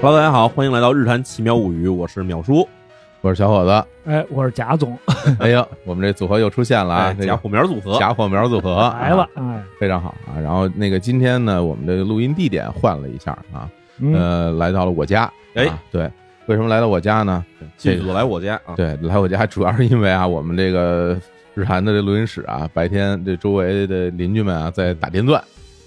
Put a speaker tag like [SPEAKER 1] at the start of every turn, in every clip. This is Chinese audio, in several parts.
[SPEAKER 1] Hello，大家好，欢迎来到《日谈奇妙物语》，我是淼叔。
[SPEAKER 2] 我是小伙子。
[SPEAKER 3] 哎，我是贾总
[SPEAKER 2] 哎呦，我们这组合又出现了啊！
[SPEAKER 1] 哎
[SPEAKER 2] 这个
[SPEAKER 1] 假火苗组合，
[SPEAKER 2] 假火苗组合
[SPEAKER 3] 来了，，哎，
[SPEAKER 2] 非常好啊。然后那个今天呢，我们这个录音地点换了一下啊，
[SPEAKER 3] 嗯，
[SPEAKER 2] 呃，来到了我家。
[SPEAKER 1] 哎
[SPEAKER 2] 啊，对，为什么来到我家呢？
[SPEAKER 1] 剧组来我家啊，
[SPEAKER 2] 对，来我家主要是因为啊，我 们这个日韩的这录音室啊，白天这周围的邻居们啊在打电钻。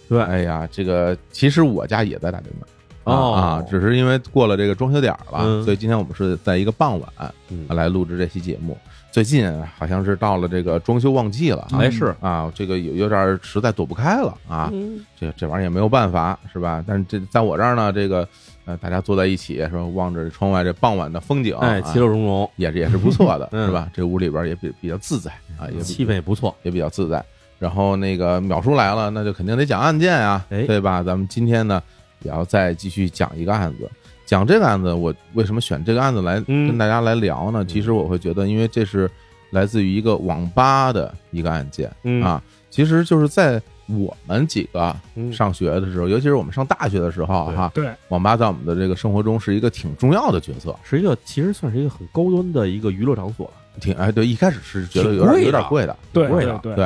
[SPEAKER 1] 对
[SPEAKER 2] 哎呀，这个其实我家也在打电钻。啊
[SPEAKER 1] 哦
[SPEAKER 2] 啊，只是因为过了这个装修点儿了，
[SPEAKER 1] 嗯
[SPEAKER 2] 所以今天我们是在一个傍晚
[SPEAKER 1] 嗯
[SPEAKER 2] 来录制这期节目。最近好像是到了这个装修旺季了啊，
[SPEAKER 1] 哎是
[SPEAKER 2] 啊，这个有有点儿实在躲不开了啊，
[SPEAKER 1] 嗯
[SPEAKER 2] 这这玩意儿也没有办法是吧？但是这在我这儿呢，这个呃，大家坐在一起是吧？望着窗外这傍晚的风景，
[SPEAKER 1] 哎，
[SPEAKER 2] 啊
[SPEAKER 1] 其乐融融，
[SPEAKER 2] 也是也是不错的，
[SPEAKER 1] 嗯
[SPEAKER 2] 是吧？这屋里边儿也比比较自在啊，也比
[SPEAKER 1] 气氛也不错。
[SPEAKER 2] 也比较自在。然后那个淼叔来了，那就肯定得讲案件啊，
[SPEAKER 1] 哎
[SPEAKER 2] 对吧？咱们今天呢，也要再继续讲一个案子。讲这个案子，我为什么选这个案子来
[SPEAKER 1] 嗯
[SPEAKER 2] 跟大家来聊呢？其实我会觉得，因为这是来自于一个网吧的一个案件、
[SPEAKER 1] 嗯
[SPEAKER 2] 啊，其实就是在我们几个
[SPEAKER 1] 嗯
[SPEAKER 2] 上学的时候，尤其是我们上大学的时候啊
[SPEAKER 1] 对
[SPEAKER 2] 哈，
[SPEAKER 3] 对，
[SPEAKER 2] 网吧在我们的这个生活中是一个挺重要的角色，
[SPEAKER 1] 是一个其实算是一个很高端的一个娱乐场所了。
[SPEAKER 2] 挺哎对，一开始是觉得有
[SPEAKER 1] 挺贵
[SPEAKER 2] 点
[SPEAKER 1] 的
[SPEAKER 2] 有点贵的，
[SPEAKER 3] 对
[SPEAKER 1] 不会
[SPEAKER 3] 对
[SPEAKER 1] 的
[SPEAKER 3] 对
[SPEAKER 2] 对，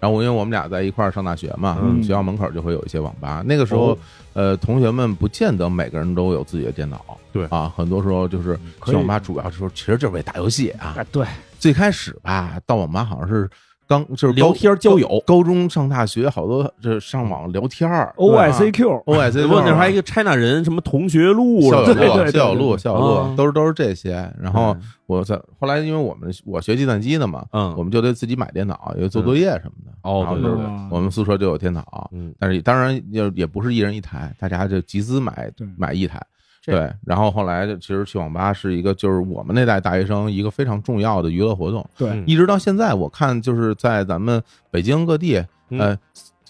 [SPEAKER 2] 然后我因为我们俩在一块儿上大学嘛，
[SPEAKER 1] 嗯
[SPEAKER 2] 我们学校门口就会有一些网吧。那个时候
[SPEAKER 1] 哦，
[SPEAKER 2] 呃，同学们不见得每个人都有自己的电脑，
[SPEAKER 1] 对嗯
[SPEAKER 2] 啊，很多时候就是
[SPEAKER 1] 可
[SPEAKER 2] 去
[SPEAKER 1] 以
[SPEAKER 2] 网吧，主要就是其实就是为打游戏啊。
[SPEAKER 3] 啊对，
[SPEAKER 2] 最开始吧，到网吧好像是刚就是
[SPEAKER 1] 聊
[SPEAKER 2] 高
[SPEAKER 1] 天交友
[SPEAKER 2] 高高中上大学，好多这上网聊天儿
[SPEAKER 1] 嗯
[SPEAKER 3] O I C Q，
[SPEAKER 2] O I C
[SPEAKER 1] 不过那时候还有一个 China 人，什么同学录
[SPEAKER 2] 校友
[SPEAKER 1] 什么的
[SPEAKER 2] 录、
[SPEAKER 3] 对对
[SPEAKER 2] 校友录、校友
[SPEAKER 1] 啊
[SPEAKER 2] 录，都是都是这些。然后
[SPEAKER 1] 嗯
[SPEAKER 2] 我在后来，因为我们我学计算机的嘛，
[SPEAKER 1] 嗯
[SPEAKER 2] 我们就得自己买电脑，有做作业什么的。
[SPEAKER 1] 哦
[SPEAKER 2] 然后
[SPEAKER 1] 对
[SPEAKER 2] 就是
[SPEAKER 3] 对对
[SPEAKER 2] 我们宿舍就有电脑，
[SPEAKER 1] 嗯，
[SPEAKER 2] 但是当然也也不是一人一台，大家就集资买
[SPEAKER 3] 对
[SPEAKER 2] 买一台。
[SPEAKER 1] 嗯这
[SPEAKER 2] 对，然后后来就其实去网吧是一个，就是我们那代大学生一个非常重要的娱乐活动，
[SPEAKER 1] 嗯
[SPEAKER 3] 对
[SPEAKER 2] 一直到现在，我看就是在咱们北京各地，
[SPEAKER 1] 嗯
[SPEAKER 2] 呃，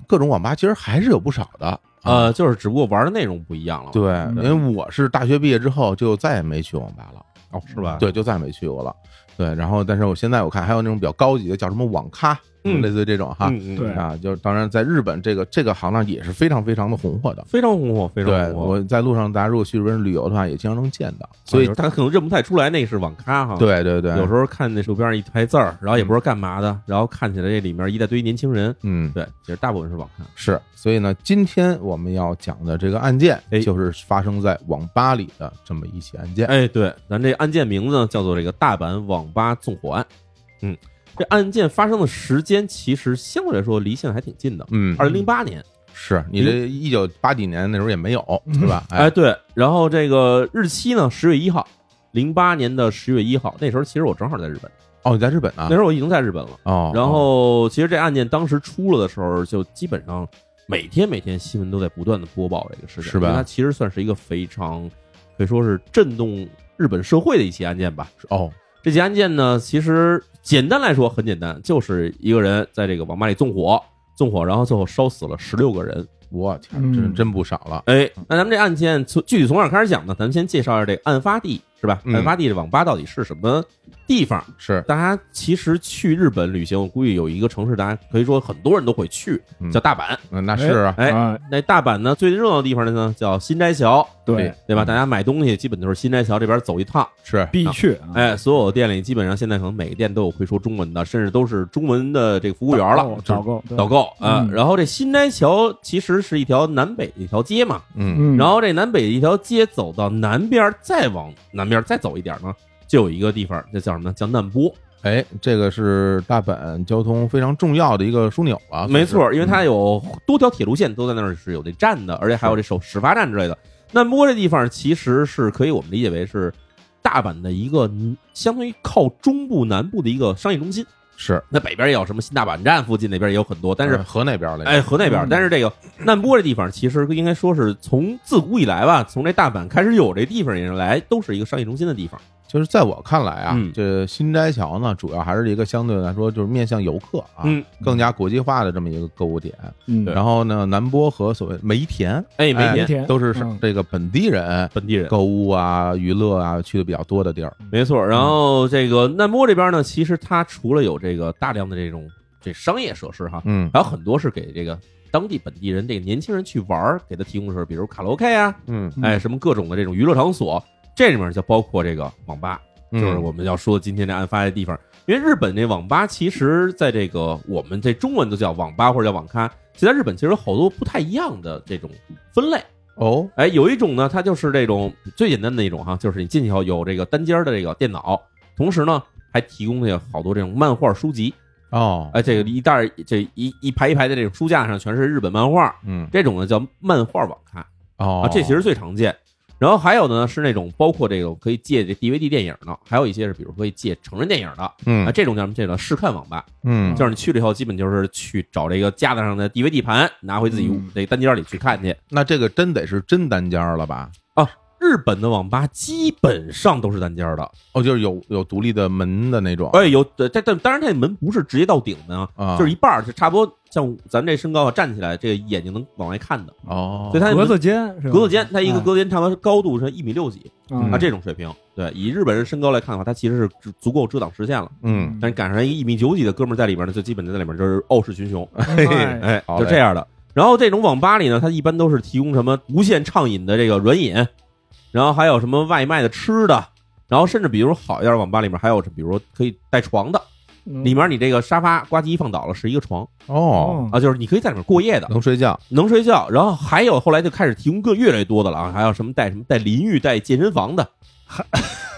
[SPEAKER 2] 各种网吧其实还是有不少的。啊，
[SPEAKER 1] 呃，就是只不过玩的内容不一样了，
[SPEAKER 2] 对，因
[SPEAKER 3] 嗯
[SPEAKER 2] 为我是大学毕业之后就再也没去网吧了，
[SPEAKER 1] 哦，是吧？
[SPEAKER 2] 对，就再也没去过了。对，然后但是我现在我看还有那种比较高级的，叫什么网咖，
[SPEAKER 1] 嗯
[SPEAKER 2] 类似于这种哈。
[SPEAKER 1] 嗯，嗯
[SPEAKER 3] 对
[SPEAKER 2] 啊，就是当然，在日本这个这个行当也是非常非常的红火的。
[SPEAKER 1] 非常红火，非常
[SPEAKER 2] 对，
[SPEAKER 1] 红火。
[SPEAKER 2] 我在路上，大家如果去日本旅游的话，也经常能见到。所以
[SPEAKER 1] 啊，他可能认不太出来那是网咖哈。。
[SPEAKER 2] 对对对，
[SPEAKER 1] 有时候看那手边上一排字儿，然后也不知道干嘛的，然后看起来这里面一大堆年轻人，
[SPEAKER 2] 嗯
[SPEAKER 1] 对，其实大部分是网咖。
[SPEAKER 2] 是。所以呢，今天我们要讲的这个案件
[SPEAKER 1] 哎，
[SPEAKER 2] 就是发生在网吧里的这么一起案件。
[SPEAKER 1] 哎，对，咱这案件名字呢叫做这个大阪网吧纵火案。嗯，这案件发生的时间其实相对来说离现在还挺近的，
[SPEAKER 2] 嗯，
[SPEAKER 1] 二零零八年。
[SPEAKER 2] 是你这一九八几年那时候也 没有，是吧？
[SPEAKER 1] 哎，，对，然后这个日期呢十月一号，零八年的十月一号，那时候其实我正好在日本，
[SPEAKER 2] 哦，你在日本啊
[SPEAKER 1] 那？时候我已经在日本了。
[SPEAKER 2] 哦，
[SPEAKER 1] 然后其实这案件当时出了的时候，就基本上每天每天新闻都在不断的播报这个事情，
[SPEAKER 2] 是吧
[SPEAKER 1] 因为它其实算是一个非常可以说是震动日本社会的一起案件吧。
[SPEAKER 2] 哦，
[SPEAKER 1] 这起案件呢，其实简单来说很简单，就是一个人在这个网吧里纵火，纵火，然后最后烧死了十六个人。
[SPEAKER 2] 我天，
[SPEAKER 3] 嗯
[SPEAKER 2] 真真不少了。
[SPEAKER 1] 哎，那咱们这案件从具体从哪儿开始讲呢？咱们先介绍一下这个案发地，是吧？
[SPEAKER 2] 嗯
[SPEAKER 1] 案发地这网吧到底是什么地方？
[SPEAKER 2] 是，
[SPEAKER 1] 大家其实去日本旅行，我估计有一个城市，大家可以说很多人都会去
[SPEAKER 2] 嗯，
[SPEAKER 1] 叫大阪。
[SPEAKER 2] 嗯那是啊，
[SPEAKER 1] 哎，
[SPEAKER 3] 啊
[SPEAKER 1] 那大阪呢，最热闹的地方呢叫新斋桥，
[SPEAKER 3] 对，
[SPEAKER 1] 对吧？
[SPEAKER 2] 嗯
[SPEAKER 1] 大家买东西基本都是新斋桥这边走一趟。
[SPEAKER 2] 是
[SPEAKER 3] 必去，啊
[SPEAKER 1] 哎，所有店里基本上现在可能每个店都有会说中文的，甚至都是中文的这个服务员了，
[SPEAKER 3] 导购
[SPEAKER 1] 导
[SPEAKER 3] 导购
[SPEAKER 1] 购啊。
[SPEAKER 3] 哦嗯
[SPEAKER 1] 然后这新斋桥其实是一条南北的一条街嘛，
[SPEAKER 3] 对，
[SPEAKER 2] 嗯，
[SPEAKER 3] 嗯，
[SPEAKER 1] 然后这南北一条街走到南边，再往南边再走一点呢，就有一个地方，这叫什么呢？叫难波。
[SPEAKER 2] 哎，这个是大阪交通非常重要的一个枢纽
[SPEAKER 3] 啊
[SPEAKER 2] 了，
[SPEAKER 1] 没
[SPEAKER 2] 算
[SPEAKER 1] 错，
[SPEAKER 2] 是
[SPEAKER 3] 嗯
[SPEAKER 1] 因为它有多条铁路线都在那儿是有这站的，而且还有这首始发站之类的。难波这地方其实是可以我们理解为是大阪的一个嗯相当于靠中部南部的一个商业中心。
[SPEAKER 2] 是，
[SPEAKER 1] 那北边也有什么新大阪站附近那边也有很多，但是
[SPEAKER 2] 呃河那边了，
[SPEAKER 1] 哎，河那边，
[SPEAKER 3] 嗯
[SPEAKER 1] 但是这个难波这地方，其实应该说是从自古以来吧，从这大阪开始有这地方以来，都是一个商业中心的地方。
[SPEAKER 2] 就是在我看来啊，
[SPEAKER 1] 嗯
[SPEAKER 2] 这新斋桥呢，主要还是一个相对来说就是面向游客啊，
[SPEAKER 1] 嗯
[SPEAKER 2] 更加国际化的这么一个购物点。
[SPEAKER 3] 嗯
[SPEAKER 2] 然后呢，南波和所谓梅田，
[SPEAKER 1] 哎，梅
[SPEAKER 2] 梅
[SPEAKER 1] 田
[SPEAKER 3] 田
[SPEAKER 2] 都是
[SPEAKER 3] 嗯
[SPEAKER 2] 这个本地人
[SPEAKER 1] 本地人，
[SPEAKER 2] 购物啊、娱乐啊去的比较多的地儿。
[SPEAKER 1] 没错。然后这个难波这边呢，其实它除了有这个大量的这种这商业设施哈，
[SPEAKER 2] 嗯，
[SPEAKER 1] 还有很多是给这个当地本地人这个年轻人去玩儿，给他提供的是比如卡拉 OK 啊，
[SPEAKER 2] 嗯，
[SPEAKER 3] 嗯
[SPEAKER 1] 哎，什么各种的这种娱乐场所，这里面就包括这个网吧，就
[SPEAKER 2] 嗯
[SPEAKER 1] 是我们要说今天这案发的地方。因为日本这网吧其实在这个我们这中文都叫网吧或者叫网咖，其实在日本其实有好多不太一样的这种分类。
[SPEAKER 2] 哦，
[SPEAKER 1] 哎，有一种呢，它就是这种最简单的一种哈，就是你进去以后有这个单间儿的这个电脑，同时呢还提供了好多这种漫画书籍。
[SPEAKER 2] 哦，
[SPEAKER 1] 哎，这个一袋儿这一一排一排的这种书架上全是日本漫画，
[SPEAKER 2] 嗯，
[SPEAKER 1] 这种呢叫漫画网咖。
[SPEAKER 2] 哦
[SPEAKER 1] 啊，，这其实最常见。然后还有的呢是那种包括这个可以借这 DVD 电影的，还有一些是比如可以借成人电影的啊，
[SPEAKER 2] 嗯
[SPEAKER 1] 这种叫什么？这叫试看网吧，
[SPEAKER 2] 嗯
[SPEAKER 1] 就是你去了以后，基本就是去找这个架子上的 DVD 盘，拿回自己
[SPEAKER 3] 嗯
[SPEAKER 1] 这单间里去看去。
[SPEAKER 2] 那这个真得是真单间儿了吧？
[SPEAKER 1] 日本的网吧基本上都是单间的，
[SPEAKER 2] 哦，就是有有独立的门的那种，
[SPEAKER 1] 哎，有呃但但当然这门不是直接到顶的啊，
[SPEAKER 2] 啊
[SPEAKER 1] 就是一半儿，就差不多像咱这身高啊站起来，这个眼睛能往外看的，
[SPEAKER 2] 哦，
[SPEAKER 1] 所以它的
[SPEAKER 3] 格
[SPEAKER 1] 门
[SPEAKER 3] 子间是吧？
[SPEAKER 1] 格子间，它一个
[SPEAKER 2] 嗯
[SPEAKER 1] 格子间差不多高度是一米六几
[SPEAKER 3] 嗯
[SPEAKER 1] 啊，这种水平。对，以日本人身高来看的话，它其实是足足够遮挡视线了。
[SPEAKER 2] 嗯，
[SPEAKER 1] 但是赶上一个一米九几的哥们儿在里边呢，就基本就在里面就是傲视群雄，
[SPEAKER 2] 嘿嘿，
[SPEAKER 3] 哎
[SPEAKER 1] 哎，
[SPEAKER 2] 好嘞
[SPEAKER 1] 就这样的。然后这种网吧里呢，它一般都是提供什么无限畅饮的这个软饮，然后还有什么外卖的吃的，然后甚至比如好一点的网吧里面还有比如说可以带床的，
[SPEAKER 3] 嗯
[SPEAKER 1] 里面你这个沙发呱唧一放倒了是一个床
[SPEAKER 2] 哦，
[SPEAKER 3] 嗯
[SPEAKER 1] 啊，就是你可以在里面过夜的，
[SPEAKER 2] 能睡觉，
[SPEAKER 1] 能睡觉。然后还有后来就开始提供更越来越多的了啊，还有什么带什么带淋浴、带健身房的，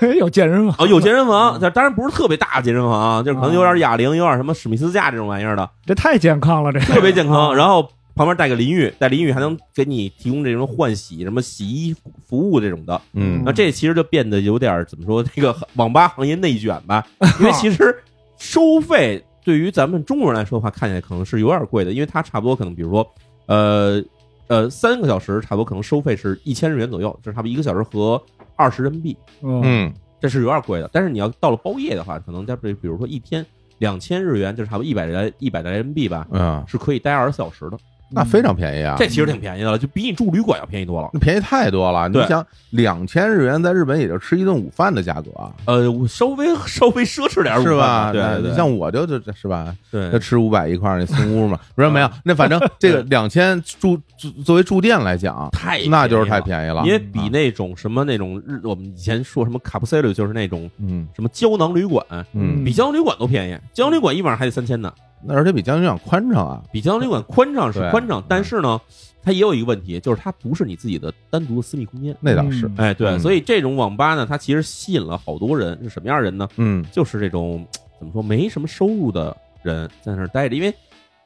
[SPEAKER 3] 哎有健身房
[SPEAKER 1] 哦，有健身房，
[SPEAKER 3] 嗯
[SPEAKER 1] 但当然不是特别大的健身房啊，就是可能有点哑铃，有点什么史密斯架这种玩意儿的，
[SPEAKER 3] 这太健康了，这
[SPEAKER 1] 特别健康。然后旁边带个淋浴，带淋浴还能给你提供这种换洗、什么洗衣服务这种的。
[SPEAKER 2] 嗯
[SPEAKER 1] 那这其实就变得有点儿怎么说，这个网吧行业内卷吧，因为其实收费对于咱们中国人来说的话，看起来可能是有点贵的，因为它差不多可能比如说，呃呃，三个小时差不多可能收费是一千日元左右，就是差不多一个小时合二十人民币。
[SPEAKER 3] 嗯
[SPEAKER 2] 嗯，
[SPEAKER 1] 这是有点贵的。但是你要到了包夜的话，可能在比比如说一天两千日元，就是差不多一百来一百来人民币吧，
[SPEAKER 2] 嗯，
[SPEAKER 1] 是可以待二十小时的。
[SPEAKER 2] 那
[SPEAKER 3] 嗯
[SPEAKER 2] 非常便宜啊，
[SPEAKER 1] 这其实挺便宜的了，就比你住旅馆要便宜多了。
[SPEAKER 2] 那便宜太多了。你
[SPEAKER 1] 对
[SPEAKER 2] 想，两千日元在日本也就吃一顿午饭的价格啊，
[SPEAKER 1] 呃，我稍微稍微奢侈点儿
[SPEAKER 2] 是吧？
[SPEAKER 1] 对
[SPEAKER 2] 那
[SPEAKER 1] 对对，
[SPEAKER 2] 像我就这这是吧？那
[SPEAKER 1] 对嗯
[SPEAKER 2] 吃五百一块儿那松屋嘛，不是没有。那反正这个两千住住作为住店来讲，
[SPEAKER 1] 太
[SPEAKER 2] 那就是太
[SPEAKER 1] 便宜
[SPEAKER 2] 便宜了嗯
[SPEAKER 1] 了，因。为比那种什么那种日，我们以前说什么卡布塞鲁，就是那种
[SPEAKER 2] 嗯
[SPEAKER 1] 什么胶囊旅馆，
[SPEAKER 2] 嗯，
[SPEAKER 1] 比胶囊旅馆都便宜。胶囊旅馆一晚上还得三千呢，
[SPEAKER 2] 那而且比将军港宽敞啊。
[SPEAKER 1] 比胶囊旅馆宽敞是
[SPEAKER 2] 对
[SPEAKER 1] 宽敞
[SPEAKER 2] 嗯，
[SPEAKER 1] 但是呢，它也有一个问题，就是它不是你自己的单独的私密空间。
[SPEAKER 2] 那倒是，
[SPEAKER 1] 哎，对，
[SPEAKER 2] 嗯
[SPEAKER 1] 所以这种网吧呢，它其实吸引了好多人，是什么样的人呢？
[SPEAKER 2] 嗯
[SPEAKER 1] 就是这种怎么说没什么收入的人在那儿待着，因为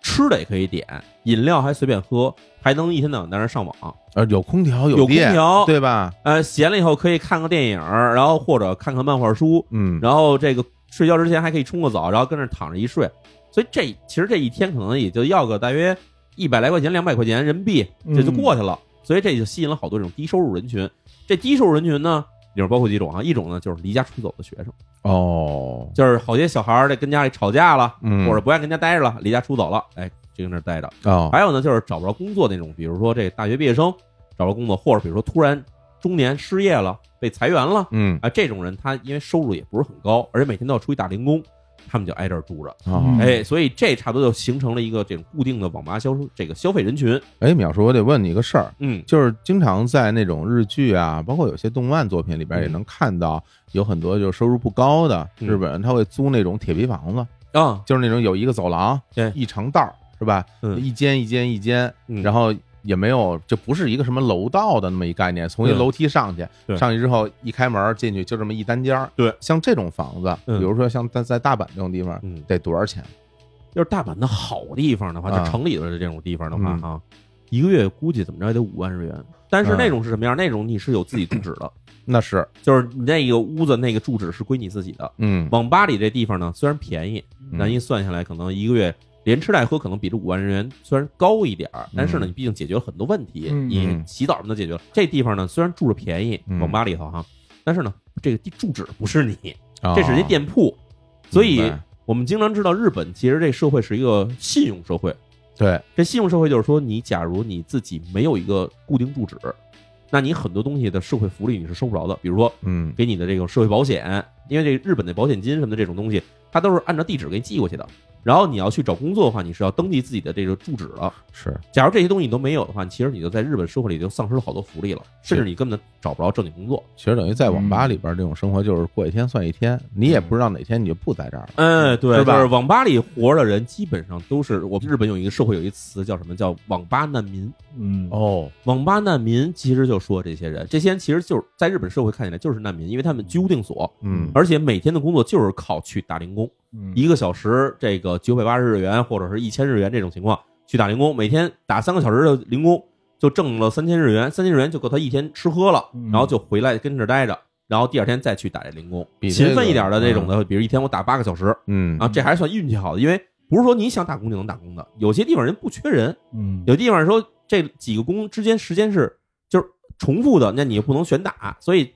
[SPEAKER 1] 吃的也可以点，饮料还随便喝，还能一天到晚在那儿上网。
[SPEAKER 2] 呃，有空调，
[SPEAKER 1] 有空
[SPEAKER 2] 电，
[SPEAKER 1] 调
[SPEAKER 2] 对吧？
[SPEAKER 1] 呃，闲了以后可以看个电影儿，然后或者看看漫画书，
[SPEAKER 2] 嗯，
[SPEAKER 1] 然后这个睡觉之前还可以冲个澡，然后跟那儿躺着一睡。所以这其实这一天可能也就要个大约一百来块钱、两百块钱人民币，
[SPEAKER 2] 嗯
[SPEAKER 1] 这就过去了。所以这就吸引了好多这种低收入人群。这低收入人群呢，里面包括几种啊，一种呢就是离家出走的学生，
[SPEAKER 2] 哦，
[SPEAKER 1] 就是好些小孩儿这跟家里吵架了，
[SPEAKER 2] 嗯，
[SPEAKER 1] 或者不爱跟家待着了，离家出走了，哎，就跟那儿待着。
[SPEAKER 2] 哦，
[SPEAKER 1] 还有呢，就是找不着工作那种，比如说这大学毕业生找不着工作，或者比如说突然中年失业了，被裁员了。
[SPEAKER 2] 嗯，
[SPEAKER 1] 啊，这种人他因为收入也不是很高，而且每天都要出去打零工，他们就挨这儿住着，
[SPEAKER 2] 哦
[SPEAKER 3] 嗯
[SPEAKER 1] 哎，所以这差不多就形成了一个这种固定的网吧销售这个消费人群，
[SPEAKER 2] 哎，淼叔，我得问你个事儿，
[SPEAKER 1] 嗯，
[SPEAKER 2] 就是经常在那种日剧啊，包括有些动漫作品里边也能看到，有很多就是收入不高的
[SPEAKER 1] 嗯
[SPEAKER 2] 日本人，他会租那种铁皮房子，
[SPEAKER 1] 啊，
[SPEAKER 2] 就是那种有一个走廊，
[SPEAKER 1] 对
[SPEAKER 2] 一长道儿是吧？
[SPEAKER 1] 哎嗯
[SPEAKER 2] 一间一间一间，
[SPEAKER 1] 嗯
[SPEAKER 2] 然后也没有，就不是一个什么楼道的那么一概念，从一
[SPEAKER 1] 对
[SPEAKER 2] 楼梯上去，
[SPEAKER 1] 对
[SPEAKER 2] 上去之后一开门进去就这么一单间儿。
[SPEAKER 1] 对，
[SPEAKER 2] 像这种房子，比
[SPEAKER 1] 嗯
[SPEAKER 2] 如说像在在大阪这种地方，
[SPEAKER 1] 嗯，
[SPEAKER 2] 得多少钱？
[SPEAKER 1] 要是大阪的好地方的话，
[SPEAKER 2] 啊
[SPEAKER 1] 就城里头的这种地方的话
[SPEAKER 2] 嗯
[SPEAKER 1] 啊，一个月估计怎么着也得五万日元，但是那种是什么样？那种你是有自己住址的，
[SPEAKER 2] 那是，
[SPEAKER 1] 就是你那个屋子那个住址是归你自己的。
[SPEAKER 2] 嗯，
[SPEAKER 1] 网吧里这地方呢，虽然便宜，
[SPEAKER 2] 嗯
[SPEAKER 1] 咱一算下来，可能一个月连吃带喝，可能比这五万日元虽然高一点儿，但是呢，
[SPEAKER 2] 嗯
[SPEAKER 1] 你毕竟解决了很多问题，
[SPEAKER 3] 嗯
[SPEAKER 1] 你洗澡什么都解决了。这地方呢，虽然住着便宜
[SPEAKER 2] 嗯，
[SPEAKER 1] 网吧里头哈，但是呢，这个地住址不是你，
[SPEAKER 2] 哦
[SPEAKER 1] 这是人家店铺，所
[SPEAKER 2] 明
[SPEAKER 1] 以
[SPEAKER 2] 白
[SPEAKER 1] 我们经常知道，日本其实这社会是一个信用社会。
[SPEAKER 2] 对，
[SPEAKER 1] 这信用社会就是说，你假如你自己没有一个固定住址，那你很多东西的社会福利你是收不着的，比如说
[SPEAKER 2] 嗯，
[SPEAKER 1] 给你的这种社会保险，因为这日本的保险金什么的这种东西，它都是按照地址给你寄过去的。然后你要去找工作的话，你是要登记自己的这个住址了。
[SPEAKER 2] 是
[SPEAKER 1] 假如这些东西你都没有的话，其实你就在日本社会里就丧失了好多福利了，甚至你根本找不着正经工作。
[SPEAKER 2] 其实等于在网
[SPEAKER 1] 嗯
[SPEAKER 2] 吧里边这种生活就是过一天算一天，你也不知道哪天你就不在这儿了。
[SPEAKER 1] 哎，对，
[SPEAKER 2] 是吧
[SPEAKER 1] 就是网吧里活着的人基本上都是我们日本有一个社会有一词叫什么叫网吧难民。
[SPEAKER 4] 嗯，
[SPEAKER 2] 哦，
[SPEAKER 1] 网吧难民其实就说这些人，这些人其实就是在日本社会看起来就是难民，因为他们居无定所，
[SPEAKER 2] 嗯，
[SPEAKER 1] 而且每天的工作就是靠去打零工，
[SPEAKER 4] 嗯
[SPEAKER 1] 一个小时这个九百八十日元或者是一千日元这种情况去打零工，每天打三个小时的零工就挣了三千日元，三千日元就够他一天吃喝了，
[SPEAKER 4] 嗯
[SPEAKER 1] 然后就回来跟这儿待着，然后第二天再去打这零工。
[SPEAKER 2] 比这个
[SPEAKER 1] 勤奋一点的这种的，比如一天我打八个小时
[SPEAKER 2] 嗯
[SPEAKER 1] 啊，这还算运气好的，因为不是说你想打工就能打工的，有些地方人不缺人，
[SPEAKER 4] 嗯
[SPEAKER 1] 有地方说这几个工之间时间是就是重复的，那你也不能选打，所以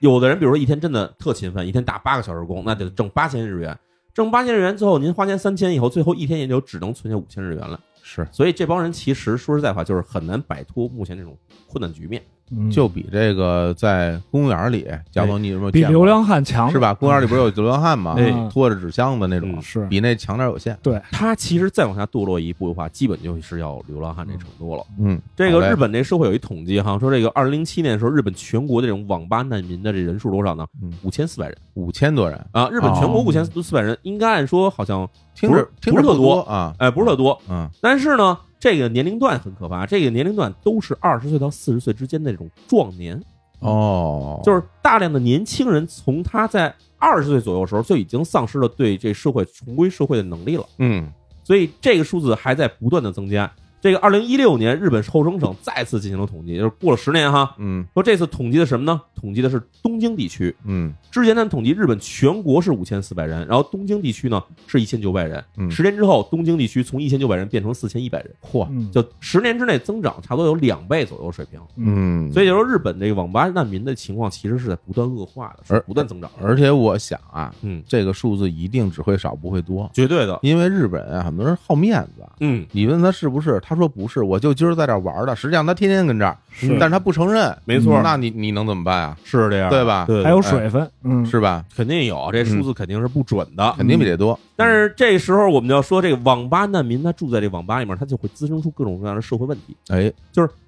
[SPEAKER 1] 有的人比如说一天真的特勤奋，一天打八个小时工，那得挣八千日元，挣八千日元之后，您花钱三千以后，最后一天也就只能存下五千日元了。
[SPEAKER 2] 是
[SPEAKER 1] 所以这帮人其实说实在话，就是很难摆脱目前这种困难局面。
[SPEAKER 4] 嗯
[SPEAKER 2] 就比这个在公园里，贾总你有没有
[SPEAKER 3] 比
[SPEAKER 2] 见过
[SPEAKER 3] 流浪汉强
[SPEAKER 2] 是？吧？公园里不是有流浪汉吗？
[SPEAKER 1] 哎
[SPEAKER 2] 拖着纸箱子那
[SPEAKER 1] 嗯
[SPEAKER 2] 种，
[SPEAKER 3] 是
[SPEAKER 2] 比那强点儿有限。
[SPEAKER 1] 他其实再往下堕落一步的话，基本就是要流浪汉这程度了。
[SPEAKER 2] 嗯，
[SPEAKER 1] 这
[SPEAKER 2] 好
[SPEAKER 1] 个
[SPEAKER 2] 嘞
[SPEAKER 1] 日本这社会有一统计哈，说这个二零零七年的时候，日本全国这种网吧难民的这人数多少呢
[SPEAKER 2] 嗯？
[SPEAKER 1] 五千四百人
[SPEAKER 2] 五千多人，
[SPEAKER 1] 啊！日本全国
[SPEAKER 4] 哦
[SPEAKER 1] 五千四百人，应该按说好像
[SPEAKER 2] 听
[SPEAKER 1] 不
[SPEAKER 2] 着
[SPEAKER 1] 是
[SPEAKER 2] 听着
[SPEAKER 1] 不是特
[SPEAKER 2] 多啊，
[SPEAKER 1] 哎不是特多，
[SPEAKER 2] 嗯，
[SPEAKER 1] 但是呢，这个年龄段很可怕，这个年龄段都是二十岁到四十岁之间的这种壮年，
[SPEAKER 2] 哦，
[SPEAKER 1] 就是大量的年轻人从他在二十岁左右的时候就已经丧失了对这社会重归社会的能力了。
[SPEAKER 2] 嗯，
[SPEAKER 1] 所以这个数字还在不断的增加。这个二零一六年，日本厚生省再次进行了统计，就是过了十年哈，
[SPEAKER 2] 嗯
[SPEAKER 1] 说这次统计的什么呢？统计的是东京地区。
[SPEAKER 2] 嗯
[SPEAKER 1] 之前他们统计日本全国是五千四百人，然后东京地区呢是一千九百人。
[SPEAKER 2] 嗯，
[SPEAKER 1] 十年之后，东京地区从一千九百人变成四千一百人，
[SPEAKER 2] 嚯，
[SPEAKER 4] 嗯
[SPEAKER 1] 就十年之内增长差不多有两倍左右的水平。
[SPEAKER 2] 嗯，
[SPEAKER 1] 所以就说，日本这个网吧难民的情况其实是在不断恶化的，是
[SPEAKER 2] 而
[SPEAKER 1] 不断增长的。
[SPEAKER 2] 而且我想啊，
[SPEAKER 1] 嗯，
[SPEAKER 2] 这个数字一定只会少不会多，
[SPEAKER 1] 绝对的，
[SPEAKER 2] 因为日本啊，很多人好面子啊。
[SPEAKER 1] 嗯，
[SPEAKER 2] 你问他是不是，他说不是，我就今儿在这儿玩的。实际上他天天跟这儿，
[SPEAKER 4] 是
[SPEAKER 2] 但是他不承认，
[SPEAKER 1] 没错
[SPEAKER 2] 嗯那你你能怎么办啊？
[SPEAKER 1] 是这样
[SPEAKER 2] 对吧
[SPEAKER 1] 对，哎
[SPEAKER 3] 还有水分，嗯，
[SPEAKER 2] 是吧？
[SPEAKER 1] 肯定有，这数字肯定是不准的。
[SPEAKER 2] 肯定比这多。
[SPEAKER 1] 但是这时候我们就要说，这个网吧难民他住在这网吧里面，他就会滋生出各种各样的社会问题。
[SPEAKER 2] 哎，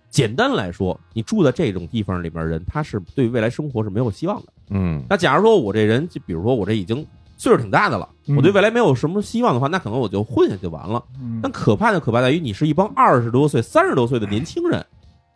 [SPEAKER 1] 简单来说，你住在这种地方里面的人，他是对未来生活是没有希望的。
[SPEAKER 2] 嗯，
[SPEAKER 1] 那假如说我这人，就比如说我这已经岁数挺大的了，
[SPEAKER 3] 嗯
[SPEAKER 1] 我对未来没有什么希望的话，那可能我就混下去就完了。
[SPEAKER 4] 嗯
[SPEAKER 1] 但可怕就可怕在于，你是一帮二十多岁、三十多岁的年轻人，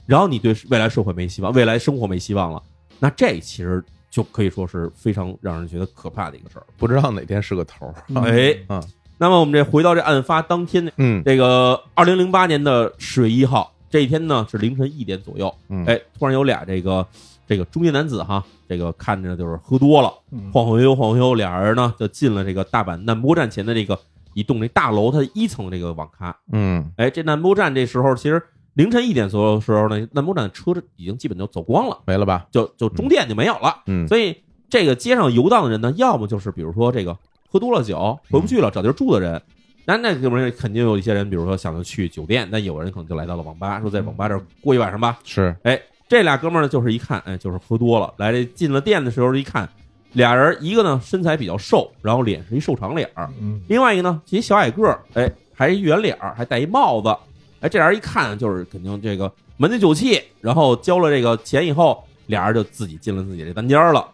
[SPEAKER 1] 然后你对未来社会没希望，未来生活没希望了，那这其实就可以说是非常让人觉得可怕的一个事儿了。
[SPEAKER 2] 不知道哪天是个头儿。
[SPEAKER 1] 哎，
[SPEAKER 2] 嗯
[SPEAKER 1] 那么我们这回到这案发当天，
[SPEAKER 2] 嗯
[SPEAKER 1] 这个二零零八年的十月一号这一天呢是凌晨一点左右，
[SPEAKER 2] 嗯，
[SPEAKER 1] 哎，突然有俩这个这个中年男子哈，这个看着就是喝多了，
[SPEAKER 4] 嗯
[SPEAKER 1] 晃晃悠悠晃晃悠悠，俩人呢就进了这个大阪难波站前的这个一栋这大楼它的一层这个网咖，
[SPEAKER 2] 嗯
[SPEAKER 1] 哎，这难波站这时候其实凌晨一点左右的时候呢，难波站的车已经基本就走光了，
[SPEAKER 2] 没了吧？
[SPEAKER 1] 就就终电就没有了，
[SPEAKER 2] 嗯
[SPEAKER 1] 所以这个街上游荡的人呢，要么就是比如说这个喝多了酒回不去了，找地儿住的人。那那个人肯定有一些人，比如说想着去酒店，但有人可能就来到了网吧，说在网吧这儿过一晚上吧。
[SPEAKER 2] 是
[SPEAKER 1] 这俩哥们儿呢，就是一看，哎，就是喝多了，来这进了店的时候一看，俩人一个呢身材比较瘦，然后脸是一瘦长脸儿，
[SPEAKER 4] 嗯
[SPEAKER 1] 另外一个呢是一小矮个儿，哎，还一圆脸儿，还戴一帽子，哎，这俩人一看就是肯定这个门庭酒气，然后交了这个钱以后，俩人就自己进了自己这单间儿了。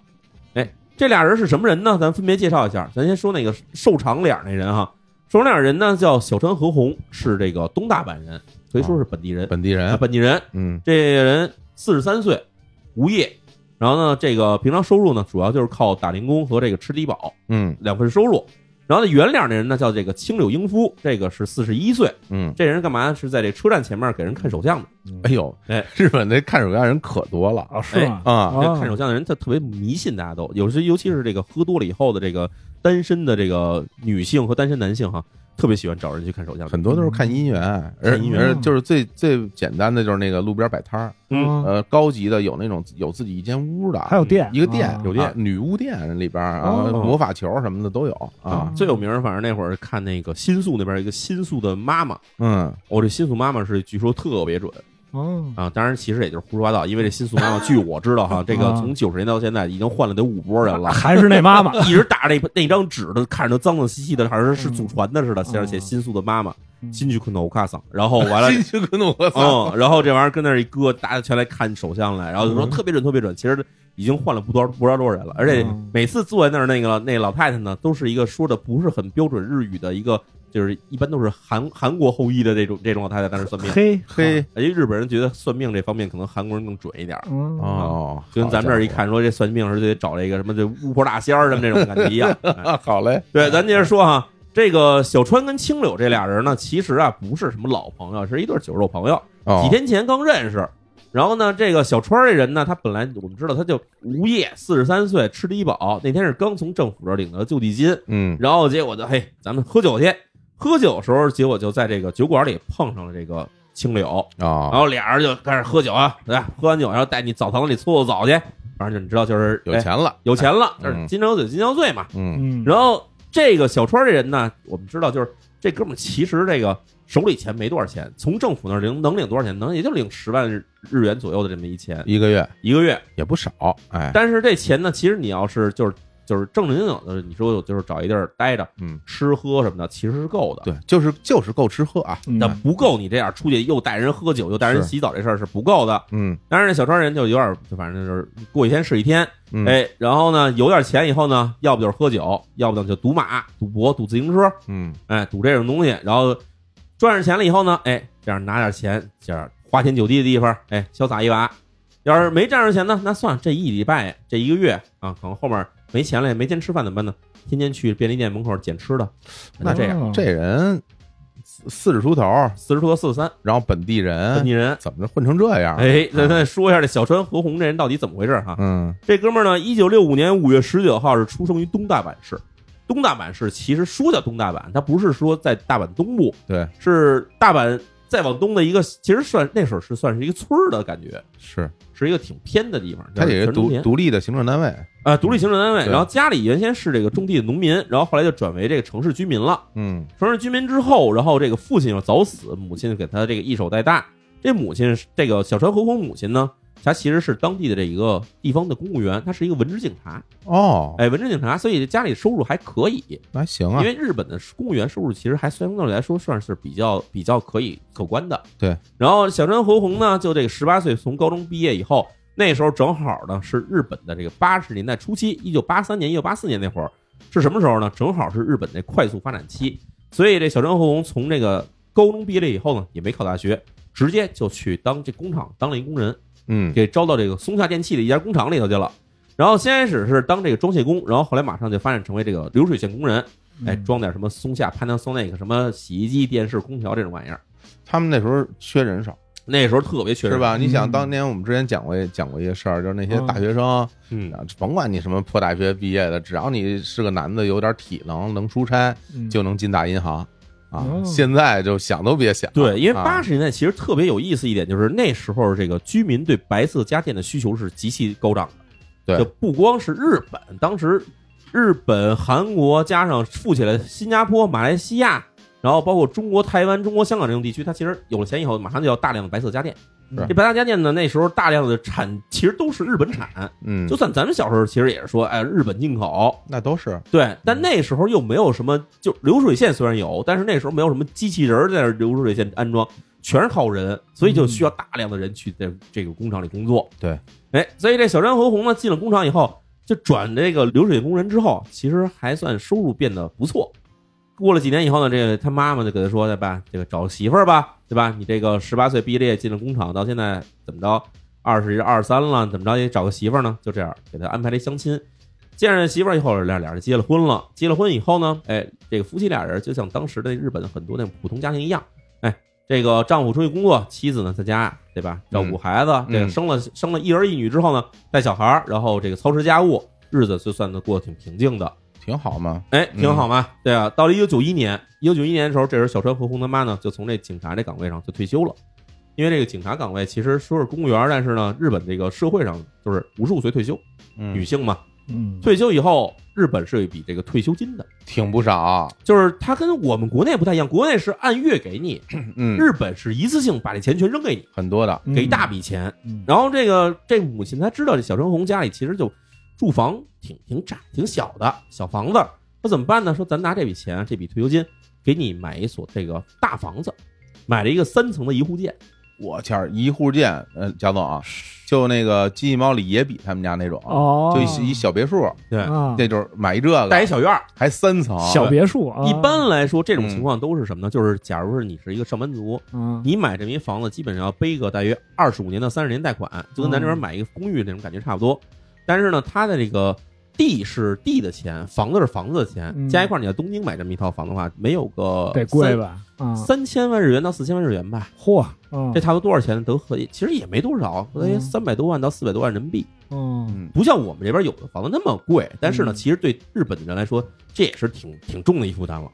[SPEAKER 1] 哎，这俩人是什么人呢？咱分别介绍一下。咱先说那个瘦长脸儿那人哈，瘦长脸儿人呢叫小川和宏，是这个东大阪人，可以说是本地人，
[SPEAKER 2] 本地
[SPEAKER 1] 啊
[SPEAKER 2] 人。
[SPEAKER 1] 本地人。
[SPEAKER 2] 嗯
[SPEAKER 1] 这人四十三岁，无业，然后呢，这个平常收入呢，主要就是靠打零工和这个吃低保
[SPEAKER 2] 嗯
[SPEAKER 1] 两份收入。然后呢，圆脸那人呢叫这个青柳英夫，这个是四十一岁。
[SPEAKER 2] 嗯，
[SPEAKER 1] 这人干嘛？是在这车站前面给人看手相的。
[SPEAKER 2] 哎呦
[SPEAKER 1] 哎，
[SPEAKER 2] 日本那看手相人可多了
[SPEAKER 3] 啊，嗯是吗？
[SPEAKER 2] 啊。
[SPEAKER 1] 这
[SPEAKER 3] 啊
[SPEAKER 1] 看手相的人，他特别迷信，大家都有时，尤其是这个喝多了以后的这个单身的这个女性和单身男性哈，特别喜欢找人去看手相。
[SPEAKER 2] 很多都是看姻缘，而
[SPEAKER 1] 嗯看姻缘
[SPEAKER 2] 而就是最最简单的就是那个路边摆摊儿，
[SPEAKER 1] 嗯
[SPEAKER 2] 呃，高级的有那种有自己一间屋的，
[SPEAKER 3] 还有店，
[SPEAKER 2] 一个店
[SPEAKER 3] 啊
[SPEAKER 1] 有店
[SPEAKER 2] 啊女巫店里边儿啊，
[SPEAKER 1] 哦
[SPEAKER 2] 魔法球什么的都有啊
[SPEAKER 4] 嗯。
[SPEAKER 1] 最有名儿，反正那会儿看那个新宿那边一个新宿的妈妈，
[SPEAKER 2] 嗯
[SPEAKER 1] 我、这新宿妈妈是据说特别准，
[SPEAKER 3] 哦，
[SPEAKER 1] 啊，当然其实也就是胡说八道，因为这新宿妈妈，据我知道哈，这个
[SPEAKER 3] 啊
[SPEAKER 1] 从九十年到现在已经换了得五波人了。
[SPEAKER 3] 还是那妈 妈，
[SPEAKER 1] 一直打着那那张纸的，看着都脏脏兮兮的，好像是
[SPEAKER 3] 嗯
[SPEAKER 1] 祖传的似的。而且
[SPEAKER 3] 哦
[SPEAKER 1] 新宿的妈妈新去困到我卡桑，然后 完了，
[SPEAKER 2] 进去跟我操，
[SPEAKER 1] 嗯，然后这玩意儿跟那儿一搁，大家全来看手相来，然后就说
[SPEAKER 3] 嗯
[SPEAKER 1] 特别准，特别准。其实已经换了不多不知道多少人了，而且
[SPEAKER 3] 嗯
[SPEAKER 1] 每次坐在那儿那个那老太太呢，都是一个说的不是很标准日语的一个，就是一般都是韩韩国后裔的这种这种老太太在那儿算命。
[SPEAKER 3] 嘿
[SPEAKER 2] 嘿，
[SPEAKER 1] 因哎为日本人觉得算命这方面可能韩国人更准一点儿，
[SPEAKER 3] 嗯
[SPEAKER 2] 哦，
[SPEAKER 1] 就跟咱们这儿一看说这算命是得找这个什么这巫婆大仙儿什么这种感觉一样。哎
[SPEAKER 2] 啊， 好嘞，
[SPEAKER 1] 对，咱接着说哈，这个小川跟青柳这俩人呢，其实啊不是什么老朋友，是一对酒肉朋友。
[SPEAKER 2] 哦
[SPEAKER 1] 几天前刚认识。然后呢，这个小川这人呢，他本来我们知道他就无业，四十三岁，吃低保。那天是刚从政府这儿领到救济金，
[SPEAKER 2] 嗯
[SPEAKER 1] 然后结果就嘿，咱们喝酒去。喝酒的时候，结果就在这个酒馆里碰上了这个青柳，然
[SPEAKER 2] 啊，
[SPEAKER 1] 后俩人就开始喝酒啊，
[SPEAKER 2] 嗯
[SPEAKER 1] 对吧，喝完酒然后带你澡堂子里搓搓澡去，反正就你知道就是
[SPEAKER 2] 有
[SPEAKER 1] 哎
[SPEAKER 2] 钱了，
[SPEAKER 1] 有钱了，这
[SPEAKER 2] 嗯
[SPEAKER 1] 是今朝有酒今朝醉嘛。
[SPEAKER 2] 嗯
[SPEAKER 3] 嗯，
[SPEAKER 1] 然后这个小川这人呢，我们知道就是这哥们儿其实这个手里钱没多少钱，从政府那儿领能领多少钱？能也就领十万日日元左右的这么一钱
[SPEAKER 2] 一个月
[SPEAKER 1] 一个月。
[SPEAKER 2] 也不少，哎，
[SPEAKER 1] 但是这钱呢，其实你要是就是就是正经有的，你说我就是找一地儿待着，
[SPEAKER 2] 嗯，
[SPEAKER 1] 吃喝什么的，其实是够的。
[SPEAKER 2] 对，就是就是够吃喝啊，
[SPEAKER 3] 嗯
[SPEAKER 1] 但不够你这样出去又带人喝酒又带人
[SPEAKER 2] 是
[SPEAKER 1] 洗澡这事儿是不够的。
[SPEAKER 2] 嗯
[SPEAKER 1] 当然，这小川人就有点儿，就反正就是过一天是一天，
[SPEAKER 2] 嗯，
[SPEAKER 1] 哎，然后呢有点钱以后呢，要不就是喝酒，要不就赌马、赌博、赌自行车，
[SPEAKER 2] 嗯
[SPEAKER 1] 哎，赌这种东西，然后赚着钱了以后呢，哎，这样拿点钱，这样花天酒地的地方，哎，潇洒一把。要是没赚着钱呢，那算了，这一礼拜这一个月啊，可能后面没钱了，也没钱吃饭怎么办呢？天天去便利店门口捡吃的，
[SPEAKER 2] 那
[SPEAKER 1] 这样
[SPEAKER 3] 哦
[SPEAKER 2] 这人四四十出头，
[SPEAKER 1] 四十多四十三
[SPEAKER 2] 然后本地
[SPEAKER 1] 本地
[SPEAKER 2] 人，
[SPEAKER 1] 人。
[SPEAKER 2] 怎么着混成这样？
[SPEAKER 1] 哎，咱再说一下这小川和红这人到底怎么回事哈、
[SPEAKER 2] 嗯
[SPEAKER 1] 这哥们儿呢，一九六五年五月十九号是出生于东大阪市。东大阪市其实说叫东大阪，它不是说在大阪东部，
[SPEAKER 2] 对，
[SPEAKER 1] 是大阪再往东的一个，其实算那时候是算是一个村儿的感觉，
[SPEAKER 2] 是，
[SPEAKER 1] 是一个挺偏的地方。
[SPEAKER 2] 他也
[SPEAKER 1] 就是是农
[SPEAKER 2] 独
[SPEAKER 1] 田
[SPEAKER 2] 独立的行政单位，
[SPEAKER 1] 啊，独立行政单位。
[SPEAKER 2] 对
[SPEAKER 1] 然后家里原先是这个种地的农民，然后后来就转为这个城市居民了。
[SPEAKER 2] 嗯
[SPEAKER 1] 城市居民之后，然后这个父亲要早死，母亲给他这个一手带大。这母亲是这个小川和弘母亲呢，她其实是当地的这一个地方的公务员，她是一个文职警察。
[SPEAKER 2] 哦，
[SPEAKER 1] 哎，文职警察，所以家里收入还可以，
[SPEAKER 2] 那还行啊
[SPEAKER 1] 因，为日本的公务员收入其实还相对来说算是比较比较可以可观的。
[SPEAKER 2] 对，
[SPEAKER 1] 然后小川和弘呢，就这个十八岁从高中毕业以后，那时候正好呢是日本的这个八十年代初期，一九八三年、一九八四年那会儿是什么时候呢？正好是日本的快速发展期，所以这小川和弘从这个高中毕业了以后呢，也没考大学，直接就去当这工厂当了一工人。
[SPEAKER 2] 嗯
[SPEAKER 1] 给招到这个松下电器的一家工厂里头去了。然后先开始是当这个装卸工，然后后来马上就发展成为这个流水线工人，
[SPEAKER 2] 嗯
[SPEAKER 1] 哎，装点什么松下、Panasonic 什么洗衣机、电视、空调这种玩意儿。
[SPEAKER 2] 他们那时候缺人少，
[SPEAKER 1] 那时候特别缺人
[SPEAKER 2] 是？吧？
[SPEAKER 3] 嗯
[SPEAKER 2] 你想当年我们之前讲过讲过一些事儿，就是那些
[SPEAKER 3] 嗯
[SPEAKER 2] 大学生，
[SPEAKER 1] 嗯，
[SPEAKER 2] 甭管你什么破大学毕业的，只要你是个男的，有点体能，能出差，
[SPEAKER 3] 嗯
[SPEAKER 2] 就能进大银行啊
[SPEAKER 3] 哦。
[SPEAKER 2] 现在就想都别想，
[SPEAKER 1] 对，因为
[SPEAKER 2] 啊
[SPEAKER 1] 八十年代其实特别有意思一点，就是那时候这个居民对白色家电的需求是极其高涨的。
[SPEAKER 2] 对
[SPEAKER 1] 就不光是日本，当时日本、韩国加上富起来的新加坡、马来西亚，然后包括中国台湾、中国香港这种地区，它其实有了钱以后，马上就要大量的白色家电。
[SPEAKER 3] 是
[SPEAKER 1] 这白色家电呢，那时候大量的产其实都是日本产，
[SPEAKER 2] 嗯
[SPEAKER 1] 就，算咱们小时候其实也是说，哎，日本进口，
[SPEAKER 2] 那都是
[SPEAKER 1] 对，但那时候又没有什么，就流水线虽然有，但是那时候没有什么机器人儿在那流水线安装，全是靠人，所以就需要大量的人去在这个工厂里工作。
[SPEAKER 2] 对，
[SPEAKER 1] 哎，所以这小山和红呢进了工厂以后，就转这个流水线工人之后，其实还算收入变得不错。过了几年以后呢，这个他妈妈就给他说：“对吧？这个找个媳妇儿吧，对吧？你这个十八岁毕业进了工厂，到现在怎么着，二十二三了，怎么着也找个媳妇儿呢？就这样给他安排了一相亲。见着媳妇儿以后，俩俩人结了婚了。结了婚以后呢，哎，这个夫妻俩人就像当时的日本很多那种普通家庭一样，哎，这个丈夫出去工作，妻子呢在家，对吧？照顾孩子，这个
[SPEAKER 2] 嗯
[SPEAKER 1] 生了生了一儿一女之后呢，带小孩儿，然后这个操持家务，日子就算的过得挺平静的。
[SPEAKER 2] 挺好嘛。
[SPEAKER 1] 哎，挺好
[SPEAKER 2] 嗯
[SPEAKER 1] 嘛，对啊。到了一九九一年，一九九一年的时候，这时候小川和红他妈呢，就从这警察这岗位上就退休了，因为这个警察岗位其实说是公务员，但是呢，日本这个社会上就是五十五岁退休，
[SPEAKER 2] 嗯
[SPEAKER 1] 女性嘛，
[SPEAKER 3] 嗯，
[SPEAKER 1] 退休以后，日本是有一笔这个退休金的，
[SPEAKER 2] 挺不少，
[SPEAKER 1] 就是它跟我们国内不太一样，国内是按月给你，
[SPEAKER 2] 嗯，
[SPEAKER 1] 日本是一次性把这钱全扔给你，
[SPEAKER 2] 很多的，
[SPEAKER 3] 嗯
[SPEAKER 1] 给一大笔钱。
[SPEAKER 3] 嗯
[SPEAKER 1] 然后这个这母亲才知道，这小陈红家里其实就住房挺挺窄、挺小的小房子，那怎么办呢？说咱拿这笔钱，这笔退休金给你买一所这个大房子，买了一个三层的一户建，
[SPEAKER 2] 我天儿，一户建，呃，贾总啊，就那个金翼猫里野比他们家那种，
[SPEAKER 3] 哦，
[SPEAKER 2] 就一一小别墅，
[SPEAKER 1] 对
[SPEAKER 3] 啊，
[SPEAKER 2] 那就是买一这个，
[SPEAKER 1] 带一小院儿。
[SPEAKER 2] 还三层，
[SPEAKER 3] 小别墅，啊
[SPEAKER 1] 一般来说，这种
[SPEAKER 2] 嗯
[SPEAKER 1] 情况都是什么呢？就是假如是你是一个上班族，
[SPEAKER 3] 嗯
[SPEAKER 1] 你买这么一房子，基本上要背个大约二十五年到三十年贷款，就跟咱这
[SPEAKER 3] 嗯
[SPEAKER 1] 边买一个公寓那种感觉差不多。但是呢，它的这个地是地的钱，房子是房子的钱，
[SPEAKER 3] 嗯
[SPEAKER 1] 加一块儿，你在东京买这么一套房的话，没有个
[SPEAKER 3] 得贵吧？啊
[SPEAKER 1] 三，，三千万日元到四千万日元吧，
[SPEAKER 3] 嚯，哦
[SPEAKER 1] 这差不多多少钱？得合计其实也没多少，大约
[SPEAKER 3] 嗯
[SPEAKER 1] 三百多万到四百多万人民币，
[SPEAKER 3] 嗯
[SPEAKER 2] 嗯，
[SPEAKER 1] 不像我们这边有的房子那么贵。但是呢，
[SPEAKER 3] 嗯
[SPEAKER 1] 其实对日本的人来说，这也是挺挺重的一负担了。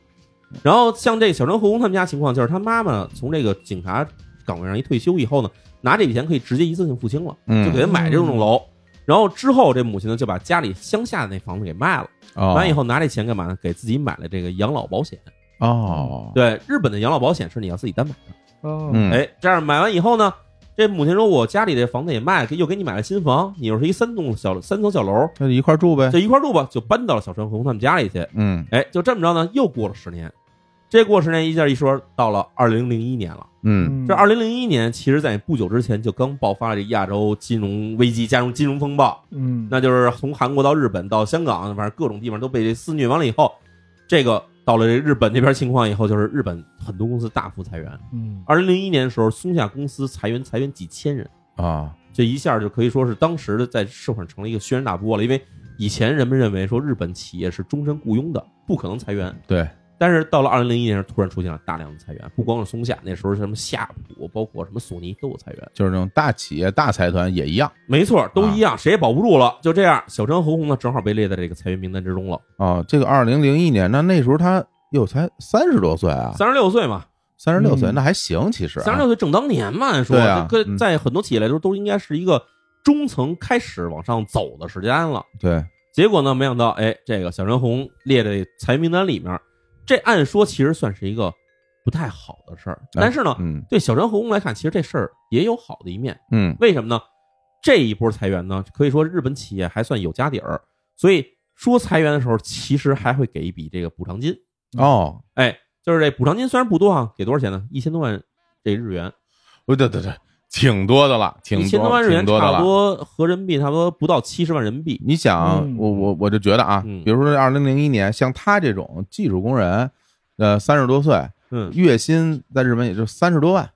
[SPEAKER 1] 然后像这小川和公他们家情况，就是他妈妈从这个警察岗位上一退休以后呢，拿这笔钱可以直接一次性付清了，
[SPEAKER 2] 嗯
[SPEAKER 1] 就给他买这种楼。然后之后，这母亲呢就把家里乡下那房子给卖了，
[SPEAKER 2] 哦
[SPEAKER 1] 完以后拿这钱干嘛呢？给自己买了这个养老保险。
[SPEAKER 2] 哦，
[SPEAKER 1] 对，日本的养老保险是你要自己单买的。
[SPEAKER 3] 哦，
[SPEAKER 2] 嗯，
[SPEAKER 1] 哎，这样买完以后呢，这母亲说：“我家里这房子也卖，了，又给你买了新房，你又是一三栋小三层小楼，
[SPEAKER 2] 那就一块儿住呗，
[SPEAKER 1] 就一块儿住吧。”就搬到了小川红他们家里去。
[SPEAKER 2] 嗯
[SPEAKER 1] 哎，就这么着呢，又过了十年。这过十年一下一说，到了二零零一年了。
[SPEAKER 2] 嗯
[SPEAKER 1] 这二零零一年，其实在不久之前就刚爆发了这亚洲金融危机加上金融风暴，
[SPEAKER 3] 嗯，
[SPEAKER 1] 那就是从韩国到日本到香港，反正各种地方都被这肆虐完了以后，这个到了这日本这边情况以后，就是日本很多公司大幅裁员。
[SPEAKER 3] 嗯
[SPEAKER 1] 二零零一年的时候，松下公司裁员裁员几千人，
[SPEAKER 2] 啊，
[SPEAKER 1] 这一下就可以说是当时的在社会上成了一个轩然大波了。因为以前人们认为说日本企业是终身雇佣的，不可能裁员，
[SPEAKER 2] 对，
[SPEAKER 1] 但是到了二零零一年，突然出现了大量的裁员，不光是松下，那时候什么夏普，包括什么索尼都有裁员。
[SPEAKER 2] 就是那种大企业、大财团也一样
[SPEAKER 1] 没错，都一啊样，谁也保不住了。就这样，小张和红呢，正好被列在这个裁员名单之中了。
[SPEAKER 2] 哦。这个二零零一年，那那时候他哟才三十多岁啊，
[SPEAKER 1] 三十六岁嘛，
[SPEAKER 2] 三十六岁，
[SPEAKER 3] 嗯
[SPEAKER 2] 那还行，其实啊
[SPEAKER 1] 三十六岁正当年嘛，按说
[SPEAKER 2] 对啊
[SPEAKER 1] 这
[SPEAKER 2] 嗯
[SPEAKER 1] 个在很多企业来说都应该是一个中层开始往上走的时间了。
[SPEAKER 2] 对，
[SPEAKER 1] 结果呢，没想到，哎，这个小张红列的裁员名单里面，这按说其实算是一个不太好的事儿，但是呢，
[SPEAKER 2] 嗯
[SPEAKER 1] 对小张和红来看，其实这事儿也有好的一面。
[SPEAKER 2] 嗯
[SPEAKER 1] 为什么呢？这一波裁员呢，可以说日本企业还算有家底儿，所以说裁员的时候，其实还会给一笔这个补偿金。
[SPEAKER 2] 哦，
[SPEAKER 1] 哎，就是这补偿金虽然不多啊，给多少钱呢？一千多万这日元，
[SPEAKER 2] 哦对对对，挺多的了，挺
[SPEAKER 1] 一千
[SPEAKER 2] 多
[SPEAKER 1] 万日元
[SPEAKER 2] 挺多的
[SPEAKER 1] 差
[SPEAKER 2] 了
[SPEAKER 1] 不。多合人民币差不多不到七十万人民币。
[SPEAKER 2] 你想，
[SPEAKER 3] 嗯
[SPEAKER 2] 我我我就觉得啊，
[SPEAKER 1] 嗯
[SPEAKER 2] 比如说二零零一年，像他这种技术工人，呃，三十多岁，
[SPEAKER 1] 嗯，
[SPEAKER 2] 月薪在日本也就三十多万，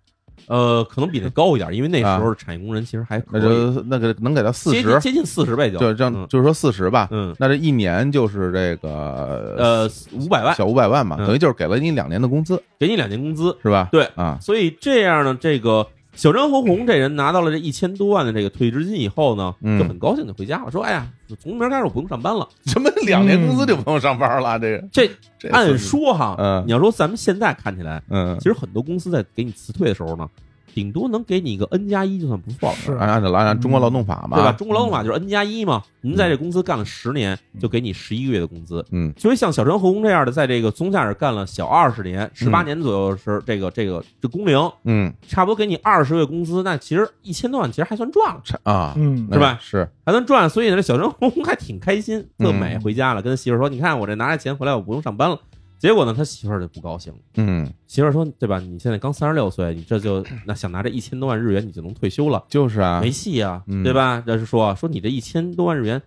[SPEAKER 1] 呃，可能比那高一点，因为那时候产业工人其实还可
[SPEAKER 2] 啊那
[SPEAKER 1] 以，
[SPEAKER 2] 就那个能给到四
[SPEAKER 1] 接
[SPEAKER 2] 十
[SPEAKER 1] 近，接近四十倍就
[SPEAKER 2] 就这样，
[SPEAKER 1] 嗯
[SPEAKER 2] 就是说四十吧。
[SPEAKER 1] 嗯
[SPEAKER 2] 那这一年就是这个
[SPEAKER 1] 呃五百万
[SPEAKER 2] 小五百万嘛，
[SPEAKER 1] 嗯
[SPEAKER 2] 等于就是给了你两年的工资，
[SPEAKER 1] 给你两年工资，
[SPEAKER 2] 是吧？
[SPEAKER 1] 对
[SPEAKER 2] 啊，
[SPEAKER 1] 所以这样呢，这个小张和红这人拿到了这一千多万的这个退职金以后呢，
[SPEAKER 2] 嗯
[SPEAKER 1] 就很高兴的回家了，说：“哎呀，从明儿开始我不用上班了。
[SPEAKER 2] 什么两年
[SPEAKER 3] 嗯
[SPEAKER 2] 工资就不用上班了？啊这个
[SPEAKER 1] 这”
[SPEAKER 2] 这
[SPEAKER 1] 按说哈，
[SPEAKER 2] 嗯
[SPEAKER 1] 你要说咱们现在看起来，
[SPEAKER 2] 嗯
[SPEAKER 1] 其，实很多公司在给你辞退的时候呢，顶多能给你一个 N 加一，就算不错了。
[SPEAKER 3] 是
[SPEAKER 2] 按按照按照中国劳动法
[SPEAKER 1] 对吧？
[SPEAKER 2] 嘛，
[SPEAKER 1] 中国劳动法就是 N 加一嘛，您在这公司干了十年，就给你十一个月的工资。
[SPEAKER 2] 嗯
[SPEAKER 1] 所以像小张和红这样的，在这个松下这干了小二十年，十八年左右是这个这个这工龄，
[SPEAKER 2] 嗯
[SPEAKER 1] 差不多给你二十个月工资，那其实一千多万其实还算赚了，
[SPEAKER 2] 差啊，
[SPEAKER 3] 嗯
[SPEAKER 2] 那
[SPEAKER 1] 是吧
[SPEAKER 2] 是，
[SPEAKER 1] 还能赚。所以呢，这小张红还挺开心，
[SPEAKER 2] 嗯
[SPEAKER 1] 特美回家了，跟媳妇儿说：“你看我这拿着钱回来，我不用上班了。”结果呢，他媳妇儿就不高兴了。
[SPEAKER 2] 嗯，
[SPEAKER 1] 媳妇儿说：“对吧？你现在刚三十六岁，你这就那想拿这一千多万日元，你就能退休了，
[SPEAKER 2] 就是啊
[SPEAKER 1] 没，戏啊，
[SPEAKER 2] 嗯
[SPEAKER 1] 对吧？”这是说说你这一千多万日元，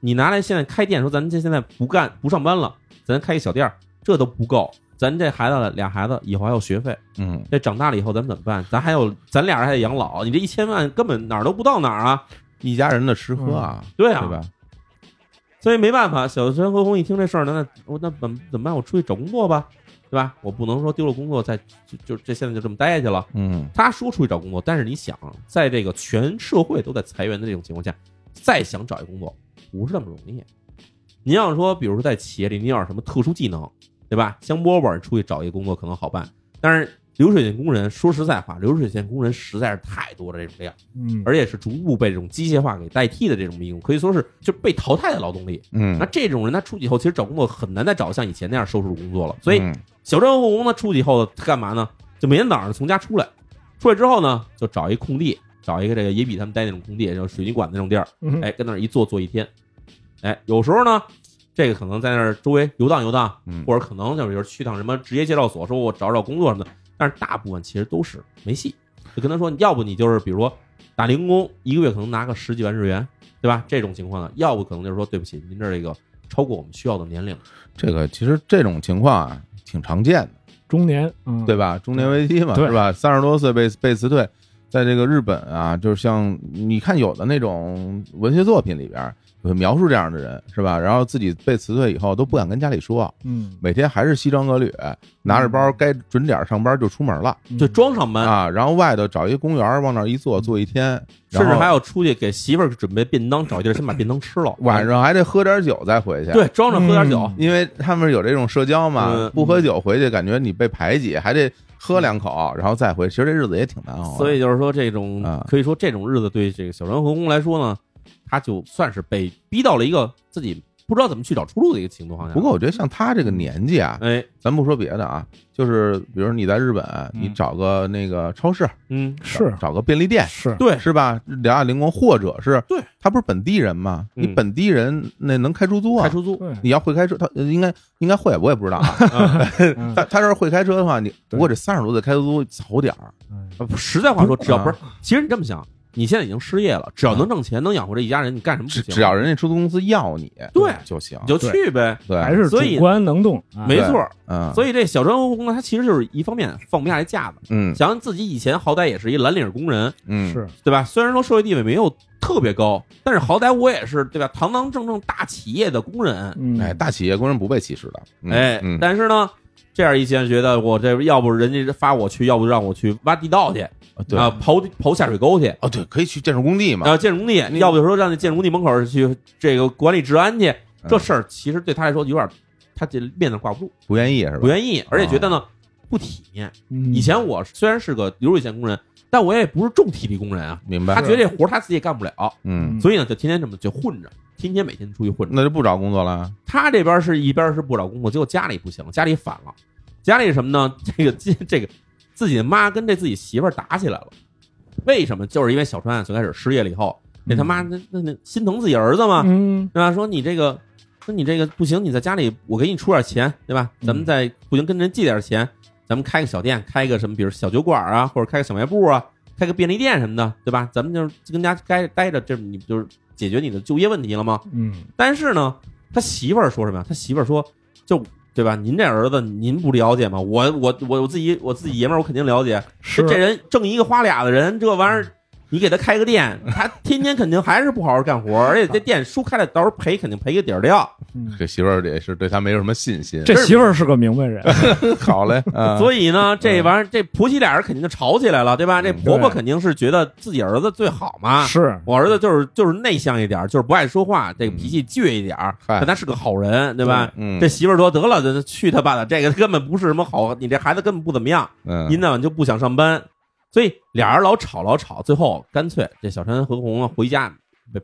[SPEAKER 1] 你拿来现在开店，说咱这现在不干不上班了，咱开个小店儿，这都不够。咱这孩子俩孩子以后还有学费，
[SPEAKER 2] 嗯，
[SPEAKER 1] 这长大了以后咱们怎么办？咱还有咱俩人还得养老，你这一千万根本哪儿都不到哪儿啊！
[SPEAKER 2] 一家人的吃喝啊，
[SPEAKER 1] 对
[SPEAKER 2] 对
[SPEAKER 1] 啊，
[SPEAKER 2] 吧？
[SPEAKER 1] 所以没办法，小陈和红一听这事儿呢，那我那怎么怎么办？我出去找工作吧，对吧？我不能说丢了工作再就就这现在就这么待下去了。
[SPEAKER 2] 嗯，
[SPEAKER 1] 他说出去找工作，但是你想，在这个全社会都在裁员的这种情况下，再想找一工作不是那么容易。您要是说，比如说在企业里，你要有什么特殊技能，对吧？香饽饽出去找一个工作可能好办，但是流水线工人，说实在话，流水线工人实在是太多了，这这样，
[SPEAKER 3] 嗯，
[SPEAKER 1] 而且是逐步被这种机械化给代替的这种一种，可以说是就被淘汰的劳动力。
[SPEAKER 2] 嗯
[SPEAKER 1] 那，这种人他出去以后，其实找工作很难再找像以前那样收拾工作了。所以
[SPEAKER 2] 嗯
[SPEAKER 1] 小镇务工呢，出去以后他干嘛呢？就每天早上从家出来，出来之后呢，就找一空地，找一个这个也比他们待那种空地，就是水泥管子那种地儿，
[SPEAKER 3] 嗯，
[SPEAKER 1] 哎，跟那儿一坐坐一天。哎，有时候呢，这个可能在那儿周围游荡游荡，
[SPEAKER 2] 嗯
[SPEAKER 1] 或者可能就是去趟什么职业介绍所，说我找找工作什么的。但是大部分其实都是没戏，就跟他说，要不你就是比如说打零工，一个月可能拿个十几万日元，对吧？这种情况呢，要不可能就是说对不起，您这儿这个超过我们需要的年龄了。
[SPEAKER 2] 这个其实这种情况啊挺常见的。
[SPEAKER 3] 中年，嗯，
[SPEAKER 2] 对吧？中年危机嘛，
[SPEAKER 3] 对
[SPEAKER 2] 是吧？三十多岁被被辞退，在这个日本啊，就是像你看有的那种文学作品里边有描述这样的人，是吧？然后自己被辞退以后都不敢跟家里说，
[SPEAKER 3] 嗯，
[SPEAKER 2] 每天还是西装革履，拿着
[SPEAKER 1] 嗯
[SPEAKER 2] 包该准点上班就出门了
[SPEAKER 3] 嗯，
[SPEAKER 1] 就装上班，
[SPEAKER 2] 啊，然后外头找一公园往那儿一坐坐一天，
[SPEAKER 1] 嗯甚至还
[SPEAKER 2] 有
[SPEAKER 1] 要出去给媳妇儿准备便当，找地儿先把便当吃了。哎
[SPEAKER 2] 晚上还得喝点酒再回去，
[SPEAKER 1] 对，装着喝点酒，
[SPEAKER 3] 嗯
[SPEAKER 2] 因为他们有这种社交嘛
[SPEAKER 1] 嗯，
[SPEAKER 2] 不喝酒回去感觉你被排挤，还得喝两口，然后再回去，其实这日子也挺难熬的。
[SPEAKER 1] 嗯所以就是说，这种
[SPEAKER 2] 啊
[SPEAKER 1] 可以说这种日子对这个小船和工来说呢，他就算是被逼到了一个自己不知道怎么去找出路的一个情况下。
[SPEAKER 2] 不过，我觉得像他这个年纪啊，
[SPEAKER 1] 哎，
[SPEAKER 2] 咱不说别的啊，就是比如你在日本，你找个那个超市，
[SPEAKER 1] 嗯，
[SPEAKER 3] 是
[SPEAKER 2] 找个便利
[SPEAKER 1] 哎
[SPEAKER 2] 店，
[SPEAKER 3] 是，
[SPEAKER 1] 对，
[SPEAKER 2] 是吧？两岸零工，或者是
[SPEAKER 1] 对，
[SPEAKER 2] 他不是本地人嘛，
[SPEAKER 1] 嗯
[SPEAKER 2] 你本地人那能开出租啊？
[SPEAKER 1] 开出租，
[SPEAKER 3] 对，
[SPEAKER 2] 你要会开车，他呃应该应该会，我也不知道啊。
[SPEAKER 3] 嗯
[SPEAKER 2] 他他要是会开车的话，你不过这三十多岁开出租早点儿，
[SPEAKER 3] 嗯
[SPEAKER 1] 呃实在话说，只要
[SPEAKER 2] 啊
[SPEAKER 1] 不是，其实你这么想，你现在已经失业了，只要能挣钱，能养活这一家人，你干什么不
[SPEAKER 2] 只
[SPEAKER 1] 行？
[SPEAKER 2] 只要人家出租公司要你，
[SPEAKER 1] 对
[SPEAKER 2] 就行
[SPEAKER 1] 你，就去呗，
[SPEAKER 2] 对，
[SPEAKER 3] 还是主
[SPEAKER 1] 所以
[SPEAKER 3] 观能动，啊
[SPEAKER 1] 没错儿。
[SPEAKER 2] 嗯，
[SPEAKER 1] 所
[SPEAKER 2] 以
[SPEAKER 1] 以这小船和工呢，他其实就是一方面放不下这架子，
[SPEAKER 2] 嗯
[SPEAKER 1] 想想自己以前好歹也是一蓝领工人，
[SPEAKER 2] 嗯
[SPEAKER 3] 是，
[SPEAKER 1] 对吧？虽然说社会地位没有特别高，但是好歹我也是对吧？堂堂正正大企业的工人，
[SPEAKER 3] 嗯，
[SPEAKER 2] 哎，大企业工人不被歧视的，嗯
[SPEAKER 1] 哎，
[SPEAKER 2] 嗯
[SPEAKER 1] 但是呢，这样一些人觉得我这要不人家发我去，要不让我去挖地道去
[SPEAKER 2] 哦对嗯
[SPEAKER 1] 啊，刨刨下水沟去。
[SPEAKER 2] 哦对，可以去建筑工地嘛
[SPEAKER 1] 然，后建筑工地，
[SPEAKER 2] 你
[SPEAKER 1] 要不就说让那建筑工地门口去这个管理治安去，
[SPEAKER 2] 嗯
[SPEAKER 1] 这事儿其实对他来说有点，他这面子挂不住，
[SPEAKER 2] 不愿意是吧？啊
[SPEAKER 1] 不愿意，而且觉得呢不体面。
[SPEAKER 3] 嗯
[SPEAKER 1] 以前我虽然是个流水线工人，但我也不是重体力工人啊，
[SPEAKER 2] 明
[SPEAKER 1] 他
[SPEAKER 2] 白，
[SPEAKER 1] 觉得这活儿他自己也干不了，
[SPEAKER 2] 嗯，
[SPEAKER 1] 所以呢，就天天这么就混着，天天每天出去混着。
[SPEAKER 2] 那就不找工作了。
[SPEAKER 1] 他这边是一边是不找工作，结果家里不行，家里反了，家里什么呢？这个这这个自己的妈跟这自己媳妇儿打起来了，为什么？就是因为小川啊最开始失业了以后，这他妈那那那心疼自己儿子嘛，
[SPEAKER 3] 嗯
[SPEAKER 1] 对吧？说你这个说你这个不行，你在家里我给你出点钱，对吧？咱们再不行跟人借点钱，咱们开个小店，开个什么，比如小酒馆啊，或者开个小卖部啊，开个便利店什么的，对吧？咱们就是跟家待待着，这你不就是解决你的就业问题了吗？
[SPEAKER 3] 嗯
[SPEAKER 1] 但是呢，他媳妇儿说什么呀？他媳妇儿说，就对吧？您这儿子您不了解吗？我我我我自己我自己爷们儿我肯定了解。
[SPEAKER 3] 是
[SPEAKER 1] 这这人挣一个花俩的人，这玩意儿你给他开个店，他天天肯定还是不好好干活，而且这店输开了，到时候赔肯定赔个底儿掉。
[SPEAKER 3] 嗯
[SPEAKER 2] 这媳妇儿也是对他没有什么信心。
[SPEAKER 3] 这媳妇儿是个明白人，
[SPEAKER 2] 好 嘞，啊、
[SPEAKER 1] 所以呢，这玩意儿这婆媳俩人肯定就吵起来了，对吧？这
[SPEAKER 2] 嗯
[SPEAKER 1] 婆婆
[SPEAKER 3] 对
[SPEAKER 1] 肯定是觉得自己儿子最好嘛。
[SPEAKER 3] 啊是，
[SPEAKER 1] 我儿子就是就是内向一点儿，就是不爱说话，这个脾气倔一点儿，
[SPEAKER 2] 嗨
[SPEAKER 1] 但他是个好人，对吧？
[SPEAKER 2] 哎嗯，
[SPEAKER 1] 这媳妇儿说得了，这去他爸的，这个根本不是什么好，你这孩子根本不怎么样，
[SPEAKER 2] 嗯
[SPEAKER 1] 一到晚就不想上班，所以俩人老吵老吵，最后干脆这小陈和红啊回家，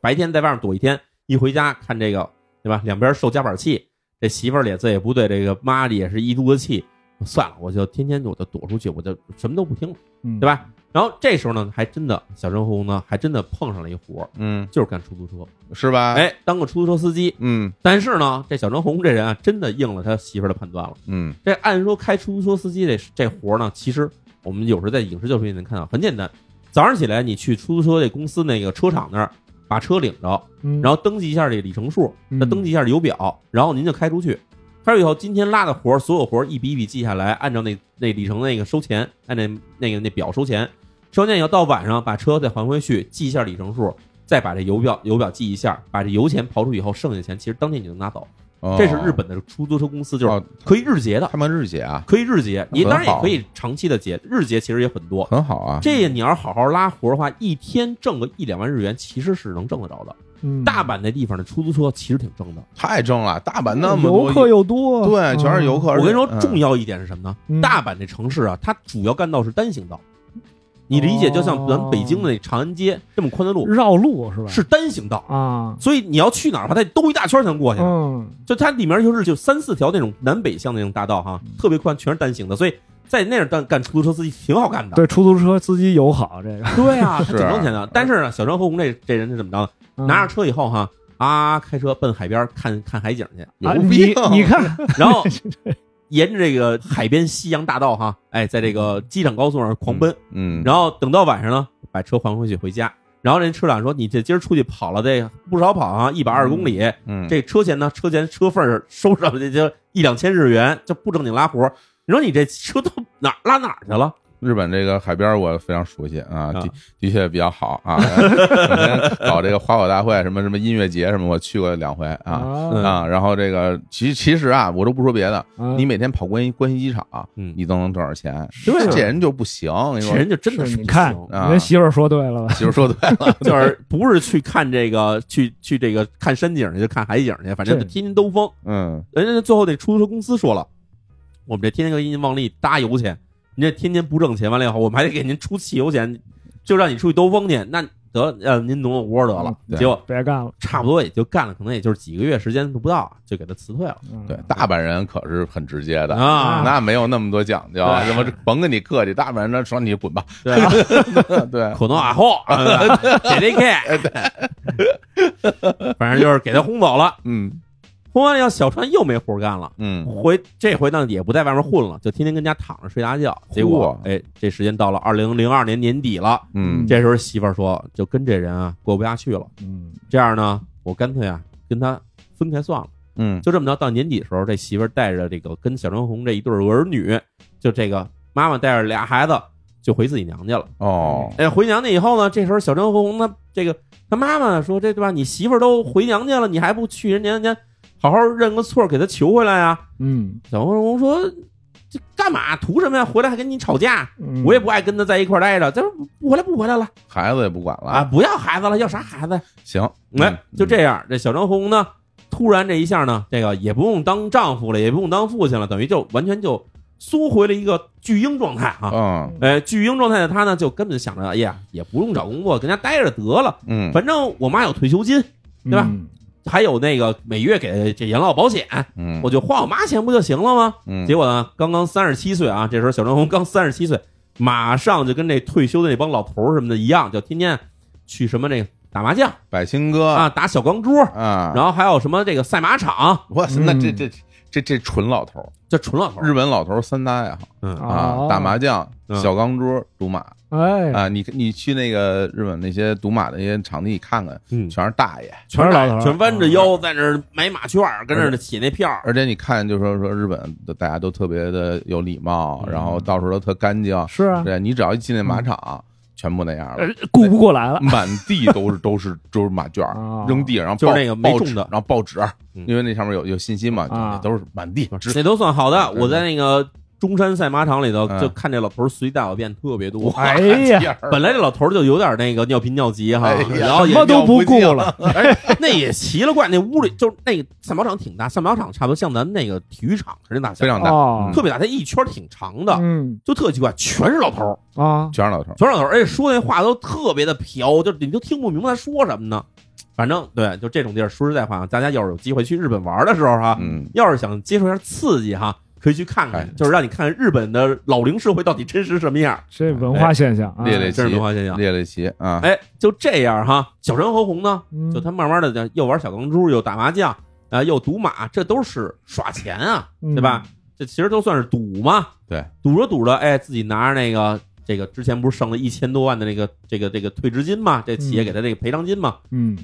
[SPEAKER 1] 白天在外面躲一天，一回家看这个对吧？两边受夹板气，这媳妇儿脸色也不对，这个妈也是一肚子气，算了，我就天天我就躲出去，我就什么都不听了，
[SPEAKER 3] 对
[SPEAKER 1] 对？吧？然后这时候呢，还真的小陈和红呢，还真的碰上了一活儿，
[SPEAKER 2] 嗯
[SPEAKER 1] 就是干出租车，
[SPEAKER 2] 是吧？，
[SPEAKER 1] 哎，当个出租车司机。
[SPEAKER 2] 嗯
[SPEAKER 1] 但是呢，这小张红这人啊，真的应了他媳妇儿的判断了。
[SPEAKER 2] 嗯
[SPEAKER 1] 这按说开出租车司机这这活儿呢，其实我们有时候在影视作品里能看到，很简单。早上起来，你去出租车这公司那个车场那儿把车领着，
[SPEAKER 3] 嗯
[SPEAKER 1] 然后登记一下这里程数，
[SPEAKER 3] 嗯
[SPEAKER 1] 再登记一下油表，然后您就开出去。开出以后，今天拉的活儿，所有活儿一笔一笔记下来，按照那那里程那个收钱，按那那个那表收钱。收完钱以后，到晚上把车再还回去，记一下里程数，再把这油表油表记一下，把这油钱刨出以后，剩下的钱其实当天你就能拿走。
[SPEAKER 2] 哦
[SPEAKER 1] 这是日本的出租车公司，就是
[SPEAKER 2] 哦
[SPEAKER 1] 可以日结的。
[SPEAKER 2] 他们日结啊，
[SPEAKER 1] 可以日结，你
[SPEAKER 2] 很
[SPEAKER 1] 当然也
[SPEAKER 2] 好
[SPEAKER 1] 可以长期的结，日结其实也很
[SPEAKER 3] 嗯
[SPEAKER 1] 多。
[SPEAKER 2] 很好啊。
[SPEAKER 1] 这你要是好好拉活的话，一天挣个一两万日元，其实是能挣得着的。
[SPEAKER 3] 嗯
[SPEAKER 1] 大阪那地方的出租车其实挺正的。
[SPEAKER 2] 太正了，大阪那么
[SPEAKER 3] 游
[SPEAKER 2] 多
[SPEAKER 3] 客又多，啊
[SPEAKER 2] 对，全是游客。而
[SPEAKER 1] 我跟你
[SPEAKER 2] 且
[SPEAKER 1] 说，
[SPEAKER 2] 嗯
[SPEAKER 1] 重要一点是什么呢？
[SPEAKER 3] 嗯
[SPEAKER 1] 大阪这城市啊，它主要干道是单行道，你理解就像咱们北京的那长安街这么宽的路
[SPEAKER 3] 嗯绕路是吧？
[SPEAKER 1] 是单行道，
[SPEAKER 3] 啊，
[SPEAKER 1] 所以你要去哪儿的话，它得兜一大圈才能过去。
[SPEAKER 3] 嗯，
[SPEAKER 1] 就它里面就是就三四条那种南北向那种大道哈，
[SPEAKER 3] 嗯
[SPEAKER 1] 特别宽，全是单行的，所以在那儿干干出租车司机挺好干的。
[SPEAKER 3] 对，出租车司机友好，这个
[SPEAKER 1] 对啊，
[SPEAKER 2] 是
[SPEAKER 1] 挺挣钱的。但是呢，小张和红这这人是怎么着呢？
[SPEAKER 3] 嗯
[SPEAKER 1] 拿着车以后哈。啊，开车奔海边儿看看海景去，
[SPEAKER 3] 啊，
[SPEAKER 2] 有
[SPEAKER 3] 你
[SPEAKER 2] 病，
[SPEAKER 3] 你看，
[SPEAKER 1] 然后沿着这个海边夕阳大道哈，哎，在这个机场高速上狂奔，
[SPEAKER 2] 嗯，
[SPEAKER 1] 然后等到晚上呢，把车还回去回家。然后人车长说：“你这今儿出去跑了这不少跑啊，一百二十公里，
[SPEAKER 2] 嗯，
[SPEAKER 1] 这车钱呢，车钱车份儿收上去就一两千日元，就不正经拉活儿。你说你这车到哪儿拉哪儿去了？
[SPEAKER 2] 日本这个海边儿我非常熟悉啊，
[SPEAKER 1] 啊
[SPEAKER 2] 的的确比较好啊。 首先搞这个花火大会，什么什么音乐节什么，我去过两回啊
[SPEAKER 1] 嗯
[SPEAKER 2] 啊。然后这个其其实啊，我都不说别的，
[SPEAKER 3] 嗯
[SPEAKER 2] 你每天跑关西关西机场，
[SPEAKER 1] 嗯
[SPEAKER 2] 你都能挣点钱。
[SPEAKER 3] 对啊
[SPEAKER 2] 这人就不行，你
[SPEAKER 1] 这
[SPEAKER 2] 说
[SPEAKER 1] 人就真的
[SPEAKER 3] 是
[SPEAKER 1] 是
[SPEAKER 3] 你
[SPEAKER 1] 不
[SPEAKER 3] 看
[SPEAKER 1] 行
[SPEAKER 2] 啊
[SPEAKER 3] 人媳妇儿说对了吧？
[SPEAKER 2] 媳妇说对了，
[SPEAKER 1] 就是不是去看这个去去这个看山景去，就看海景去，反正
[SPEAKER 3] 是
[SPEAKER 1] 就天天兜风。
[SPEAKER 2] 嗯，
[SPEAKER 1] 人家最后那出租车公司说了，我们这天天给您往里搭油钱，您这天天不挣钱，完了以后我们还得给您出汽油钱，就让你出去兜风去，那得让您挪挪窝得了。
[SPEAKER 2] 对
[SPEAKER 1] 结果
[SPEAKER 3] 别干了，
[SPEAKER 1] 差不多也就干了，可能也就是几个月时间不到，就给他辞退了
[SPEAKER 3] 嗯
[SPEAKER 2] 对，大阪人可是很直接的。
[SPEAKER 1] 啊。
[SPEAKER 2] 那没有那么多讲究，
[SPEAKER 1] 对
[SPEAKER 2] 什么甭跟你客气，大阪人那说你滚吧，
[SPEAKER 1] 对吧，
[SPEAKER 2] 对，
[SPEAKER 1] 可能啊嚯， 给这 K，反正就是给他轰走了。
[SPEAKER 2] 嗯
[SPEAKER 1] 轰完了以后，小川又没活干了。
[SPEAKER 2] 嗯，
[SPEAKER 1] 回这回呢也不在外面混了，就天天跟家躺着睡大觉。结果
[SPEAKER 2] 嚯
[SPEAKER 1] 哎，这时间到了二零零二年年底了，
[SPEAKER 2] 嗯
[SPEAKER 1] 这时候媳妇儿说，就跟这人啊过不下去了，
[SPEAKER 3] 嗯
[SPEAKER 1] 这样呢，我干脆啊跟他分开算了。
[SPEAKER 2] 嗯
[SPEAKER 1] 就这么着，到年底的时候，这媳妇儿带着这个跟小张红这一对儿儿女，就这个妈妈带着俩孩子就回自己娘家了。
[SPEAKER 2] 哦，
[SPEAKER 1] 哎，回娘家以后呢，这时候小张红呢，这个他妈妈说：“这对吧？你媳妇儿都回娘家了，你还不去人家家好好认个错儿，给她求回来啊？”
[SPEAKER 3] 嗯，
[SPEAKER 1] 小张红说：“这干嘛？图什么呀？回来还跟你吵架？
[SPEAKER 3] 嗯
[SPEAKER 1] 我也不爱跟他在一块儿待着，这不回来不回来了
[SPEAKER 2] 孩子也不管了
[SPEAKER 1] 啊！，不要孩子了，要啥孩子呀？
[SPEAKER 2] 行，
[SPEAKER 1] 哎，就
[SPEAKER 2] 样，
[SPEAKER 1] 这样，这小张红呢，突然这一下呢，这个也不用当丈夫了，也不用当父亲了，等于就完全就缩回了一个巨婴状态啊。
[SPEAKER 2] 嗯
[SPEAKER 1] 哎，巨婴状态的他呢，就根本想着，哎呀，也不用找工作，跟家待着得了，
[SPEAKER 2] 嗯，
[SPEAKER 1] 反正我妈有退休金，对吧？
[SPEAKER 3] 嗯
[SPEAKER 1] 还有那个每月给的这养老保险，
[SPEAKER 2] 嗯，
[SPEAKER 1] 我就花我妈钱不就行了吗？
[SPEAKER 2] 嗯
[SPEAKER 1] 结果呢，刚刚三十七岁啊，这时候小张红刚三十七岁，马上就跟那退休的那帮老头儿什么的一样，就天天去什么那个打麻将
[SPEAKER 2] 百星哥
[SPEAKER 1] 啊，打小钢珠，
[SPEAKER 2] 啊，
[SPEAKER 1] 然后还有什么这个赛马场，
[SPEAKER 2] 哇塞，那这
[SPEAKER 3] 嗯
[SPEAKER 2] 这这这纯老头儿，
[SPEAKER 1] 这纯老头儿，
[SPEAKER 2] 日本老头儿三大爱好
[SPEAKER 1] 嗯，
[SPEAKER 2] 啊，
[SPEAKER 3] 哦
[SPEAKER 2] 打麻将、
[SPEAKER 1] 嗯
[SPEAKER 2] 小钢珠、赌马
[SPEAKER 3] 哎，
[SPEAKER 2] 啊。你你去那个日本那些赌马的那些场地看看，
[SPEAKER 1] 嗯
[SPEAKER 2] 全是大爷，
[SPEAKER 3] 全是老头儿，啊
[SPEAKER 1] 全弯着腰在那儿买马券儿，跟那儿起那票儿，
[SPEAKER 2] 而且你看就说说日本的大家都特别的有礼貌，
[SPEAKER 1] 嗯
[SPEAKER 2] 然后到处都特干净
[SPEAKER 3] 嗯，，是啊，
[SPEAKER 2] 对你只要一进那马场，全部那样了。
[SPEAKER 3] 呃顾不过 来了，
[SPEAKER 2] 满地都是都是都是马券儿
[SPEAKER 3] 哦，
[SPEAKER 2] 扔地上，然后
[SPEAKER 1] 就是
[SPEAKER 2] 报
[SPEAKER 1] 那个没
[SPEAKER 2] 报纸
[SPEAKER 1] 中的
[SPEAKER 2] 然后报纸，
[SPEAKER 1] 嗯
[SPEAKER 2] 因为那上面有有信息嘛，
[SPEAKER 3] 啊
[SPEAKER 2] 就都是满地纸。
[SPEAKER 1] 那都算好的。
[SPEAKER 2] 对对
[SPEAKER 1] 我在那个中山赛马场里头
[SPEAKER 2] 嗯
[SPEAKER 1] 就看这老头儿随地大小便特别多，
[SPEAKER 3] 哎呀，
[SPEAKER 2] 天儿
[SPEAKER 1] 本来这老头儿就有点那个尿频尿急哈
[SPEAKER 2] 哎，呀
[SPEAKER 1] 然后
[SPEAKER 3] 什
[SPEAKER 1] 也
[SPEAKER 3] 么都不顾
[SPEAKER 2] 也
[SPEAKER 3] 了，
[SPEAKER 1] 那也奇了怪，那屋里就是那个赛马场挺大，赛马场差不多像咱们那个体育场似的大小，
[SPEAKER 2] 非常大，嗯
[SPEAKER 3] 哦，
[SPEAKER 1] 特别大，它一圈挺长的，
[SPEAKER 3] 嗯
[SPEAKER 1] 就特奇怪，全是老头儿，
[SPEAKER 3] 啊，
[SPEAKER 2] 全是老头儿。
[SPEAKER 1] 全是老头儿，而且说那话都特别的飘，就你都听不明白他说什么呢。反正对，就这种地儿，说实在话，啊大家要是有机会去日本玩的时候哈、
[SPEAKER 2] 嗯，
[SPEAKER 1] 要是想接受一下刺激哈，可以去看看，
[SPEAKER 2] 哎
[SPEAKER 1] 就是让你看看日本的老龄社会到底真实什么样，
[SPEAKER 3] 这文化现象啊，
[SPEAKER 2] 列列
[SPEAKER 1] 这是文
[SPEAKER 2] 齐，
[SPEAKER 1] 化现象。
[SPEAKER 2] 列列齐啊，
[SPEAKER 1] 哎，就这样哈，小山和红呢，
[SPEAKER 3] 嗯
[SPEAKER 1] 就他慢慢的又玩小钢珠，又打麻将，啊，又赌马，这都是耍钱啊，
[SPEAKER 3] 嗯
[SPEAKER 1] 对吧？这其实都算是赌嘛。
[SPEAKER 2] 对，
[SPEAKER 1] 赌着赌着，哎，自己拿着那个这个之前不是剩了一千多万的那个这个这个退职金嘛，这企业给他这个赔偿金嘛，
[SPEAKER 3] 嗯，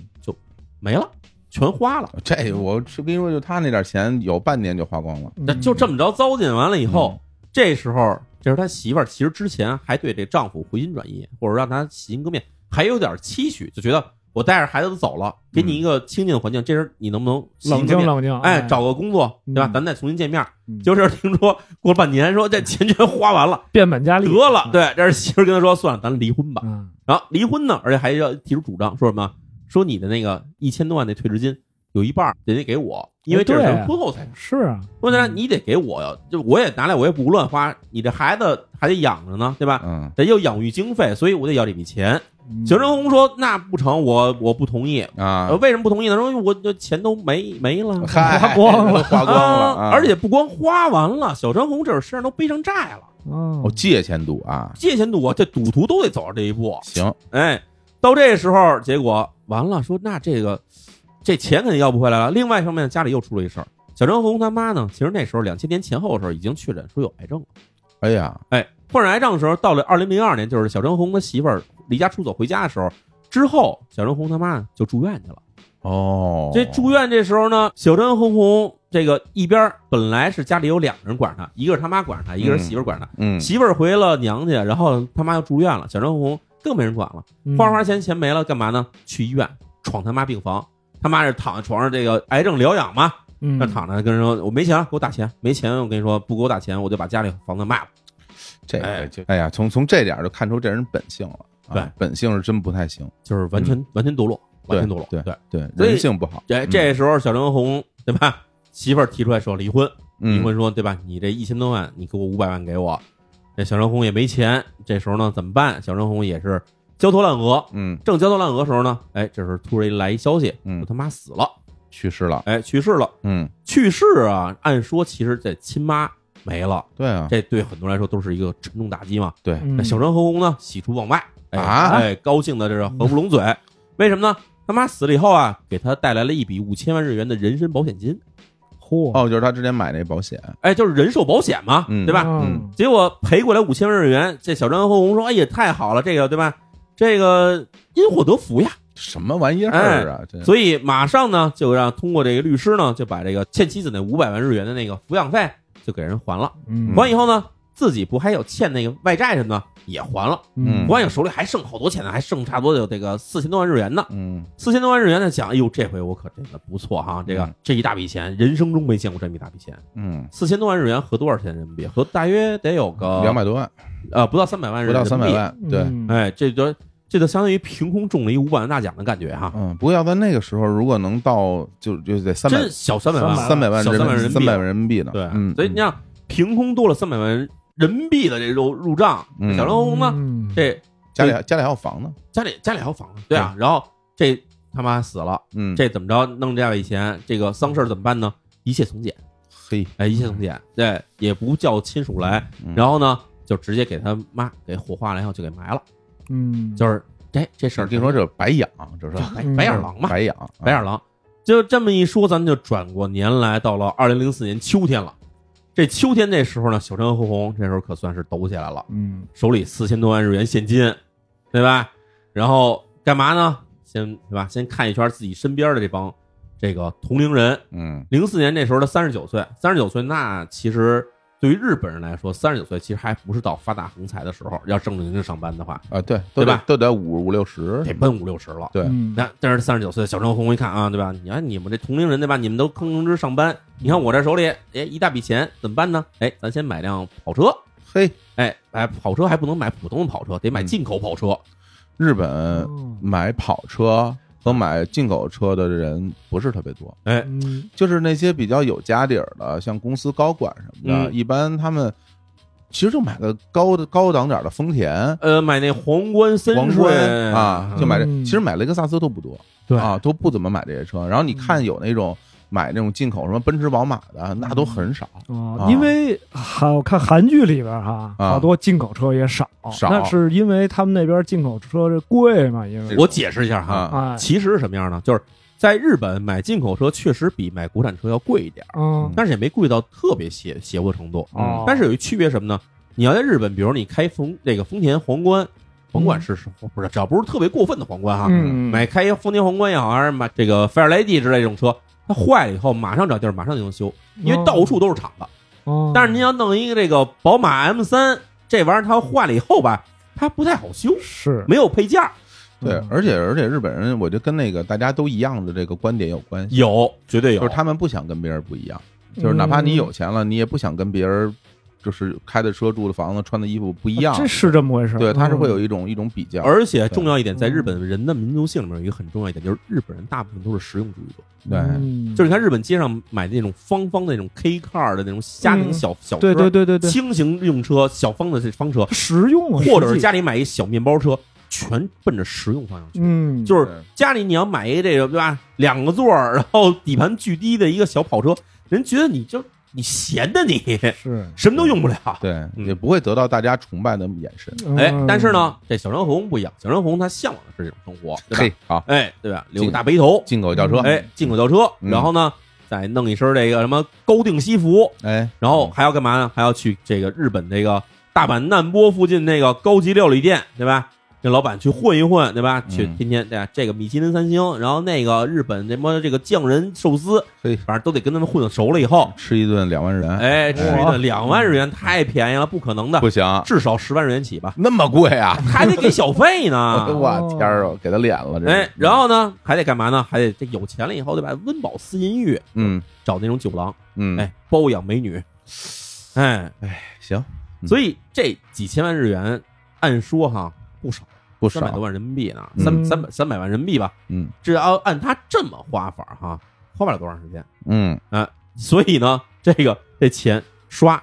[SPEAKER 1] 没了，全花了。
[SPEAKER 2] 这我是跟你说，就他那点钱，有半年就花光了。
[SPEAKER 3] 嗯
[SPEAKER 1] 那就这
[SPEAKER 3] 么
[SPEAKER 1] 么着糟践完了以后，这时候这时候他媳妇儿其实之前还对这丈夫回心转意，或者让他洗心革面，还有点期许，就觉得我带着孩子都走了，给你一个清静的环境，这时候你能不能洗心革
[SPEAKER 3] 冷静
[SPEAKER 1] 面？
[SPEAKER 3] 冷静，
[SPEAKER 1] 哎，找个工作，对吧？
[SPEAKER 3] 嗯
[SPEAKER 1] 咱们再重新见面。
[SPEAKER 3] 嗯
[SPEAKER 1] 结果这时候听说过了半年，说这钱全花完 了，
[SPEAKER 3] 变本加厉，
[SPEAKER 1] 得了。对，这是媳妇儿跟他说，算了，咱离婚吧。
[SPEAKER 3] 嗯
[SPEAKER 1] 然后离婚呢，而且还要提出主张，说什么？说你的那个一千多万那退职金有一半儿得得给我，因为这
[SPEAKER 3] 对
[SPEAKER 1] 是
[SPEAKER 3] 啊
[SPEAKER 1] 咱婚后财产。
[SPEAKER 3] 是啊，
[SPEAKER 1] 问题是你得给我呀，就我也拿来，我也不乱花，你这孩子还得养着呢，对吧？
[SPEAKER 2] 嗯，
[SPEAKER 1] 得有养育经费，所以我得要这笔钱。
[SPEAKER 3] 嗯
[SPEAKER 1] 行政工说那不成，我我不同意。
[SPEAKER 2] 啊
[SPEAKER 1] 呃，，为什么不同意呢？说我这钱都没没了，
[SPEAKER 2] 嗨
[SPEAKER 3] 花光了
[SPEAKER 2] 都花光了，
[SPEAKER 1] 啊
[SPEAKER 2] 啊
[SPEAKER 1] 而且不光花完了，小张红这身上都背上债了，
[SPEAKER 3] 哦
[SPEAKER 2] 哦，借钱赌啊，
[SPEAKER 1] 借钱赌啊，这赌徒都得走到这一步。
[SPEAKER 2] 行，
[SPEAKER 1] 哎，到这时候，结果完了，说那这个这钱肯定要不回来了。另外一方面，家里又出了一事儿，小张红他妈呢，其实那时候两千年前后的时候已经确诊说有癌症了。
[SPEAKER 2] 哎呀，
[SPEAKER 1] 哎，患上癌症的时候，到了二零零二年，就是小张红他媳妇儿离家出走回家的时候，之后小张红他妈就住院去了。
[SPEAKER 2] 哦，
[SPEAKER 1] 这住院这时候呢，小张红红这个一边儿本来是家里有两个人管着他，一个是他妈管着他，一个是媳妇儿管着他。
[SPEAKER 2] 嗯，
[SPEAKER 1] 媳妇儿回了娘家，然后他妈又住院了，小张红更没人管了。哦
[SPEAKER 2] 嗯
[SPEAKER 1] 花花钱钱没了，干嘛呢？去医院闯他妈病房，他妈是躺在床上这个癌症疗养嘛，那
[SPEAKER 2] 嗯
[SPEAKER 3] 那
[SPEAKER 1] 躺着跟人说我没钱了，给我打钱，没钱我跟你说不给我打钱，我就把家里房子卖了。
[SPEAKER 2] 这
[SPEAKER 1] 哎
[SPEAKER 2] 个就哎呀，从从这点儿就看出这人本性了，啊
[SPEAKER 1] 对，
[SPEAKER 2] 本性是真不太行，
[SPEAKER 1] 就是完全、完全堕落，完全堕落。
[SPEAKER 2] 嗯对
[SPEAKER 1] 对，
[SPEAKER 2] 对，
[SPEAKER 1] 所以
[SPEAKER 2] 人性不好，
[SPEAKER 1] 这
[SPEAKER 2] 嗯
[SPEAKER 1] 这时候小张红对吧？媳妇儿提出来说离婚，离
[SPEAKER 2] 嗯
[SPEAKER 1] 婚说对吧？你这一千多万，你给我五百万给我。这小张红也没钱，这时候呢怎么办？小张红也是焦头烂额，
[SPEAKER 2] 嗯
[SPEAKER 1] 正焦头烂额的时候呢，哎，这时候突然来一消息，
[SPEAKER 2] 嗯
[SPEAKER 1] 说他妈死了，
[SPEAKER 2] 去世了，
[SPEAKER 1] 哎，去世了。
[SPEAKER 2] 嗯，
[SPEAKER 1] 去世啊，按说其实这亲妈没了，
[SPEAKER 2] 对啊，
[SPEAKER 1] 这对很多人来说都是一个沉重打击嘛。
[SPEAKER 2] 对，
[SPEAKER 3] 嗯
[SPEAKER 1] 那小张和公呢，喜出望外哎
[SPEAKER 2] 啊
[SPEAKER 1] 哎，高兴的这是合不拢嘴。为什么呢？他妈死了以后啊，给他带来了一笔五千万日元的人身保险金，
[SPEAKER 3] 嚯，
[SPEAKER 2] 哦，就是他之前买那保险，
[SPEAKER 1] 哎，就是人寿保险嘛，
[SPEAKER 2] 嗯
[SPEAKER 1] 对吧？
[SPEAKER 3] 嗯
[SPEAKER 1] 结果赔过来五千万日元，这小张和公说：“哎呀，太好了，这个对吧？这个因祸得福呀。”
[SPEAKER 2] 什么玩意儿啊，这
[SPEAKER 1] 所以马上呢，就让通过这个律师呢，就把这个欠妻子那五百万日元的那个抚养费就给人还了。
[SPEAKER 3] 嗯，
[SPEAKER 1] 还以后呢，自己不还有欠那个外债什么的也还了，
[SPEAKER 2] 嗯
[SPEAKER 1] 不完有手里还剩好多钱呢，还剩差不多有这个四千多万日元呢。
[SPEAKER 2] 嗯，
[SPEAKER 1] 四千多万日元呢，想，哎呦，这回我可真的不错哈，这个
[SPEAKER 2] 嗯
[SPEAKER 1] 这一大笔钱，人生中没见过这么一大笔钱。
[SPEAKER 2] 嗯，
[SPEAKER 1] 四千多万日元合多少钱人民币？合大约得有个
[SPEAKER 2] 两百多万，
[SPEAKER 1] 呃不到三百万
[SPEAKER 2] 不
[SPEAKER 1] 人
[SPEAKER 2] 到
[SPEAKER 1] 民币，
[SPEAKER 2] 三百。万，对。
[SPEAKER 3] 嗯，
[SPEAKER 1] 哎，这就这就相当于凭空中了一五百万大奖的感觉哈，
[SPEAKER 2] 嗯，不过要在那个时候，如果能到就就得嗯三百
[SPEAKER 1] 真小三百万，
[SPEAKER 2] 三百万
[SPEAKER 1] 小
[SPEAKER 2] 人
[SPEAKER 1] 三百人民
[SPEAKER 2] 三
[SPEAKER 1] 币啊
[SPEAKER 2] 百万人民币呢，
[SPEAKER 1] 对，
[SPEAKER 2] 嗯，
[SPEAKER 1] 所以你想凭空多了三百万人民币的这入入账，
[SPEAKER 2] 嗯
[SPEAKER 1] 小张红呢，
[SPEAKER 3] 嗯
[SPEAKER 1] 这
[SPEAKER 2] 家里还家里还有房呢，
[SPEAKER 1] 家里家里还有房子，对啊，然后这他妈死了，
[SPEAKER 2] 嗯，
[SPEAKER 1] 这怎么着弄这样的钱，这个丧事儿怎么办呢？一切从简，
[SPEAKER 2] 嘿，
[SPEAKER 1] 哎，一切从简，对，也不叫亲属来，
[SPEAKER 2] 嗯
[SPEAKER 1] 然后呢，就直接给他妈给火化了，然后就给埋了，
[SPEAKER 3] 嗯，
[SPEAKER 1] 就是这这事儿，哎
[SPEAKER 2] 听说这白养，这是
[SPEAKER 1] 白
[SPEAKER 3] 嗯
[SPEAKER 1] 白眼狼嘛，
[SPEAKER 2] 白养，啊
[SPEAKER 1] 啊白眼狼，就这么一说，咱们就转过年来，到了二零零四年秋天了。这秋天这时候呢，小张和红这时候可算是抖起来了，
[SPEAKER 3] 嗯
[SPEAKER 1] 手里四千多万日元现金，对吧？然后干嘛呢？先对吧？先看一圈自己身边的这帮这个同龄人。
[SPEAKER 2] 嗯，
[SPEAKER 1] 零四年那时候他三十九岁，三十九岁那其实对于日本人来说，三十九岁其实还不是到发大横财的时候。要正经的上班的话，
[SPEAKER 2] 啊，对，都
[SPEAKER 1] 对吧
[SPEAKER 2] 得都得五五六十，
[SPEAKER 1] 得奔五六十了。
[SPEAKER 2] 对
[SPEAKER 3] 嗯
[SPEAKER 1] 那但是三十九岁的小张红一看啊，对吧？你看你们这同龄人对吧？你们都吭吭哧上班，你看我这手里哎一大笔钱怎么办呢？哎，咱先买辆跑车，
[SPEAKER 2] 嘿，
[SPEAKER 1] 哎哎，跑车还不能买普通的跑车，得买进口跑车。
[SPEAKER 2] 日
[SPEAKER 1] 呃
[SPEAKER 2] 本
[SPEAKER 3] 哦
[SPEAKER 2] 买跑车和买进口车的人不是特别多，
[SPEAKER 1] 哎
[SPEAKER 3] 嗯
[SPEAKER 2] 就是那些比较有家底儿的，像公司高管什么的，
[SPEAKER 1] 嗯
[SPEAKER 2] 一般他们其实就买个高的高档点儿的丰田。
[SPEAKER 1] 呃，买那皇冠森
[SPEAKER 2] 皇
[SPEAKER 1] 瑞
[SPEAKER 2] 冠啊，就买这，
[SPEAKER 3] 嗯
[SPEAKER 2] 其实买雷克萨斯都不多，
[SPEAKER 3] 对嗯
[SPEAKER 2] 啊，都不怎么买这些车。然后你看有那种买那种进口什么奔驰、宝马的，那都很少，
[SPEAKER 3] 哦
[SPEAKER 2] 啊，
[SPEAKER 3] 因为韩我看韩剧里边儿哈，
[SPEAKER 2] 啊
[SPEAKER 3] 好多进口车也少，
[SPEAKER 2] 少
[SPEAKER 3] 那是因为他们那边进口车这贵嘛，因为
[SPEAKER 1] 我解释一下哈，
[SPEAKER 3] 哎，
[SPEAKER 1] 其实是什么样呢？就是在日本买进口车确实比买国产车要贵一点儿，
[SPEAKER 3] 嗯，
[SPEAKER 1] 但是也没贵到特别邪邪乎的程度。
[SPEAKER 3] 哦
[SPEAKER 1] 但是有一区别什么呢？你要在日本，比如你开丰这个丰田皇冠，甭管是什么，不是只要不是特别过分的皇冠哈，
[SPEAKER 3] 嗯
[SPEAKER 1] 啊买开丰田皇冠也好，还是买这个菲尔雷迪之类这种车，它坏了以后马上找地儿，马上就能修，因为到处都是厂子。
[SPEAKER 3] 哦，
[SPEAKER 1] 但是您要弄一个这个宝马 M 三这玩意儿，它坏了以后吧，它不太好修，
[SPEAKER 3] 是
[SPEAKER 1] 没有配件儿，
[SPEAKER 3] 嗯
[SPEAKER 2] 对，而且而且日本人，我觉得跟那个大家都一样的这个观点有关系，
[SPEAKER 1] 有绝对有，
[SPEAKER 3] 嗯
[SPEAKER 2] 就是他们不想跟别人不一样，就是哪怕你有钱了，你也不想跟别人就是开的车、住的房子、穿的衣服不一样，
[SPEAKER 3] 这啊是这么回事儿。
[SPEAKER 2] 对，他是会有
[SPEAKER 3] 嗯
[SPEAKER 2] 一种一种比较，
[SPEAKER 1] 而且重要一点，
[SPEAKER 3] 对
[SPEAKER 1] 在日本人的民族性里面有一个很重要一点，就是日本人大部分都是实用主义者。
[SPEAKER 2] 对，
[SPEAKER 3] 嗯
[SPEAKER 1] 就是你看日本街上买那种方方的那种 K car 的那种家庭
[SPEAKER 3] 嗯
[SPEAKER 1] 小小车，
[SPEAKER 3] 对对对对对，
[SPEAKER 1] 轻型用车、小方的这方车，
[SPEAKER 3] 实用啊，
[SPEAKER 1] 或者
[SPEAKER 3] 实
[SPEAKER 1] 是
[SPEAKER 3] 际
[SPEAKER 1] 家里买一小面包车，全奔着实用方向去。
[SPEAKER 3] 嗯，
[SPEAKER 1] 就是
[SPEAKER 2] 对
[SPEAKER 1] 家里你要买一个这个对吧，两个座儿，然后底盘巨低的一个小跑车，人觉得你就你闲的你，
[SPEAKER 3] 是
[SPEAKER 1] 什么都用不了。
[SPEAKER 2] 对，
[SPEAKER 1] 嗯
[SPEAKER 2] 也不会得到大家崇拜的眼神。
[SPEAKER 1] 哎，
[SPEAKER 3] 嗯
[SPEAKER 1] 但是，呢，这小张红不一样，小张红他向往的是这种生活，对
[SPEAKER 2] 嘿
[SPEAKER 1] 吧？，
[SPEAKER 2] 好，
[SPEAKER 1] 哎，对吧？留个大背头，
[SPEAKER 2] 进口轿车，
[SPEAKER 1] 哎，进口轿车，
[SPEAKER 2] 嗯
[SPEAKER 1] 然后呢，再弄一身这个什么高定西服，
[SPEAKER 2] 哎，
[SPEAKER 1] 然后还要干嘛呢？还要去这个日本这个大阪难波附近那个高级料理店，对吧？这老板去混一混，对吧？去
[SPEAKER 2] 嗯
[SPEAKER 1] 天天对吧？这个米其林三星，然后那个日本什么这个匠人寿司，
[SPEAKER 2] 嘿
[SPEAKER 1] 反正都得跟他们混的熟了以后，
[SPEAKER 2] 吃一顿两万人，，
[SPEAKER 1] 哎，吃一
[SPEAKER 3] 哇
[SPEAKER 1] 顿两万日元太便宜了，不可能的，
[SPEAKER 2] 嗯不行，
[SPEAKER 1] 至少十万日元起吧，
[SPEAKER 2] 那么贵啊！
[SPEAKER 1] 还得给小费呢。
[SPEAKER 2] 我天儿啊，给他脸了，这
[SPEAKER 1] 哎
[SPEAKER 2] 是，
[SPEAKER 1] 然后呢，还得干嘛呢？还得这有钱了以后，对吧？温饱思淫欲，
[SPEAKER 2] 嗯
[SPEAKER 1] 找那种酒廊，
[SPEAKER 2] 嗯，
[SPEAKER 1] 哎，包养美女，哎，
[SPEAKER 2] 行，嗯
[SPEAKER 1] 所以这几千万日元，按说哈不少，
[SPEAKER 2] 不
[SPEAKER 1] 三百多
[SPEAKER 2] 少，
[SPEAKER 1] 万人民币呢，
[SPEAKER 2] 嗯
[SPEAKER 1] 三三百三百万人民币吧。
[SPEAKER 2] 嗯
[SPEAKER 1] 这要按他这么花法哈，花不了多长时间。
[SPEAKER 2] 嗯，
[SPEAKER 1] 所以呢，这个这钱刷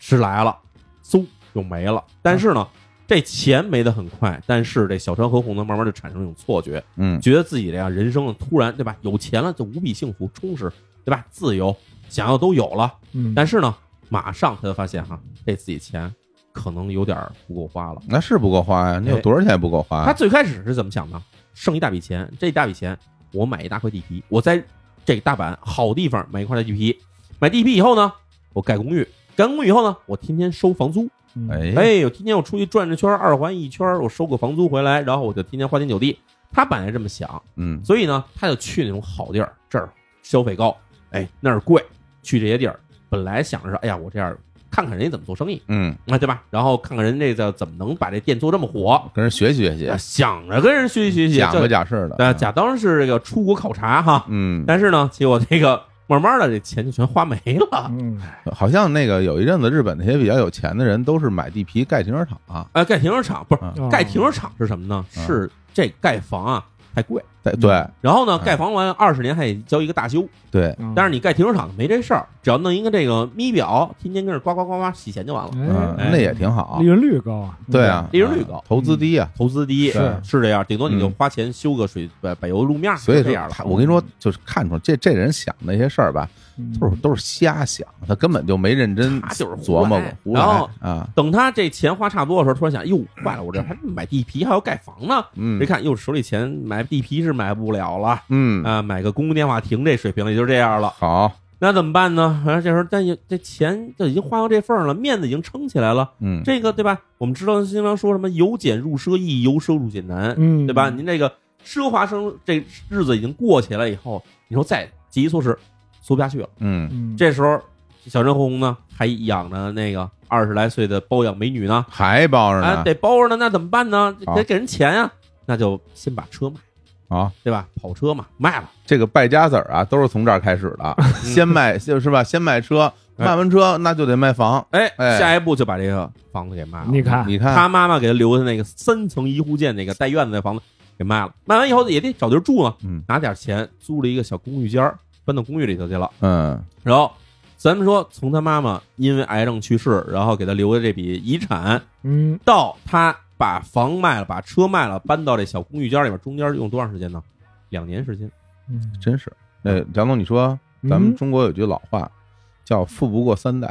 [SPEAKER 1] 是来了，嗖又没了。但是呢，这钱没得很快，但是这小川和红呢，慢慢就产生一种错觉，
[SPEAKER 2] 嗯，
[SPEAKER 1] 觉得自己这样人生呢突然对吧，有钱了就无比幸福充实，对吧？自由想要都有了，
[SPEAKER 3] 嗯，
[SPEAKER 1] 但是呢，马上他就发现哈，这自己钱可能有点儿不够花了。
[SPEAKER 2] 那是不够花呀，你有多少钱也不够花
[SPEAKER 1] 哎他
[SPEAKER 2] 呀，
[SPEAKER 1] 最开始是怎么想的？剩一大笔钱，这一大笔钱我买一大块地皮，我在这个大阪好地方买一块地皮，买地皮以后呢，我盖公寓，盖公寓以后呢，我天天收房租，
[SPEAKER 3] 嗯，
[SPEAKER 2] 哎，
[SPEAKER 1] 哎，我天天我出去转着圈儿，二环一圈儿，我收个房租回来，然后我就天天花天酒地。他本来这么想，
[SPEAKER 2] 嗯
[SPEAKER 1] 所以呢，他就去那种好地儿，这儿消费高，哎，那儿贵，去这些地儿，本来想着说，哎呀，我这样看看人家怎么做生意，
[SPEAKER 2] 嗯，
[SPEAKER 1] 啊，对吧？然后看看人这个怎么能把这店做这么火，
[SPEAKER 2] 跟人学习学
[SPEAKER 1] 啊
[SPEAKER 2] 习，
[SPEAKER 1] 想着跟人学习学习，
[SPEAKER 2] 假模
[SPEAKER 1] 就
[SPEAKER 2] 假式的，
[SPEAKER 1] 对，啊假当是这个出国考察哈，
[SPEAKER 2] 嗯，
[SPEAKER 1] 但是呢，结果这个慢慢的这钱就全花没 了，
[SPEAKER 3] 嗯，
[SPEAKER 2] 好像那个有一阵子日本那些比较有钱的人都是买地皮盖停车场，啊
[SPEAKER 1] 哎，盖停车场不是
[SPEAKER 2] 嗯
[SPEAKER 3] 哦
[SPEAKER 1] 盖停车场是什么呢？
[SPEAKER 2] 嗯
[SPEAKER 1] 是这盖房啊太贵，
[SPEAKER 2] 对对
[SPEAKER 1] 然后呢，
[SPEAKER 2] 嗯
[SPEAKER 1] 盖房完二十年还得交一个大修，
[SPEAKER 2] 对，
[SPEAKER 3] 嗯，
[SPEAKER 1] 但是你盖停车场没这事儿，只要弄一个这个咪表，天天跟着呱呱呱呱洗钱就完了，
[SPEAKER 2] 嗯，
[SPEAKER 3] 哎
[SPEAKER 2] 那也挺好
[SPEAKER 3] 利，润率高啊，
[SPEAKER 2] 对啊，
[SPEAKER 1] 利润率高
[SPEAKER 2] 投资低啊，
[SPEAKER 1] 投资低
[SPEAKER 2] 是
[SPEAKER 1] 是这样，顶多你就
[SPEAKER 2] 嗯
[SPEAKER 1] 花钱修个水柏柏油路面，
[SPEAKER 2] 所以
[SPEAKER 1] 啊就这
[SPEAKER 2] 说
[SPEAKER 1] 样了
[SPEAKER 2] 他，。我跟你说，就是看出来这这人想那些事儿吧，
[SPEAKER 3] 嗯，
[SPEAKER 2] 都是都是瞎想，他根本就没认真
[SPEAKER 1] 他就是胡
[SPEAKER 2] 琢磨
[SPEAKER 1] 来哦
[SPEAKER 2] 过，胡
[SPEAKER 1] 然
[SPEAKER 2] 来
[SPEAKER 1] 后
[SPEAKER 2] 啊，
[SPEAKER 1] 等他这钱花差不多的时候，突然想，哟，坏了，我这还买地皮，还要盖房呢。一
[SPEAKER 2] 嗯
[SPEAKER 1] 看，哟，手里钱买地皮是买不了了啊、
[SPEAKER 2] 嗯，
[SPEAKER 1] 买个公共电话亭这水平也就这样了。
[SPEAKER 2] 好，
[SPEAKER 1] 那怎么办呢？啊然后这时候，但也这钱就已经花到这份儿了，面子已经撑起来了。
[SPEAKER 2] 嗯，
[SPEAKER 1] 这个对吧？我们知道经常说什么“由俭入奢易，由奢入俭难”，
[SPEAKER 3] 嗯，
[SPEAKER 1] 对吧？您这个奢华生这日子已经过去了以后，你说再节衣缩食，缩不下去了。
[SPEAKER 2] 嗯，
[SPEAKER 3] 嗯，
[SPEAKER 1] 这时候，小陈红呢还养着那个二十来岁的包养美女呢，
[SPEAKER 2] 还包着
[SPEAKER 1] 啊，
[SPEAKER 2] 呢，啊
[SPEAKER 1] 得包着呢，那怎么办呢？
[SPEAKER 2] 好
[SPEAKER 1] 得给人钱呀、那就先把车卖，
[SPEAKER 2] 好。
[SPEAKER 1] 对吧？跑车嘛，卖了，
[SPEAKER 2] 这个败家子儿啊，都是从这儿开始 的，先卖就是吧，先卖车，
[SPEAKER 1] 哎
[SPEAKER 2] 卖完车那就得卖房。
[SPEAKER 1] 哎，
[SPEAKER 2] 哎嗯
[SPEAKER 1] 下一步就把这个房子给卖了。
[SPEAKER 3] 你看
[SPEAKER 2] 你看，
[SPEAKER 1] 他妈妈给他留的那个三层一户建那个带院子的房子给卖了，卖完以后也得找地儿住啊，
[SPEAKER 2] 嗯
[SPEAKER 1] 拿点钱租了一个小公寓间儿，搬到公寓里头去了。
[SPEAKER 2] 嗯
[SPEAKER 1] 然后咱们说，从他妈妈因为癌症去世，然后给他留的这笔遗产，
[SPEAKER 3] 嗯，
[SPEAKER 1] 到他把房卖了，把车卖了，搬到这小公寓间里面，中间用多长时间呢？两年时间。
[SPEAKER 3] 嗯，
[SPEAKER 2] 真是。那蒋总，你说
[SPEAKER 1] 嗯
[SPEAKER 2] 咱们中国有句老话，叫“富不过三代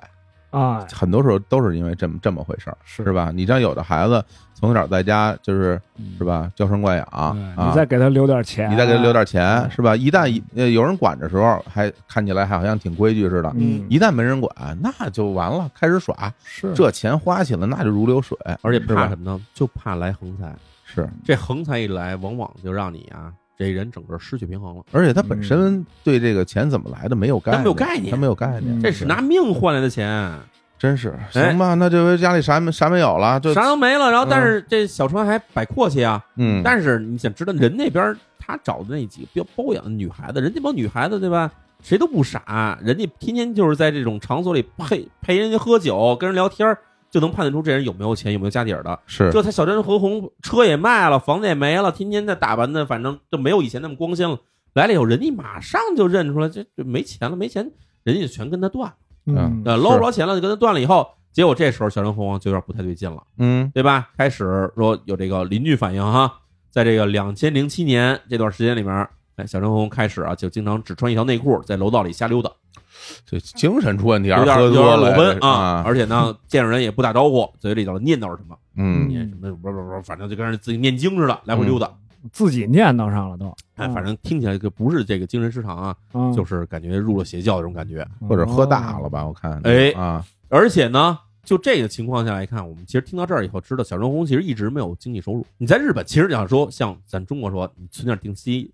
[SPEAKER 3] 啊”，，
[SPEAKER 2] 很多时候都是因为这么这么回事儿，
[SPEAKER 3] 是
[SPEAKER 2] 是吧？你像有的孩子从小在家就是是
[SPEAKER 3] 吧？
[SPEAKER 2] 吧，娇生惯养
[SPEAKER 3] 哎
[SPEAKER 2] 啊
[SPEAKER 3] 嗯你，再给他留点钱，
[SPEAKER 2] 你再给他留点钱，
[SPEAKER 3] 哎
[SPEAKER 2] 是吧？一旦呃有人管的时候，还看起来还好像挺规矩似的。
[SPEAKER 3] 嗯，
[SPEAKER 2] 一旦没人管，那就完了，开始耍，
[SPEAKER 3] 是
[SPEAKER 2] 这钱花起来那就如流水，
[SPEAKER 1] 而且
[SPEAKER 2] 是吧
[SPEAKER 1] 怕什么呢？就怕来横财。
[SPEAKER 2] 是，
[SPEAKER 1] 这横财一来，往往就让你啊，这人整个失去平衡了。
[SPEAKER 2] 而且他本身对这个钱怎么来的没有概
[SPEAKER 1] 他
[SPEAKER 2] 念，
[SPEAKER 1] 没有概念
[SPEAKER 2] 他没有概念，
[SPEAKER 3] 嗯
[SPEAKER 1] 这是拿命换来的钱，
[SPEAKER 2] 真是行吧？那这回家里啥没啥没有了，就
[SPEAKER 1] 哎啥都没了。然后，但是这小川还摆阔气啊。
[SPEAKER 2] 嗯，
[SPEAKER 1] 但是你想知道，人那边他找的那几个包包养的女孩子，人家帮女孩子对吧？谁都不傻，人家天天就是在这种场所里陪陪人家喝酒，跟人聊天儿，就能判断出这人有没有钱，有没有家底儿的。
[SPEAKER 2] 是
[SPEAKER 1] 这才小镇河红，车也卖了，房子也没了，天天在打扮的，反正就没有以前那么光鲜了。来了以后，人家马上就认出来，这这没钱了，没钱，人家就全跟他断，
[SPEAKER 3] 嗯，
[SPEAKER 1] 呃，
[SPEAKER 2] 是
[SPEAKER 1] 捞不着钱了就跟他断了以后，结果这时候小镇河红就有点不太对劲了，
[SPEAKER 2] 嗯
[SPEAKER 1] 对吧？开始说有这个邻居反映哈，在这个两千零七年这段时间里面，哎，小镇河红开始啊，就经常只穿一条内裤在楼道里瞎溜达，
[SPEAKER 2] 这精神出问题，还
[SPEAKER 1] 有
[SPEAKER 2] 是
[SPEAKER 1] 点
[SPEAKER 2] 喝
[SPEAKER 1] 有
[SPEAKER 2] 多
[SPEAKER 1] 点
[SPEAKER 2] 了
[SPEAKER 1] 裸奔
[SPEAKER 2] 这是啊，
[SPEAKER 1] 而且呢，见着人也不打招呼，嘴里头念叨着什么，
[SPEAKER 2] 嗯
[SPEAKER 1] 念什么不不不，反正就跟人自己念经似的，来回溜达。
[SPEAKER 3] 自己念叨上了都，
[SPEAKER 1] 哎，反正听起来就不是这个精神失常啊，
[SPEAKER 3] 正
[SPEAKER 1] 就是感觉入了邪教这种感觉。
[SPEAKER 3] 嗯
[SPEAKER 2] 或者喝大
[SPEAKER 3] 哦
[SPEAKER 2] 了，吧，我看
[SPEAKER 1] 哎
[SPEAKER 2] 啊，
[SPEAKER 1] 而且呢，就这个情况下来看，我们其实听到这儿以后，知道小正红其实一直没有经济收入。你在日本，其实你要说像咱中国说，你存点定息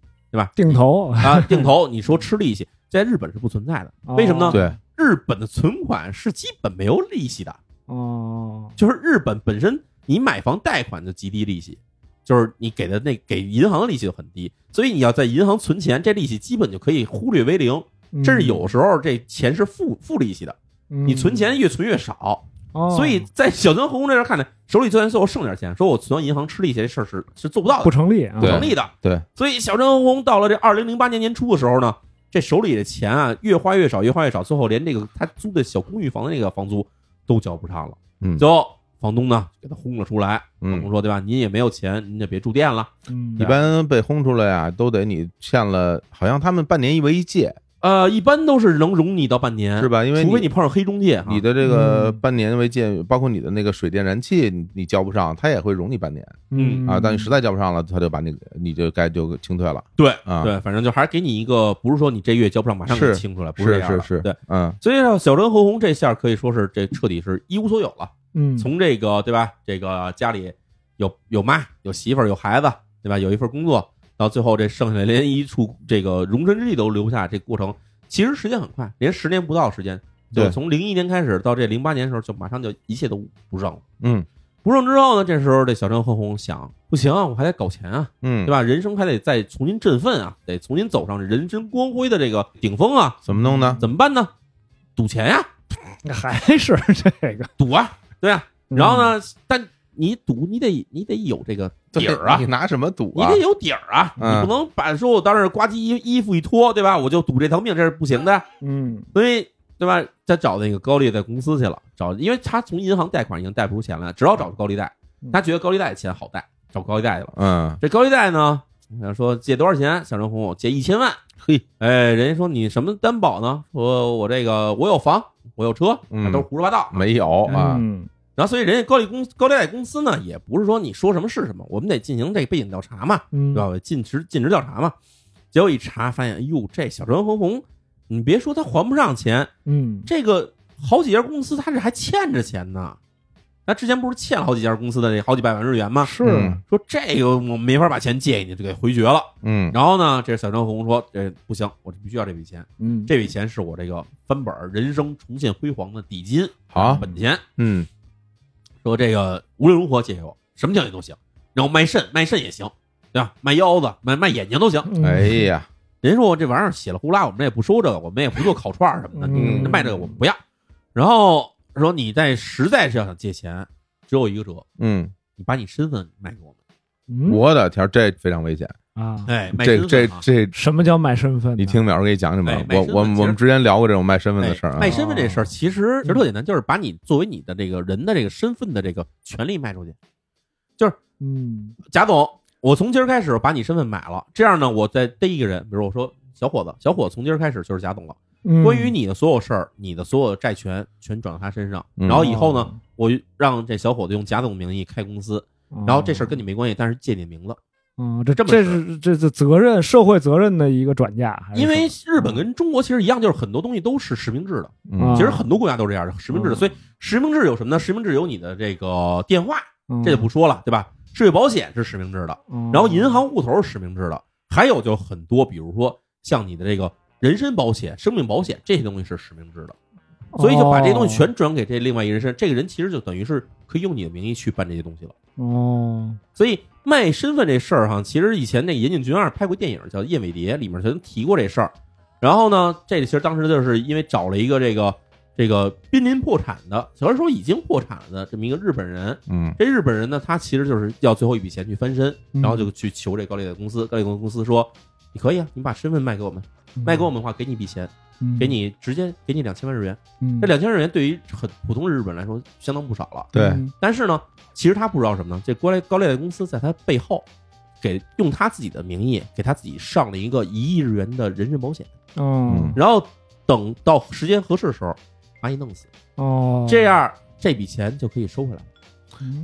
[SPEAKER 3] 定投，
[SPEAKER 1] 啊、定投，你说吃利息，在日本是不存在的。为什么呢？
[SPEAKER 2] 对，
[SPEAKER 1] 日本的存款是基本没有利息的，
[SPEAKER 3] 哦，
[SPEAKER 1] 就是日本本身你买房贷款就极低利息，就是你给的那给银行的利息就很低，所以你要在银行存钱，这利息基本就可以忽略为零，
[SPEAKER 3] 嗯
[SPEAKER 1] 甚至有时候这钱是负负利息的。你存，钱越存越少，
[SPEAKER 3] 嗯哦
[SPEAKER 1] 所以在小存红这边看着手里就算最后剩点钱，说我存到银行吃利息这事儿是是做不到的，
[SPEAKER 3] 不成立啊，
[SPEAKER 1] 不
[SPEAKER 2] 对
[SPEAKER 1] 成立的。
[SPEAKER 2] 对，
[SPEAKER 1] 所以小陈红到了这二零零八年年初的时候呢，这手里的钱啊越花越少，越花越少，最后连这个他租的小公寓房的那个房租都交不上了。
[SPEAKER 2] 嗯
[SPEAKER 1] 最后房东呢给他轰了出来，房东
[SPEAKER 2] 嗯，
[SPEAKER 1] 说对吧？您也没有钱，您就别住店了。
[SPEAKER 3] 嗯
[SPEAKER 2] 一般被轰出来呀，都得你欠了，好像他们半年一为一届
[SPEAKER 1] 呃，一般都是能容你到半年，
[SPEAKER 2] 是吧？因为
[SPEAKER 1] 嗯除非你碰上黑中介啊哈，
[SPEAKER 2] 你的这个
[SPEAKER 3] 嗯
[SPEAKER 2] 半年为界，包括你的那个水电燃气，你你交不上，他也会容你半年
[SPEAKER 1] 嗯
[SPEAKER 2] 啊。但你实在交不上了，他就把你你就该就清退了。
[SPEAKER 1] 对
[SPEAKER 2] 啊
[SPEAKER 1] 对，反正就还是给你一个，不是说你这月交不上马上给你
[SPEAKER 2] 是
[SPEAKER 1] 清出来，不这
[SPEAKER 2] 是
[SPEAKER 1] 样的
[SPEAKER 2] 是是，
[SPEAKER 1] 啊对。
[SPEAKER 2] 嗯
[SPEAKER 1] 所以说，小陈和红这下可以说是这彻底是一无所有了。
[SPEAKER 3] 嗯
[SPEAKER 1] 从这个对吧，这个家里有有妈、有媳妇儿、有孩子，对吧？有一份工作，到最后这剩下来连一处这个容身之地都留不下，这个过程其实时间很快，连十年不到时间，
[SPEAKER 2] 对
[SPEAKER 1] 就从零一年开始到这零八年的时候，就马上就一切都不剩了。
[SPEAKER 2] 嗯
[SPEAKER 1] 不剩之后呢，这时候这小张和红想，不行啊，我还得搞钱啊，
[SPEAKER 2] 嗯，
[SPEAKER 1] 对吧？人生还得再重新振奋啊，得重新走上人生光辉的这个顶峰啊，
[SPEAKER 2] 怎么弄呢？
[SPEAKER 1] 怎么办呢？赌钱呀、
[SPEAKER 3] 还是 这个，
[SPEAKER 1] 赌啊，对啊。
[SPEAKER 3] 嗯
[SPEAKER 1] 然后呢，但你赌，你得你得有这个底儿啊
[SPEAKER 2] 你，拿什么赌
[SPEAKER 1] 你
[SPEAKER 2] 啊
[SPEAKER 1] 得？有底儿啊，
[SPEAKER 2] 嗯
[SPEAKER 1] 你不能把说我到那儿呱唧衣衣服一脱，对吧？我就赌这条命，这是不行的。
[SPEAKER 3] 嗯，
[SPEAKER 1] 所以对吧？他找那个高利贷公司去了，找，因为他从银行贷款已经贷不出钱来，只好找高利贷
[SPEAKER 3] 嗯。
[SPEAKER 1] 他觉得高利贷钱好贷，找高利贷去了。
[SPEAKER 2] 嗯，
[SPEAKER 1] 这高利贷呢，他说借多少钱？小张红我借一千万。
[SPEAKER 2] 嘿，
[SPEAKER 1] 哎，人家说你什么担保呢？说我这个我有房，我有车，
[SPEAKER 2] 嗯
[SPEAKER 1] 都是胡说八道。
[SPEAKER 2] 没有啊，
[SPEAKER 3] 嗯
[SPEAKER 1] 然后所以人家高利公高利贷公司呢，也不是说你说什么是什么，我们得进行这背景调查嘛，
[SPEAKER 3] 嗯
[SPEAKER 1] 对吧？尽职尽职调查嘛。结果一查发现，哎呦，这小张红红，你别说他还不上钱，
[SPEAKER 3] 嗯
[SPEAKER 1] 这个好几家公司他这还欠着钱呢。他之前不是欠了好几家公司的这好几百万日元吗？
[SPEAKER 3] 是
[SPEAKER 2] 嗯
[SPEAKER 1] 说这个我没法把钱借给你，就给回绝了。
[SPEAKER 2] 嗯
[SPEAKER 1] 然后呢，这小张红说，这不行，我必须要这笔钱，
[SPEAKER 3] 嗯
[SPEAKER 1] 这笔钱是我这个翻本儿人生重现辉煌的底金，
[SPEAKER 2] 好，
[SPEAKER 1] 本钱。
[SPEAKER 2] 嗯
[SPEAKER 1] 说这个无论如何借给我，什么条件都行，让我卖肾，卖肾也行，对吧？卖腰子，卖卖眼睛都行。
[SPEAKER 3] 嗯
[SPEAKER 2] 哎呀，
[SPEAKER 1] 人家说我这玩意儿血了呼啦，我们也不收这个，我们也不做烤串儿什么的，
[SPEAKER 3] 嗯
[SPEAKER 1] 你卖这个我们不要。然后说你在实在是要想借钱，只有一个辙，
[SPEAKER 2] 嗯，
[SPEAKER 1] 你把你身份卖给我们，
[SPEAKER 3] 嗯
[SPEAKER 2] 我的天，这非常危险。
[SPEAKER 3] 啊，
[SPEAKER 1] 哎，卖
[SPEAKER 2] 这
[SPEAKER 1] 身
[SPEAKER 2] 这
[SPEAKER 1] 份啊
[SPEAKER 2] 这，
[SPEAKER 3] 什么叫卖身份呢？
[SPEAKER 2] 你听淼儿给你讲讲吧
[SPEAKER 1] 哎。卖
[SPEAKER 2] 我
[SPEAKER 1] 身
[SPEAKER 2] 我
[SPEAKER 1] 份
[SPEAKER 2] 们我
[SPEAKER 1] 其实
[SPEAKER 2] 们之前聊过这种卖身份的
[SPEAKER 1] 哎
[SPEAKER 2] 事儿啊
[SPEAKER 1] 卖。身份这事儿其实其实
[SPEAKER 3] 嗯
[SPEAKER 1] 特简单，就是把你作为你的这个人的这个身份的这个权利卖出去。
[SPEAKER 3] 嗯
[SPEAKER 1] 贾总，我从今儿开始把你身份买了，这样呢，我再逮一个人，比如我说小伙子，小伙子从今儿开始就是贾总了。
[SPEAKER 3] 嗯，
[SPEAKER 1] 关于你的所有事儿，你的所有债权全转到他身上，
[SPEAKER 2] 嗯
[SPEAKER 1] 然后以后呢，我让这小伙子用贾总名义开公司，
[SPEAKER 3] 哦，
[SPEAKER 1] 然后这事儿跟你没关系，但是借你名字，
[SPEAKER 3] 嗯，这
[SPEAKER 1] 这么
[SPEAKER 3] 这
[SPEAKER 1] 说
[SPEAKER 3] 是这这责任社会责任的一个转嫁，哎还是
[SPEAKER 1] 因为
[SPEAKER 3] 什
[SPEAKER 1] 日本跟中国其实一样，就是很多东西都是实名制的，
[SPEAKER 3] 哦
[SPEAKER 2] 嗯
[SPEAKER 3] 啊
[SPEAKER 1] 其实很多国家都是这样的实名制的，
[SPEAKER 3] 嗯
[SPEAKER 1] 所以实名制有什么呢？实名制有你的这个电话，
[SPEAKER 3] 么
[SPEAKER 1] 这就不，说了，对吧？社会保险是实名制的，
[SPEAKER 3] 嗯
[SPEAKER 1] 然后银行户头是实名制的，还有就很多，比如说像你的这个人身保险、生命保险这些东西是实名制的。
[SPEAKER 3] 哦嗯
[SPEAKER 1] 所以就把这些东西全转给这另外一人身，这个人其实就等于是可以用你的名义去办这些东西了。
[SPEAKER 3] 哦，
[SPEAKER 1] 所以卖身份这事儿哈，其实以前那个岩井俊二拍过电影叫《燕尾蝶》，里面曾经提过这事儿。然后呢，这其实当时就是因为找了一个这个这个濒临破产的，或者说已经破产了的这么一个日本人。
[SPEAKER 2] 嗯
[SPEAKER 1] 这日本人呢，他其实就是要最后一笔钱去翻身，
[SPEAKER 3] 嗯
[SPEAKER 1] 然后就去求这高利贷公司。高利贷公司说：“你可以啊，你把身份卖给我们，
[SPEAKER 3] 嗯
[SPEAKER 1] 卖给我们的话，给你一笔钱，
[SPEAKER 3] 嗯
[SPEAKER 1] 给你直接给你两千万日元。
[SPEAKER 3] 嗯
[SPEAKER 1] 这两千日元对于很普通的日本人来说，相当不少了。
[SPEAKER 2] 对
[SPEAKER 3] 嗯
[SPEAKER 1] 但是呢，其实他不知道什么呢？这高利高利贷公司在他背后给用他自己的名义给他自己上了一个一亿日元的人身保险，
[SPEAKER 2] 嗯
[SPEAKER 3] 哦
[SPEAKER 1] 然后等到时间合适的时候把你弄死，
[SPEAKER 3] 哦嗯
[SPEAKER 1] 这样这笔钱就可以收回来。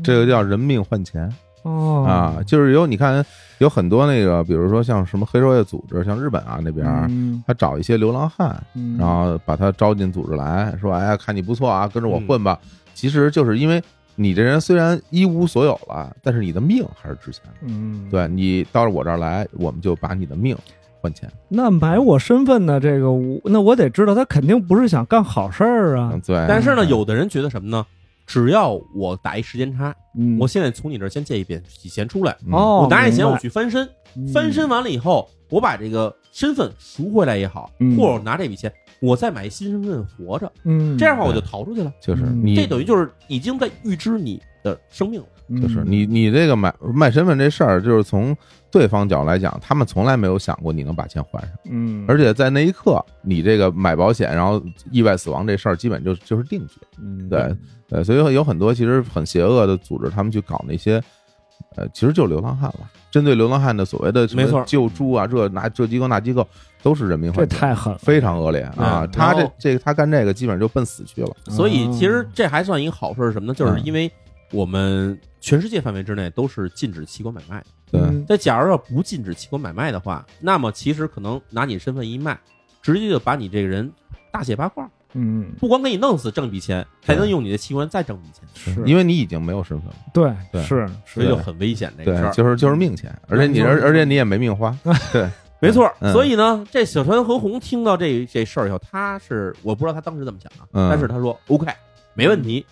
[SPEAKER 2] 这个叫人命换钱
[SPEAKER 3] 哦
[SPEAKER 2] 啊，就是有你看有很多那个，比如说像什么黑社会组织，像日本啊那边儿，
[SPEAKER 3] 嗯
[SPEAKER 2] 他找一些流浪汉，
[SPEAKER 3] 嗯
[SPEAKER 2] 然后把他招进组织来，说：“哎呀，看你不错啊，跟着我混
[SPEAKER 3] 嗯
[SPEAKER 2] 吧。其实就是因为你这人虽然一无所有了，但是你的命还是值钱的。
[SPEAKER 3] 嗯
[SPEAKER 2] 对你到了我这儿来，我们就把你的命换钱。
[SPEAKER 3] 那买我身份的这个，我那我得知道他肯定不是想干好事儿啊
[SPEAKER 2] 嗯。对，
[SPEAKER 1] 但是呢，有的人觉得什么呢？只要我打一时间差，
[SPEAKER 3] 嗯
[SPEAKER 1] 我现在从你这儿先借一笔笔钱出来，
[SPEAKER 2] 嗯
[SPEAKER 3] 哦，
[SPEAKER 1] 我拿一钱我
[SPEAKER 3] 明白
[SPEAKER 1] 去翻身，
[SPEAKER 3] 嗯
[SPEAKER 1] 翻身完了以后，我把这个身份赎回来也好，
[SPEAKER 3] 嗯
[SPEAKER 1] 或者我拿这笔钱，我再买一新身份活着，
[SPEAKER 3] 嗯，
[SPEAKER 1] 这样的话我就逃出去了。
[SPEAKER 2] 就是
[SPEAKER 3] 嗯
[SPEAKER 2] 你
[SPEAKER 1] 这等于就是已经在预知你的生命了。
[SPEAKER 3] 嗯
[SPEAKER 2] 就是你你这个买卖身份这事儿，就是从对方角度来讲，他们从来没有想过你能把钱还上，
[SPEAKER 3] 嗯，
[SPEAKER 2] 而且在那一刻，你这个买保险然后意外死亡这事儿，基本就就是定局。
[SPEAKER 3] 嗯
[SPEAKER 2] 对对，所以有很多其实很邪恶的组织，他们去搞那些，呃，其实就是流浪汉了，针对流浪汉的所谓的什么
[SPEAKER 1] 没错
[SPEAKER 2] 救助啊，这拿这机构那机构都是人民
[SPEAKER 3] 这
[SPEAKER 2] 环境，
[SPEAKER 3] 太狠了，
[SPEAKER 2] 非常恶劣啊！
[SPEAKER 1] 嗯
[SPEAKER 2] 他
[SPEAKER 1] 然
[SPEAKER 2] 这
[SPEAKER 1] 后
[SPEAKER 2] 这个他干这个基本上就奔死去了，
[SPEAKER 3] 哦
[SPEAKER 1] 所以其实这还算一个好事儿是什么呢？就是
[SPEAKER 3] 嗯
[SPEAKER 1] 因为我们全世界范围之内都是禁止器官买卖的。
[SPEAKER 2] 对，
[SPEAKER 3] 嗯
[SPEAKER 1] 但假如要不禁止器官买卖的话，那么其实可能拿你身份一卖，直接就把你这个人大卸八块儿，
[SPEAKER 3] 嗯
[SPEAKER 1] 不光给你弄死挣笔钱，还能用你的器官再挣笔钱，
[SPEAKER 3] 是，
[SPEAKER 2] 嗯因为你已经没有身份了，
[SPEAKER 3] 嗯对
[SPEAKER 2] 对
[SPEAKER 3] 是
[SPEAKER 1] 所以
[SPEAKER 3] 是
[SPEAKER 1] 就很危险这个事
[SPEAKER 2] 对，
[SPEAKER 1] 儿。
[SPEAKER 2] 就是就是命钱，而且你
[SPEAKER 3] 嗯没错
[SPEAKER 2] 而而且你也没命花，对，
[SPEAKER 1] 没错儿，
[SPEAKER 2] 嗯
[SPEAKER 1] 所以呢，这小川和红听到这这事儿以后，他是我不知道他当时怎么想啊，
[SPEAKER 2] 嗯
[SPEAKER 1] 但是他说 OK，没问题，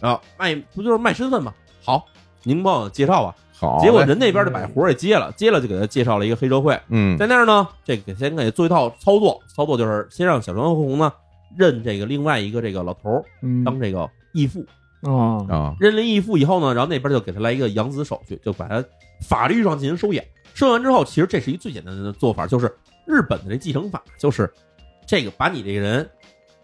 [SPEAKER 1] 啊，卖不就是卖身份吗？好，您帮我介绍吧。
[SPEAKER 2] 好嘞，
[SPEAKER 1] 结果人那边就把活儿也接了，接了就给他介绍了一个黑社会，
[SPEAKER 2] 嗯
[SPEAKER 1] 在那儿呢，这个先给做一套操作，操作就是先让小川和红呢认这个另外一个这个老头儿
[SPEAKER 3] 嗯
[SPEAKER 1] 当这个义父，
[SPEAKER 3] 哦
[SPEAKER 2] 啊
[SPEAKER 1] 认了义父以后呢，然后那边就给他来一个养子手续，就把他法律上进行收养。收养之后，其实这是一最简单的做法，就是日本的这继承法，就是这个把你这个人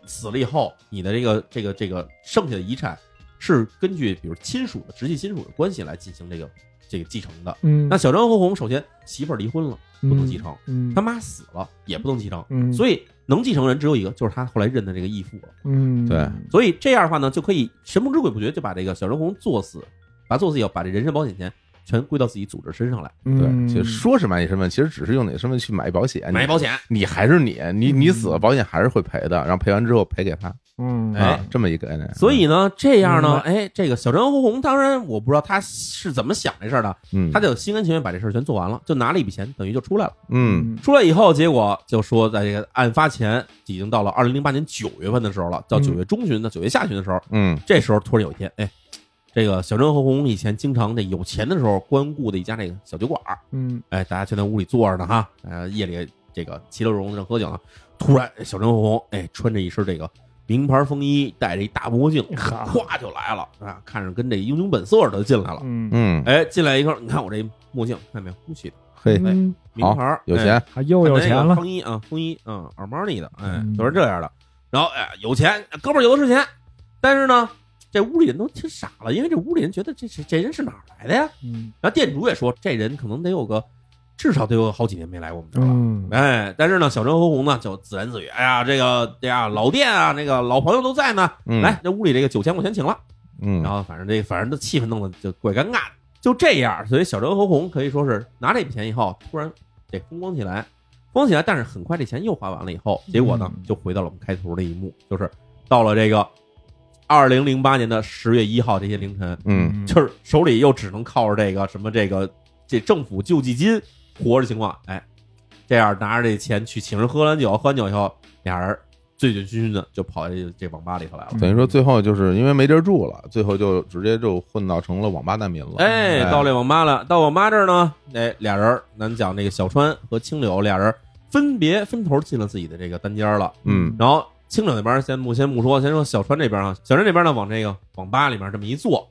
[SPEAKER 1] 死了以后，你的这个这个这个剩下的遗产是根据比如亲属的直系亲属的关系来进行这个这个继承的。
[SPEAKER 3] 嗯
[SPEAKER 1] 那小张和红首先媳妇儿离婚了，不能继承，
[SPEAKER 3] 嗯
[SPEAKER 1] 他妈死了也不能继承，
[SPEAKER 3] 嗯
[SPEAKER 1] 所以能继承人只有一个，就是他后来认的这个义父了。
[SPEAKER 3] 嗯
[SPEAKER 2] 对
[SPEAKER 1] 所以这样的话呢，就可以神不知鬼不觉就把这个小人红作死，把他作死以后，把这人身保险钱全归到自己组织身上来，
[SPEAKER 2] 对，
[SPEAKER 3] 嗯
[SPEAKER 2] 其实说是买你身份，其实只是用你的身份去买保险，
[SPEAKER 1] 买保险。
[SPEAKER 2] 你还是你，你你死了
[SPEAKER 3] 嗯
[SPEAKER 2] 保险还是会赔的，然后赔完之后赔给他，
[SPEAKER 3] 嗯
[SPEAKER 1] 哎
[SPEAKER 2] 啊，这么一个概念。
[SPEAKER 1] 所以呢，这样呢，
[SPEAKER 3] 明
[SPEAKER 1] 哎，这个小张和红，当然我不知道他是怎么想这事儿的，
[SPEAKER 2] 嗯，
[SPEAKER 1] 他就心甘情愿把这事儿全做完了，就拿了一笔钱，等于就出来了。
[SPEAKER 2] 嗯
[SPEAKER 1] 出来以后，结果就说，在这个案发前，已经到了二零零八年九月份的时候了，到
[SPEAKER 3] 嗯
[SPEAKER 1] 九月中旬的九月下旬的时候，
[SPEAKER 2] 嗯
[SPEAKER 1] 这时候突然有一天，哎，这个小郑和红以前经常这有钱的时候光顾的一家这个小酒馆儿，
[SPEAKER 3] 嗯
[SPEAKER 1] 哎，大家全在屋里坐着呢哈，大家夜里这个其乐融融地喝酒呢。突然，小郑和红哎穿着一身这个名牌风衣，戴着一大墨镜，
[SPEAKER 3] 哎好
[SPEAKER 1] 咵就来了啊，看着跟这英雄本色似的就进来了。
[SPEAKER 3] 嗯
[SPEAKER 2] 嗯，
[SPEAKER 1] 哎，进来一看，你看我这墨镜，看见没有？GUCCI 的
[SPEAKER 2] 嘿，
[SPEAKER 3] 嗯
[SPEAKER 1] 名牌儿，
[SPEAKER 2] 有
[SPEAKER 1] 哎
[SPEAKER 2] 钱，
[SPEAKER 3] 还又有钱了
[SPEAKER 1] 风衣啊，风衣啊，阿玛尼的，哎，
[SPEAKER 3] 嗯
[SPEAKER 1] 就是这样的。然后哎，有钱，哥们儿有的是钱，但是呢，这屋里人都挺傻了，因为这屋里人觉得这是这人是哪儿来的呀？
[SPEAKER 3] 嗯
[SPEAKER 1] 然后店主也说，这人可能得有个至少得有好几年没来我们这儿了。
[SPEAKER 3] 嗯
[SPEAKER 1] 哎，但是呢，小张和红呢就自言自语：“哎呀，这个哎呀，老店啊，那个老朋友都在呢。
[SPEAKER 2] 嗯
[SPEAKER 1] 来，这屋里这个酒钱我全请了。
[SPEAKER 2] 嗯
[SPEAKER 1] 然，后反正这反正这气氛弄得就怪尴尬的，就这样，所以小张和红可以说是拿这笔钱以后，突然这风光起来，风光起来，但是很快这钱又花完了以后，结果呢
[SPEAKER 3] 嗯
[SPEAKER 1] 就回到了我们开头的一幕，就是到了这个二零零八年的十月一号这些凌晨，
[SPEAKER 2] 嗯
[SPEAKER 1] 就是手里又只能靠着这个什么这个这政府救济金活着情况，哎，这样拿着这钱去请人喝完酒，喝完酒以后，俩人醉醉醺醺的就跑到这这网吧里头来了。
[SPEAKER 2] 等于说最后就是因为没地儿住了，最后就直接就混到成了网吧难民了。
[SPEAKER 1] 哎，到
[SPEAKER 2] 了，
[SPEAKER 1] 这网吧了，到网吧这儿呢，哎，俩人儿，咱们讲这个小川和青柳俩人分别分头进了自己的这个单间儿了。
[SPEAKER 2] 嗯
[SPEAKER 1] 然后清岭那边先不先不说，先说小川这边啊，小川这边呢往这个网吧里面这么一坐，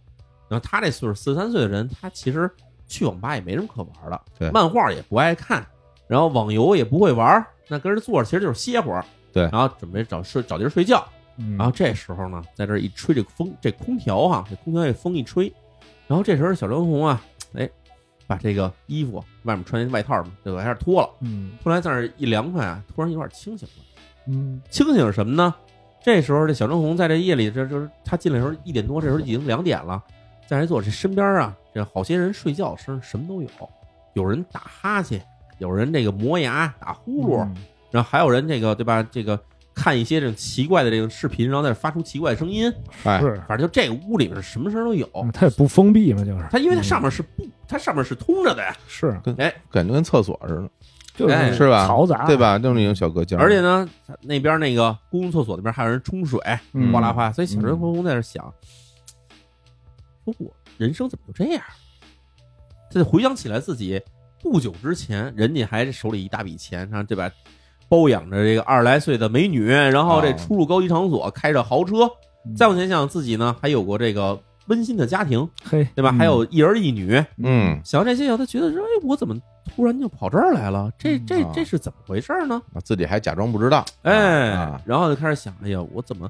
[SPEAKER 1] 然后他这岁数四十三岁的人，他其实去网吧也没什么可玩的，
[SPEAKER 2] 对
[SPEAKER 1] 漫画也不爱看，然后网游也不会玩，那跟着坐着其实就是歇会儿，
[SPEAKER 2] 对
[SPEAKER 1] 然后准备找睡找地儿睡觉，
[SPEAKER 3] 嗯
[SPEAKER 1] 然后这时候呢，在这儿一吹这个风，这空调哈、这空调这风一吹，然后这时候小张红啊，哎，把这个衣服外面穿外套嘛，这外套脱了，
[SPEAKER 3] 嗯
[SPEAKER 1] 突然在那儿一凉快啊，突然有点清醒了。
[SPEAKER 3] 嗯
[SPEAKER 1] 清醒是什么呢？这时候这小正红在这夜里，这就是他进来的时候一点多，这时候已经两点了，在这坐，这身边啊，这好些人睡觉声什么都有，有人打哈欠，有人这个磨牙打呼噜，
[SPEAKER 3] 嗯
[SPEAKER 1] 然后还有人这个对吧？这个看一些这种奇怪的这个视频，然后在这发出奇怪的声音，
[SPEAKER 2] 哎，
[SPEAKER 3] 是，
[SPEAKER 1] 反正就这个屋里面是什么声都有。
[SPEAKER 3] 嗯它也不封闭嘛，就是
[SPEAKER 1] 它因为它上面是不，它上面是通着的呀，
[SPEAKER 3] 是啊
[SPEAKER 2] 感觉跟厕所似
[SPEAKER 3] 就
[SPEAKER 1] 哎
[SPEAKER 3] 是
[SPEAKER 2] 是吧
[SPEAKER 3] 嘈杂
[SPEAKER 2] 的，对？吧？就是那种小隔间儿，
[SPEAKER 1] 而且呢，它那边那个公共厕所那边还有人冲水，
[SPEAKER 3] 嗯
[SPEAKER 1] 哗啦哗啦，所以小人红红在这想，说我人生怎么就这样？他就回想起来自己不久之前，人家还手里一大笔钱，然后对吧？包养着这个二十来岁的美女，然后这
[SPEAKER 2] 啊
[SPEAKER 1] 出入高级场所，开着豪车。
[SPEAKER 3] 嗯
[SPEAKER 1] 再往前想，自己呢还有过这个温馨的家庭，
[SPEAKER 3] 嘿，
[SPEAKER 1] 对吧？还有一儿一女，
[SPEAKER 2] 嗯，
[SPEAKER 1] 想到这些以后，他觉得说，哎，我怎么突然就跑这儿来了？这这
[SPEAKER 2] 嗯啊
[SPEAKER 1] 这是怎么回事呢？
[SPEAKER 2] 啊自己还假装不知道，
[SPEAKER 1] 哎，
[SPEAKER 2] 啊，
[SPEAKER 1] 然后就开始想，哎呀，我怎么，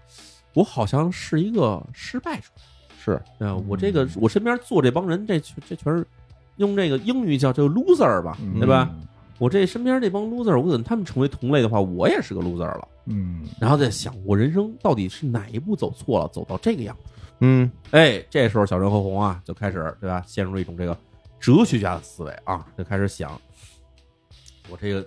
[SPEAKER 1] 我好像是一个失败者。
[SPEAKER 2] 是
[SPEAKER 1] 啊，我这
[SPEAKER 2] 嗯
[SPEAKER 1] 个我身边坐这帮人，这全这全是用这个英语叫这个 loser 吧，
[SPEAKER 3] 嗯
[SPEAKER 1] 对吧？？我这身边这帮 loser，我等他们成为同类的话，我也是个 loser 了。
[SPEAKER 3] 嗯，
[SPEAKER 1] 然后在想，我人生到底是哪一步走错了，走到这个样子？
[SPEAKER 2] 嗯，
[SPEAKER 1] 哎，这时候小陈和红啊，就开始对吧，陷入了一种这个哲学家的思维啊，就开始想，我这个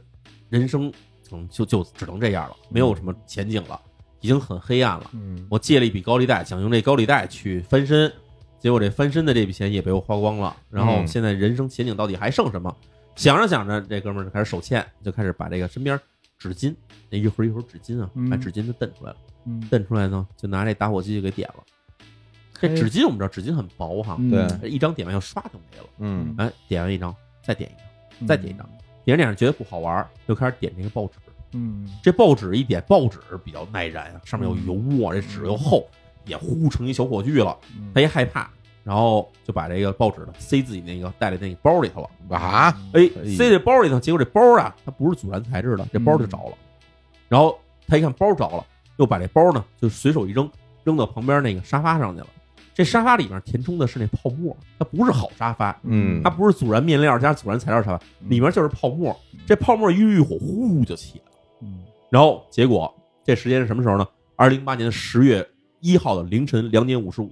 [SPEAKER 1] 人生可能就就只能这样了，没有什么前景了，已经很黑暗了。
[SPEAKER 3] 嗯
[SPEAKER 1] 我借了一笔高利贷，想用这高利贷去翻身，结果这翻身的这笔钱也被我花光了。然后
[SPEAKER 2] 嗯
[SPEAKER 1] 现在人生前景到底还剩什么？想着想着，这哥们儿就开始手欠，就开始把这个身边纸巾，那一盒一盒纸巾啊，
[SPEAKER 3] 嗯
[SPEAKER 1] 把纸巾都蹬出来了。
[SPEAKER 3] 嗯
[SPEAKER 1] 蹬出来呢，就拿这打火机就给点了。这纸巾我们知道，纸巾很薄哈，
[SPEAKER 3] 嗯
[SPEAKER 2] 对
[SPEAKER 1] 一张点完要刷就没了。
[SPEAKER 2] 嗯
[SPEAKER 1] 哎，点完一张，再点一张，再点一张，点着点着觉得不好玩儿，就开始点这个报纸。
[SPEAKER 3] 嗯
[SPEAKER 1] 这报纸一点，报纸比较耐燃啊，上面有油墨，这纸又厚，也呼成一小火炬了。
[SPEAKER 3] 嗯
[SPEAKER 1] 他一害怕，然后就把这个报纸呢塞自己那个带的那个包里头了。
[SPEAKER 2] 啊，
[SPEAKER 3] 嗯
[SPEAKER 1] 哎，
[SPEAKER 2] 哎
[SPEAKER 1] 塞这包里头，结果这包啊，它不是阻燃材质的，这包就着了。然后他一看包着了，又把这包呢就随手一扔，扔到旁边那个沙发上去了。这沙发里面填充的是那泡沫，它不是好沙发，
[SPEAKER 2] 嗯
[SPEAKER 1] 它不是阻燃面料加阻燃材料沙发，里面就是泡沫。这泡沫一遇火，呼就起来了。
[SPEAKER 3] 嗯
[SPEAKER 1] 然后结果这时间是什么时候呢？二零零八年十月一号的凌晨两点五十五，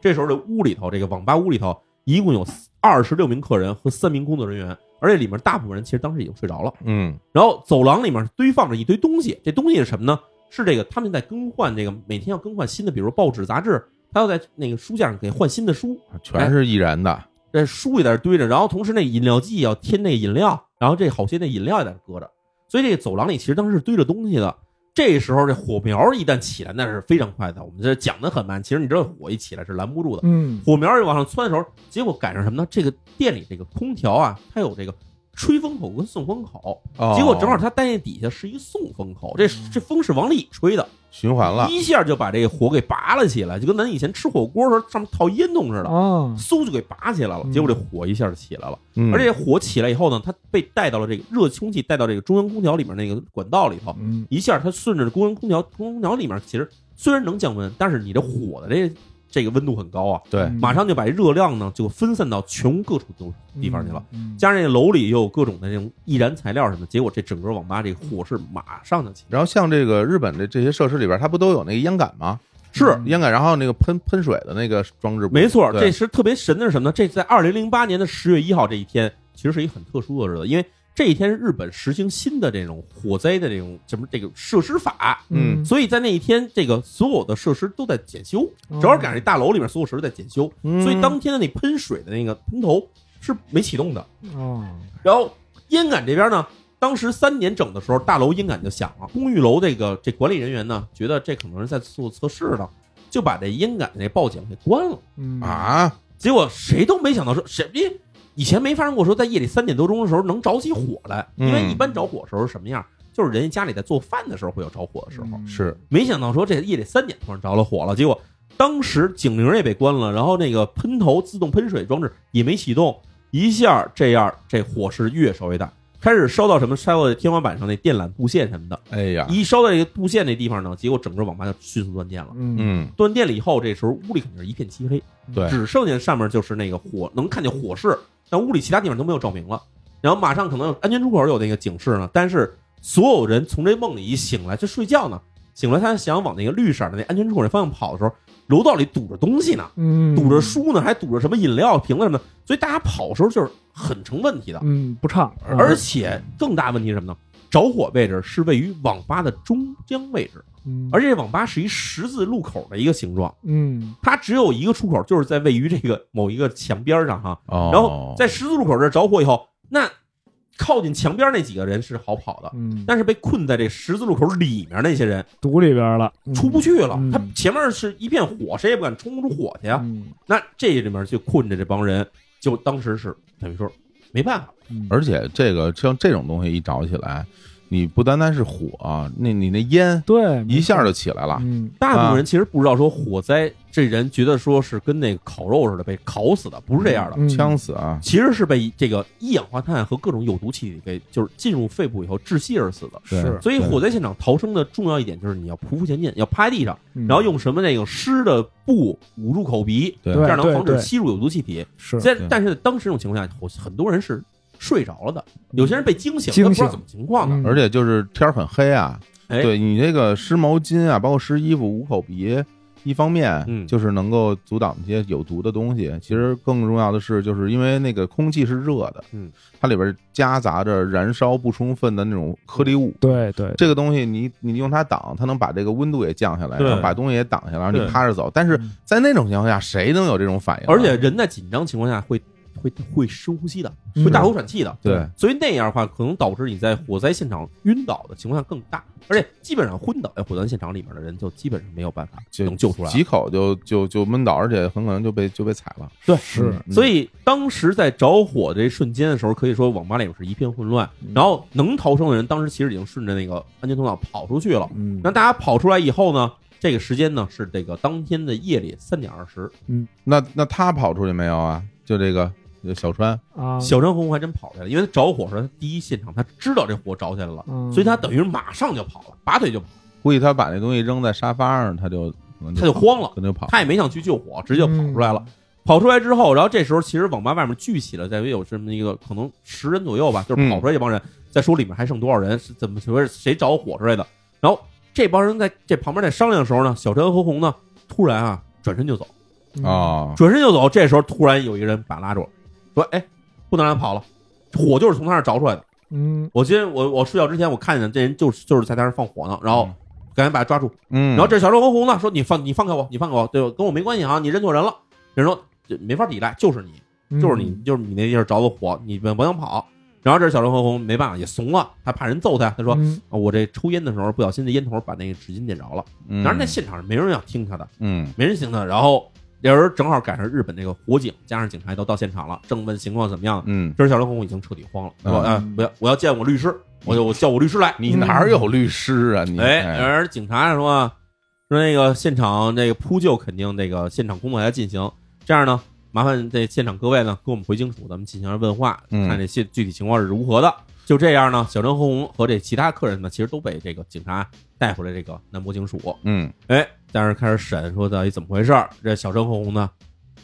[SPEAKER 1] 这时候这屋里头，这个网吧屋里头一共有二十六名客人和三名工作人员，而且里面大部分人其实当时已经睡着了。
[SPEAKER 2] 嗯
[SPEAKER 1] 然后走廊里面堆放着一堆东西，这东西是什么呢？是这个他们在更换这个每天要更换新的，比如报纸、杂志，他要在那个书架上给换新的书，
[SPEAKER 2] 全是易燃的，
[SPEAKER 1] 这书也在这堆着，然后同时那饮料机也要添那个饮料，然后这好些那饮料也在这搁着，所以这个走廊里其实当时是堆着东西的。这时候这火苗一旦起来，那是非常快的。我们这讲的很慢，其实你知道火一起来是拦不住的。
[SPEAKER 3] 嗯
[SPEAKER 1] 火苗一往上窜的时候，结果赶上什么呢？这个店里这个空调啊，它有这个吹风口跟送风口，
[SPEAKER 2] 哦
[SPEAKER 1] 结果正好它带那底下是一送风口，这这风是往里吹的，
[SPEAKER 2] 循环了，
[SPEAKER 1] 一下就把这个火给拔了起来，就跟咱以前吃火锅的时候上面套烟囱似的。
[SPEAKER 3] 哦，
[SPEAKER 1] 嗖就给拔起来了，
[SPEAKER 3] 嗯
[SPEAKER 1] 结果这火一下就起来了，
[SPEAKER 2] 嗯
[SPEAKER 1] 而且火起来以后呢，它被带到了这个热空气带到这个中央空调里面那个管道里头，
[SPEAKER 3] 嗯
[SPEAKER 1] 一下它顺着中央空调，中央空调里面其实虽然能降温，但是你这火的这这个温度很高啊，
[SPEAKER 2] 对，
[SPEAKER 1] 马上就把热量呢就分散到全屋各处都地方去了，，
[SPEAKER 3] 嗯
[SPEAKER 1] 加上这楼里又有各种的那种易燃材料什么，结果这整个网吧这个火是马上就起来了，
[SPEAKER 2] 然后像这个日本的这些设施里边，它不都有那个烟杆吗？
[SPEAKER 1] 是
[SPEAKER 3] 嗯
[SPEAKER 2] 烟杆，然后那个喷喷水的那个装置不是，
[SPEAKER 1] 没错，
[SPEAKER 2] 对
[SPEAKER 1] 这是特别神的是什么呢？这在二零零八年的十月一号这一天，其实是一个很特殊的日子，因为这一天是日本实行新的这种火灾的这种什么这个设施法，
[SPEAKER 2] 嗯
[SPEAKER 1] 所以在那一天，这个所有的设施都在检修，
[SPEAKER 3] 哦
[SPEAKER 1] 正好赶上这大楼里面所有设施在检修，
[SPEAKER 2] 嗯
[SPEAKER 1] 所以当天的那喷水的那个喷头是没启动的。
[SPEAKER 3] 哦，
[SPEAKER 1] 然后烟杆这边呢，当时三点整的时候，大楼烟杆就响了。公寓楼这个这管理人员呢，觉得这可能是在做测试呢，就把这烟杆那报警给关了。
[SPEAKER 3] 嗯，
[SPEAKER 2] 啊，
[SPEAKER 1] 结果谁都没想到说谁，因为以前没发生过说在夜里三点多钟的时候能着起火来，
[SPEAKER 2] 嗯
[SPEAKER 1] 因为一般着火的时候是什么样？就是人家家里在做饭的时候会有着火的时候。
[SPEAKER 3] 嗯
[SPEAKER 2] 是
[SPEAKER 1] 没想到说这夜里三点突然着了火了，结果当时警铃也被关了，然后那个喷头自动喷水装置也没启动，一下这样这火势越烧越大，开始烧到什么？烧到天花板上那电缆布线什么的，
[SPEAKER 2] 哎呀，
[SPEAKER 1] 一烧到这个布线那地方呢，结果整个网吧就迅速断电了。
[SPEAKER 3] 嗯
[SPEAKER 2] 嗯，
[SPEAKER 1] 断电了以后，这时候屋里肯定是一片漆黑，
[SPEAKER 2] 对，
[SPEAKER 1] 只剩下上面就是那个火，能看见火势，但屋里其他地方都没有照明了。然后马上可能有安全出口有那个警示呢，但是所有人从这梦里一醒来，就睡觉呢，醒来他想往那个绿色的那安全出口那方向跑的时候，楼道里堵着东西呢，
[SPEAKER 3] 嗯，
[SPEAKER 1] 堵着书呢，还堵着什么饮料瓶子什么的，所以大家跑的时候就是很成问题的。
[SPEAKER 3] 嗯，不唱，
[SPEAKER 1] 啊而且更大问题是什么呢？着火位置是位于网吧的中央位置，
[SPEAKER 3] 嗯
[SPEAKER 1] 而且网吧是一十字路口的一个形状，
[SPEAKER 3] 嗯
[SPEAKER 1] 它只有一个出口，就是在位于这个某一个墙边上哈。
[SPEAKER 2] 哦，
[SPEAKER 1] 然后在十字路口这儿着火以后，那靠近墙边那几个人是好跑的，
[SPEAKER 3] 嗯，
[SPEAKER 1] 但是被困在这十字路口里面那些人
[SPEAKER 3] 堵里边了，
[SPEAKER 1] 出不去了
[SPEAKER 3] 嗯，
[SPEAKER 1] 他前面是一片火，谁也不敢冲出火去啊。
[SPEAKER 3] 嗯
[SPEAKER 1] 那这里面就困着这帮人，就当时是等于说没办法，
[SPEAKER 3] 嗯，
[SPEAKER 2] 而且这个像这种东西一着起来，你不单单是火、那你那烟
[SPEAKER 3] 对
[SPEAKER 2] 一下就起来了，
[SPEAKER 3] 嗯
[SPEAKER 1] 大部分人其实不知道说火灾，这人觉得说是跟那个烤肉似的被烤死的，不是这样的，
[SPEAKER 3] 嗯
[SPEAKER 2] 呛死啊！
[SPEAKER 1] 其实是被这个一氧化碳和各种有毒气体给就是进入肺部以后窒息而死的。
[SPEAKER 2] 对
[SPEAKER 3] 是，
[SPEAKER 1] 所以火灾现场逃生的重要一点就是你要匍匐前进，要趴地上，
[SPEAKER 3] 嗯
[SPEAKER 1] 然后用什么那个湿的布捂住口鼻，
[SPEAKER 2] 对
[SPEAKER 1] 这样能
[SPEAKER 3] 对
[SPEAKER 1] 防止
[SPEAKER 3] 对
[SPEAKER 1] 吸入有毒气体。
[SPEAKER 3] 是
[SPEAKER 1] 在
[SPEAKER 2] 对
[SPEAKER 1] 但是当时这种情况下，我很多人是睡着了的，有些人被惊醒，
[SPEAKER 3] 嗯惊
[SPEAKER 1] 他不知道
[SPEAKER 3] 醒
[SPEAKER 1] 怎么情况啊的。
[SPEAKER 3] 嗯
[SPEAKER 2] 而且就是天儿很黑啊，
[SPEAKER 1] 哎
[SPEAKER 2] 对你这个湿毛巾啊，包括湿衣服、捂口鼻，一方面
[SPEAKER 1] 嗯
[SPEAKER 2] 就是能够阻挡一些有毒的东西，其实更重要的是，就是因为那个空气是热的，
[SPEAKER 1] 嗯，
[SPEAKER 2] 它里边夹杂着燃烧不充分的那种颗粒物。
[SPEAKER 3] 对对，
[SPEAKER 2] 这个东西你你用它挡，它能把这个温度也降下来，
[SPEAKER 1] 对
[SPEAKER 2] 然后把东西也挡下来，然后你
[SPEAKER 1] 对
[SPEAKER 2] 趴着走。但是
[SPEAKER 3] 嗯
[SPEAKER 2] 在那种情况下，谁能有这种反应啊？
[SPEAKER 1] 而且人在紧张情况下会会会深呼吸的，
[SPEAKER 3] 嗯
[SPEAKER 1] 会大口喘气的。
[SPEAKER 2] 对，
[SPEAKER 1] 所以那样的话，可能导致你在火灾现场晕倒的情况下更大，而且基本上昏倒在哎火灾现场里面的人，就基本上没有办法
[SPEAKER 2] 就
[SPEAKER 1] 能救出来。
[SPEAKER 2] 几口就就就闷倒，而且很可能就被就被踩了。
[SPEAKER 1] 对
[SPEAKER 3] 是
[SPEAKER 2] 嗯
[SPEAKER 1] 所以当时在着火这一瞬间的时候，可以说网吧里面是一片混乱
[SPEAKER 3] 嗯，
[SPEAKER 1] 然后能逃生的人当时其实已经顺着那个安全通道跑出去了。
[SPEAKER 3] 嗯
[SPEAKER 1] 那大家跑出来以后呢，这个时间呢是这个当天的夜里三点二十，
[SPEAKER 3] 嗯
[SPEAKER 2] 那那他跑出去没有啊？就这个就小川，
[SPEAKER 3] 啊，
[SPEAKER 1] 小张红还真跑出来了，因为他着火时候他第一现场他知道这火着起来了，
[SPEAKER 3] 嗯
[SPEAKER 1] 所以他等于是马上就跑了，拔腿就跑，
[SPEAKER 2] 估计他把那东西扔在沙发上，他就可能
[SPEAKER 1] 他就
[SPEAKER 2] 跑
[SPEAKER 1] 慌了，
[SPEAKER 2] 可能就跑。
[SPEAKER 1] 他也没想去救火，直接就跑出来了。跑出来之后，然后这时候其实网吧外面聚起了，大约有这么一个可能十人左右吧，就是跑出来这帮人在说里面还剩多少人，是怎么谁谁着火之类的。然后这帮人在这旁边在商量的时候呢，小陈和红呢突然啊转身就走，
[SPEAKER 3] 嗯，
[SPEAKER 1] 啊
[SPEAKER 2] 哦，
[SPEAKER 1] 转身就走。这时候突然有一个人把他拉住了，说：“哎，不能让他跑了，火就是从他那儿着出来的。
[SPEAKER 3] 嗯
[SPEAKER 1] 我今天我我睡觉之前我看见这人就是就是在他那儿放火呢，然后赶紧把他抓住。
[SPEAKER 2] 嗯，
[SPEAKER 1] 然后这小周和红呢说：“你放你放开我，你放开我，对，跟我没关系啊，你认错人了。”人说：“这没法抵赖，就是你，
[SPEAKER 3] 嗯，
[SPEAKER 1] 就是你，就是你那地儿着的火，你们甭想跑。”然后这小周和红没办法也怂了，他怕人揍他，他说：“
[SPEAKER 3] 嗯
[SPEAKER 1] 啊我这抽烟的时候不小心这烟头把那个纸巾点着了。”
[SPEAKER 2] 嗯，
[SPEAKER 1] 当然在现场是没人要听他的，
[SPEAKER 2] 嗯
[SPEAKER 1] 没人听他。然后有人正好赶上日本那个火警，加上警察都到现场了，正问情况怎么样。
[SPEAKER 2] 嗯，
[SPEAKER 1] 这时小周和红已经彻底慌了，说：“
[SPEAKER 2] 嗯
[SPEAKER 1] 啊，不要，我要见我律师，我就我叫我律师来。”
[SPEAKER 2] 你哪儿有律师啊？你
[SPEAKER 1] 哎，然后警察说啊说那个现场那个扑救肯定那个现场工作还在进行，这样呢，麻烦这现场各位呢给我们回清楚，咱们进行问话，
[SPEAKER 2] 嗯
[SPEAKER 1] 看这些具体情况是如何的。就这样呢，小张和红和这其他客人呢，其实都被这个警察带回来这个南博警署，
[SPEAKER 2] 嗯
[SPEAKER 1] 哎，但是开始审说到底怎么回事儿。这小张和红呢，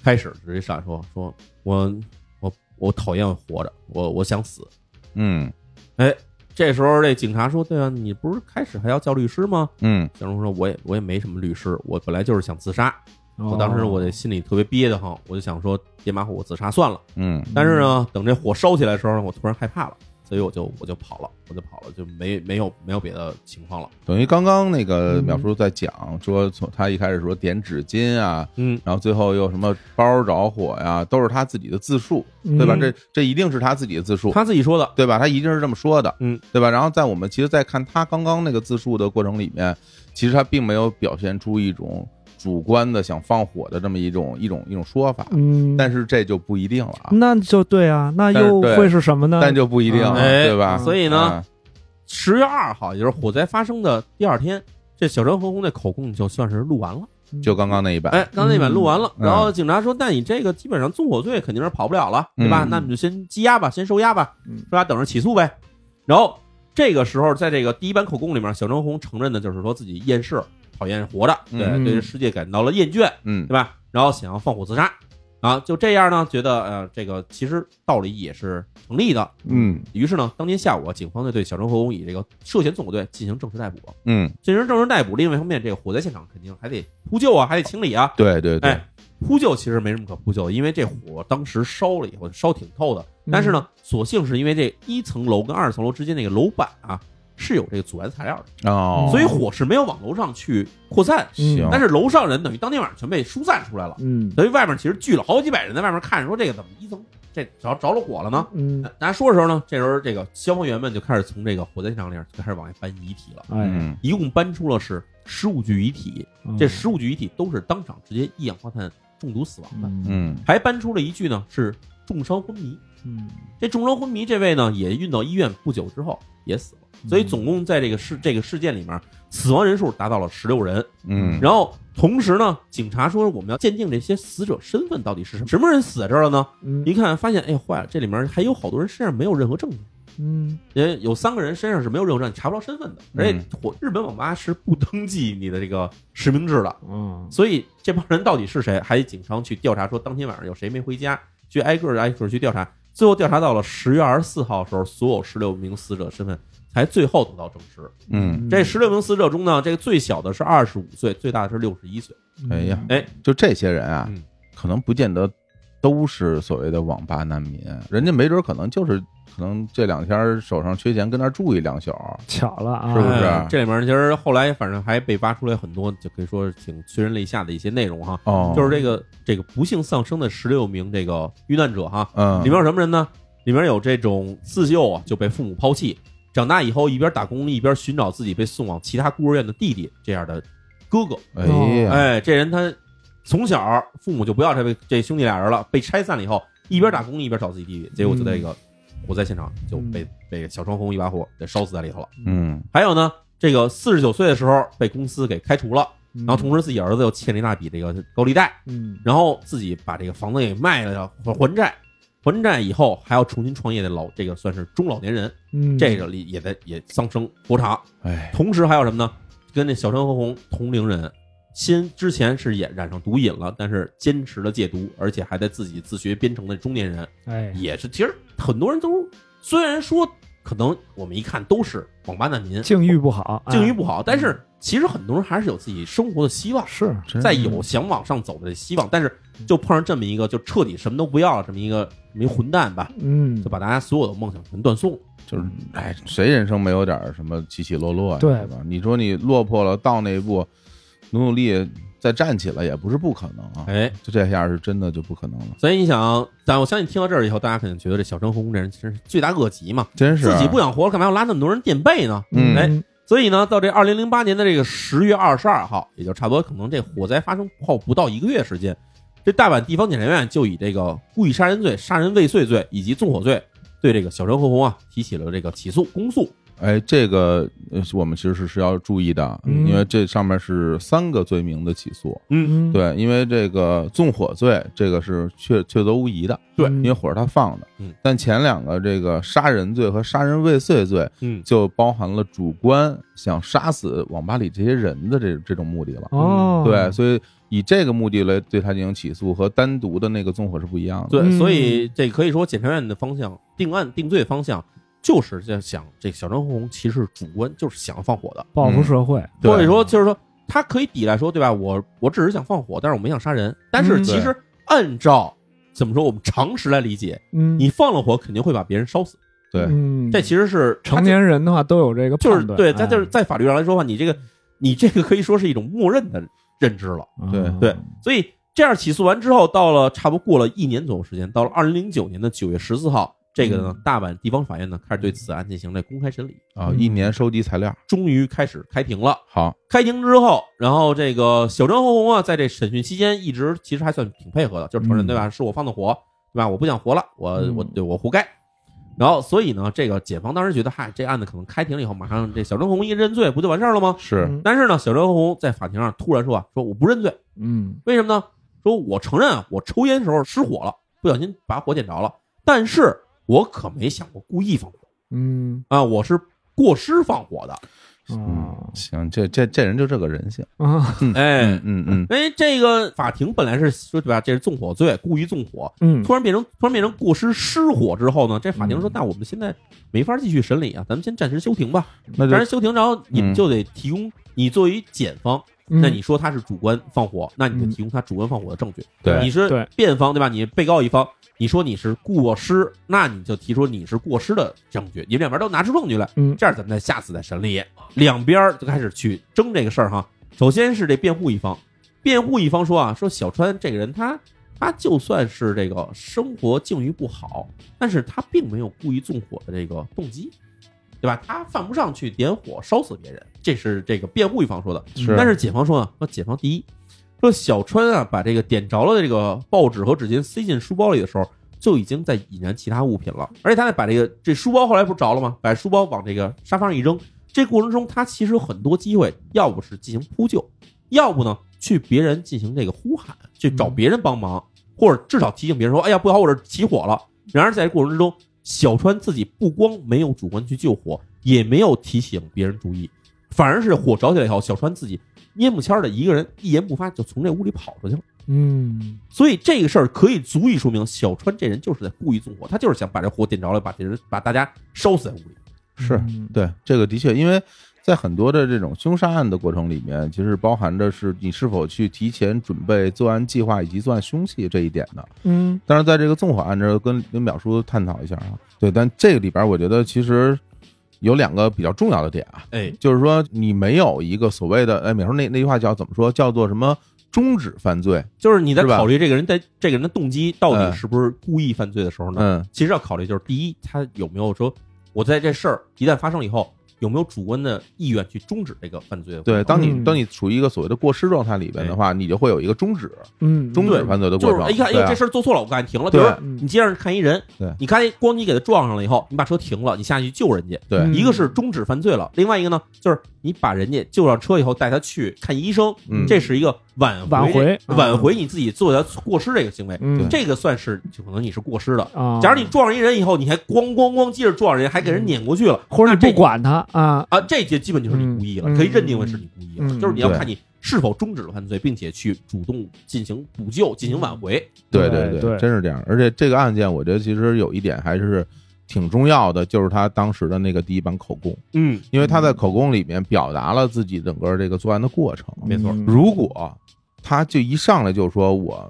[SPEAKER 1] 开始直接上来说说我我我讨厌活着，我我想死，
[SPEAKER 2] 嗯
[SPEAKER 1] 哎。这时候，这警察说：“对啊，你不是开始还要叫律师吗？
[SPEAKER 2] 嗯
[SPEAKER 1] 小荣说：“我也我也没什么律师，我本来就是想自杀。
[SPEAKER 3] 哦
[SPEAKER 1] 我当时我的心里特别憋得慌，我就想说，别马虎，我自杀算了。
[SPEAKER 2] 嗯
[SPEAKER 1] 但是呢，等这火烧起来的时候呢，我突然害怕了，所以我就我就跑了，我就跑了，就没没有没有别的情况了。
[SPEAKER 2] 等于刚刚那个
[SPEAKER 3] 嗯
[SPEAKER 2] 淼叔在讲说，从他一开始说点纸巾啊，
[SPEAKER 1] 嗯，
[SPEAKER 2] 然后最后又什么包着火呀，都是他自己的自述，对吧？
[SPEAKER 3] 嗯
[SPEAKER 2] 这这一定是他自己的自述，
[SPEAKER 1] 他自己说的，
[SPEAKER 2] 对吧？他一定是这么说的，
[SPEAKER 1] 嗯，
[SPEAKER 2] 对吧？然后在我们其实，在看他刚刚那个自述的过程里面，其实他并没有表现出一种主观的想放火的这么一种一种一种说法，
[SPEAKER 3] 嗯，
[SPEAKER 2] 但是这就不一定了
[SPEAKER 1] 嗯
[SPEAKER 2] 啊，
[SPEAKER 3] 那就对啊，那
[SPEAKER 2] 但是
[SPEAKER 3] 又
[SPEAKER 2] 对
[SPEAKER 3] 会是什么呢？
[SPEAKER 2] 但就不一定了，
[SPEAKER 1] 哎
[SPEAKER 2] 对吧？
[SPEAKER 1] 所以呢，
[SPEAKER 2] 嗯，
[SPEAKER 1] 十月二号，也就是火灾发生的第二天，这小张和红的口供就算是录完了。
[SPEAKER 2] 就刚刚那一版，
[SPEAKER 1] 哎，刚才那版录完了，
[SPEAKER 2] 嗯
[SPEAKER 1] 然后警察说：“那你这个基本上纵火罪肯定是跑不了了，对吧？
[SPEAKER 2] 嗯
[SPEAKER 1] 那你就先羁押吧，先收押吧，
[SPEAKER 3] 嗯
[SPEAKER 1] 是吧？等着起诉呗。”然后这个时候，在这个第一版口供里面，小张红承认的就是说自己厌世，讨厌活着，对，
[SPEAKER 2] 嗯
[SPEAKER 1] 对这世界感到了厌倦，
[SPEAKER 2] 嗯
[SPEAKER 1] 对吧？然后想要放火自杀，啊，就这样呢，觉得呃，这个其实道理也是成立的。
[SPEAKER 2] 嗯
[SPEAKER 1] 于是呢，当天下午啊，警方就对小张和红以这个涉嫌纵火罪进行正式逮捕。
[SPEAKER 2] 嗯，
[SPEAKER 1] 进行正式逮捕，另外一方面，这个火灾现场肯定还得扑救啊，还得清理啊。
[SPEAKER 2] 对对对，
[SPEAKER 1] 哎，扑救其实没什么可扑救的，因为这火当时烧了以后烧挺透的。
[SPEAKER 3] 嗯
[SPEAKER 1] 但是呢，所幸是因为这一层楼跟二层楼之间那个楼板啊是有这个阻燃材料的，
[SPEAKER 2] 哦，
[SPEAKER 1] 所以火是没有往楼上去扩散。
[SPEAKER 3] 嗯
[SPEAKER 2] 行，
[SPEAKER 1] 但是楼上人等于当天晚上全被疏散出来了，
[SPEAKER 3] 嗯
[SPEAKER 1] 等于外面其实聚了好几百人在外面看着说这个怎么一层这着着了火了呢？
[SPEAKER 3] 嗯，
[SPEAKER 1] 大家说的时候呢，这时候这个消防员们就开始从这个火灾现场里面就开始往外搬遗体了，
[SPEAKER 3] 哎，
[SPEAKER 2] 嗯
[SPEAKER 1] 一共搬出了是十五具遗体，嗯
[SPEAKER 3] 嗯
[SPEAKER 1] 这十五具遗体都是当场直接一氧化碳中毒死亡的，
[SPEAKER 3] 嗯嗯
[SPEAKER 2] 嗯
[SPEAKER 1] 还搬出了一具呢是重伤昏迷。
[SPEAKER 3] 嗯
[SPEAKER 1] 这重伤昏迷这位呢也运到医院不久之后也死了，所以总共在这个事这个事件里面，死亡人数达到了十六人。
[SPEAKER 2] 嗯，
[SPEAKER 1] 然后同时呢，警察说我们要鉴定这些死者身份到底是什么什么人死在这儿了呢？一
[SPEAKER 3] 嗯
[SPEAKER 1] 看发现，哎坏了，这里面还有好多人身上没有任何证件。
[SPEAKER 3] 嗯
[SPEAKER 1] 人有三个人身上是没有任何证，你查不着身份的。而且火日本网吧是不登记你的这个实名制的，
[SPEAKER 3] 嗯
[SPEAKER 1] 所以这帮人到底是谁，还得警方去调查，说当天晚上有谁没回家，去挨个儿挨个儿去调查。最后调查到了十月二十四号的时候，所有十六名死者身份才最后得到证实。
[SPEAKER 2] 嗯，
[SPEAKER 1] 这十六名死者中呢，这个最小的是二十五岁，最大的是六十一岁。
[SPEAKER 2] 哎呀
[SPEAKER 3] 嗯
[SPEAKER 1] 哎，
[SPEAKER 2] 就这些人啊
[SPEAKER 1] 嗯，
[SPEAKER 2] 可能不见得都是所谓的网吧难民，人家没准可能就是可能这两天手上缺钱，跟那儿住一两宿，
[SPEAKER 3] 巧了啊，
[SPEAKER 2] 是不是
[SPEAKER 1] 哎这里面其实后来反正还被挖出来很多，就可以说是挺催人泪下的一些内容哈。
[SPEAKER 2] 哦，
[SPEAKER 1] 就是这个这个不幸丧生的十六名这个遇难者哈，
[SPEAKER 2] 嗯，
[SPEAKER 1] 里面有什么人呢？里面有这种自幼啊就被父母抛弃，长大以后一边打工一边寻找自己被送往其他孤儿院的弟弟这样的哥哥。
[SPEAKER 2] 哎呀，
[SPEAKER 1] 哎，这人他从小父母就不要这位这兄弟俩人了，被拆散了以后，一边打工一边找自己弟弟，结果就在这个火灾现场就被、被小窗红一把火给烧死在里头了。
[SPEAKER 2] 嗯
[SPEAKER 1] 还有呢，这个四十九岁的时候被公司给开除了，
[SPEAKER 3] 然
[SPEAKER 1] 然后同时自己儿子又欠了一大笔这个高利贷，
[SPEAKER 3] 嗯
[SPEAKER 1] 然后自己把这个房子给卖了还还债，还债以后还要重新创业的老这个算是中老年人，
[SPEAKER 3] 嗯
[SPEAKER 1] 这个里也在也丧生火场。
[SPEAKER 2] 哎，
[SPEAKER 1] 同时还有什么呢？跟这小张和红同龄人，先之前是也染上毒瘾了，但是坚持了戒毒，而且还在自己自学编程的中年人，
[SPEAKER 3] 哎
[SPEAKER 1] 也是其实很多人都虽然说可能我们一看都是网吧难民，
[SPEAKER 3] 境遇不好，哎
[SPEAKER 1] 哦境遇不好，但是其实很多人还是有自己生活的希望。
[SPEAKER 3] 哎是
[SPEAKER 2] 真
[SPEAKER 1] 再有想往上走的希望，但是就碰上这么一个就彻底什么都不要了这么一个这么一混蛋吧，
[SPEAKER 3] 嗯
[SPEAKER 1] 就把大家所有的梦想全断送了。
[SPEAKER 2] 就是哎，谁人生没有点儿什么起起落落呀？
[SPEAKER 3] 对
[SPEAKER 2] 是吧？你说你落魄了，到那一步，努努力再站起来也不是不可能啊。
[SPEAKER 1] 哎，
[SPEAKER 2] 就这下是真的就不可能了，
[SPEAKER 1] 所以你想，但我相信听到这儿以后，大家肯定觉得这小张红这人真是罪大恶极嘛，
[SPEAKER 2] 真是啊
[SPEAKER 1] 自己不想活了，干嘛要拉那么多人垫背呢？
[SPEAKER 2] 嗯
[SPEAKER 1] 哎所以呢，到这二零零八年的这个十月二十二号，也就差不多可能这火灾发生后不到一个月时间，这大阪地方检察院就以这个故意杀人罪、杀人未遂罪以及纵火罪，对这个小张和红啊提起了这个起诉公诉。
[SPEAKER 2] 哎，这个呃我们其实是是要注意的，啊
[SPEAKER 3] 嗯
[SPEAKER 2] 因为这上面是三个罪名的起诉。
[SPEAKER 3] 嗯
[SPEAKER 2] 对，因为这个纵火罪，这个是确确凿无疑的，
[SPEAKER 1] 对
[SPEAKER 2] 因为火是他放的。
[SPEAKER 1] 嗯，
[SPEAKER 2] 但前两个这个杀人罪和杀人未遂罪，
[SPEAKER 1] 嗯，
[SPEAKER 2] 就包含了主观想杀死网吧里这些人的这这种目的了。
[SPEAKER 1] 嗯
[SPEAKER 3] 哦
[SPEAKER 2] 对，所以以这个目的来对他进行起诉，和单独的那个纵火是不一样的。
[SPEAKER 1] 对，
[SPEAKER 3] 嗯
[SPEAKER 1] 所以这可以说检察院的方向定案定罪方向就是在想这小张红其实是主观就是想放火的，
[SPEAKER 3] 报复社会
[SPEAKER 2] 对
[SPEAKER 1] 或者说就是说他可以抵赖说对吧？我我只是想放火，但是我没想杀人。但是
[SPEAKER 3] 嗯
[SPEAKER 1] 其实按照怎么说，我们常识来理解，
[SPEAKER 3] 嗯
[SPEAKER 1] 你放了火肯定会把别人烧死，
[SPEAKER 2] 对
[SPEAKER 3] 嗯
[SPEAKER 1] 这其实是
[SPEAKER 3] 成年人的话都有这个
[SPEAKER 1] 就是
[SPEAKER 3] 判断
[SPEAKER 1] 对，
[SPEAKER 3] 哎
[SPEAKER 1] 他就是在法律上来说的话，你这个你这个可以说是一种默认的认知了。
[SPEAKER 2] 对
[SPEAKER 3] 啊
[SPEAKER 1] 对，所以这样起诉完之后，到了差不多过了一年左右时间，到了二零零九年的九月十四号，这个
[SPEAKER 3] 嗯
[SPEAKER 1] 呢，大阪地方法院呢开始对此案进行这公开审理，
[SPEAKER 2] 啊，一年收集材料，
[SPEAKER 1] 终于开始开庭了。
[SPEAKER 2] 好，
[SPEAKER 1] 开庭之后，然后这个小张和红啊，在这审讯期间一直其实还算挺配合的，就是承认、
[SPEAKER 3] 嗯
[SPEAKER 1] 对吧？是我放的火，对吧？我不想活了，我、
[SPEAKER 3] 嗯
[SPEAKER 1] 我对我活该。然后，所以呢，这个检方当时觉得，嗨，这案子可能开庭了以后，马上这小张红一认罪，不就完事儿了吗？
[SPEAKER 2] 是
[SPEAKER 3] 嗯
[SPEAKER 1] 但是呢，小张和红在法庭上突然说啊，说我不认罪，
[SPEAKER 3] 嗯
[SPEAKER 1] 为什么呢？说我承认啊，我抽烟时候失火了，不小心把火点着了，但是我可没想过故意放火
[SPEAKER 3] 嗯
[SPEAKER 1] 啊，我是过失放火的。
[SPEAKER 3] 哦
[SPEAKER 2] 行，这这这人就这个人性，
[SPEAKER 3] 啊
[SPEAKER 1] 哎，
[SPEAKER 2] 嗯嗯嗯，
[SPEAKER 1] 因为这个法庭本来是说对吧，这是纵火罪，故意纵火，
[SPEAKER 3] 嗯
[SPEAKER 1] 突然变成突然变成过失失火之后呢，这法庭说，
[SPEAKER 3] 嗯
[SPEAKER 1] 那我们现在没法继续审理啊，咱们先暂时休庭吧。
[SPEAKER 2] 那
[SPEAKER 1] 暂时
[SPEAKER 2] 就
[SPEAKER 1] 休庭，然后你们
[SPEAKER 2] 嗯
[SPEAKER 1] 就得提供，你作为检方，
[SPEAKER 3] 嗯
[SPEAKER 1] 那你说他是主观放火，那你就
[SPEAKER 3] 嗯
[SPEAKER 1] 提供他主观放火的证据。
[SPEAKER 2] 对
[SPEAKER 1] 你是
[SPEAKER 3] 对
[SPEAKER 1] 辩方对吧？你被告一方，你说你是过失，那你就提出你是过失的证据，你们两边都拿出证据来，
[SPEAKER 3] 嗯
[SPEAKER 1] 这样咱们再下次再审理。两边儿就开始去争这个事儿哈。首先是这辩护一方，辩护一方说啊，说小川这个人他他就算是这个生活境遇不好，但是他并没有故意纵火的这个动机，对吧？他犯不上去点火烧死别人，这是这个辩护一方说的。
[SPEAKER 3] 嗯
[SPEAKER 2] 是，
[SPEAKER 1] 但是检方说啊，说检方第一，说小川啊把这个点着了的这个报纸和纸巾塞进书包里的时候，就已经在引燃其他物品了，而且他在把这个这书包后来不是着了吗？把书包往这个沙发上一扔，这过程中他其实有很多机会，要不是进行扑救，要不呢去别人进行这个呼喊，去找别人帮忙，或者至少提醒别人说，哎呀不好，我这起火了。然而在这过程之中，小川自己不光没有主观去救火，也没有提醒别人注意，反而是火着起来以后，小川自己蔫不签儿的一个人一言不发就从这屋里跑出去了。
[SPEAKER 3] 嗯
[SPEAKER 1] 所以这个事儿可以足以说明小川这人就是在故意纵火，他就是想把这火点着了，把这人把大家烧死在屋里。
[SPEAKER 2] 是
[SPEAKER 3] 嗯
[SPEAKER 2] 对这个的确，因为在很多的这种凶杀案的过程里面，其实包含着是你是否去提前准备作案计划以及作案凶器这一点的。
[SPEAKER 3] 嗯
[SPEAKER 2] 但是在这个纵火案这儿跟跟淼叔探讨一下啊，对，但这个里边我觉得其实有两个比较重要的点啊，
[SPEAKER 1] 哎，
[SPEAKER 2] 就是说你没有一个所谓的，哎，淼叔那那句话叫怎么说？叫做什么？终止犯罪，
[SPEAKER 1] 就是你在
[SPEAKER 2] 是吧
[SPEAKER 1] 考虑这个人在这个人的动机到底
[SPEAKER 2] 嗯
[SPEAKER 1] 是不是故意犯罪的时候呢，
[SPEAKER 2] 嗯，
[SPEAKER 1] 其实要考虑就是第一，他有没有说我在这事儿一旦发生了以后，有没有主观的意愿去终止这个犯罪的活动？
[SPEAKER 2] 对，当你
[SPEAKER 3] 嗯
[SPEAKER 2] 当你处于一个所谓的过失状态里边的话，你就会有一个终止
[SPEAKER 3] 嗯
[SPEAKER 2] 终止
[SPEAKER 1] 对
[SPEAKER 2] 犯罪的过
[SPEAKER 1] 就是
[SPEAKER 2] 程。
[SPEAKER 1] 哎一看，哎
[SPEAKER 2] 对
[SPEAKER 1] 呦
[SPEAKER 2] 啊
[SPEAKER 1] 这事儿做错了，我赶紧停了。比
[SPEAKER 2] 对
[SPEAKER 1] 如说
[SPEAKER 3] 嗯
[SPEAKER 1] 你街上看一人
[SPEAKER 2] 对，
[SPEAKER 1] 你看光你给他撞上了以后，你把车停了，你下去救人家，
[SPEAKER 3] 嗯
[SPEAKER 2] 对
[SPEAKER 1] 一个是终止犯罪了，另外一个呢就是你把人家救上车以后带他去看医生，
[SPEAKER 2] 嗯
[SPEAKER 1] 这是一个挽回
[SPEAKER 3] 挽回啊
[SPEAKER 1] 挽回你自己做的过失这个行为，
[SPEAKER 3] 嗯
[SPEAKER 1] 这个算是就可能你是过失的。
[SPEAKER 3] 啊，
[SPEAKER 1] 假如你撞上一人以后，你还咣咣咣接着撞人，还给人撵过去了，
[SPEAKER 3] 嗯或者
[SPEAKER 1] 那
[SPEAKER 3] 你
[SPEAKER 1] 这
[SPEAKER 3] 不管他啊，
[SPEAKER 1] 啊，这就基本就是你故意了，
[SPEAKER 3] 嗯
[SPEAKER 1] 可以认定为是你故意了。
[SPEAKER 3] 嗯
[SPEAKER 1] 就是你要
[SPEAKER 2] 对
[SPEAKER 1] 看你是否终止了犯罪，并且去主动进行补救、进行挽回。
[SPEAKER 2] 对
[SPEAKER 3] 对
[SPEAKER 2] 对
[SPEAKER 3] 对
[SPEAKER 2] 真是这样。而且这个案件，我觉得其实有一点还是挺重要的，就是他当时的那个第一版口供，
[SPEAKER 1] 嗯，
[SPEAKER 2] 因为他在口供里面表达了自己整个这个作案的过程。
[SPEAKER 1] 没错
[SPEAKER 3] 嗯
[SPEAKER 2] 如果他就一上来就说我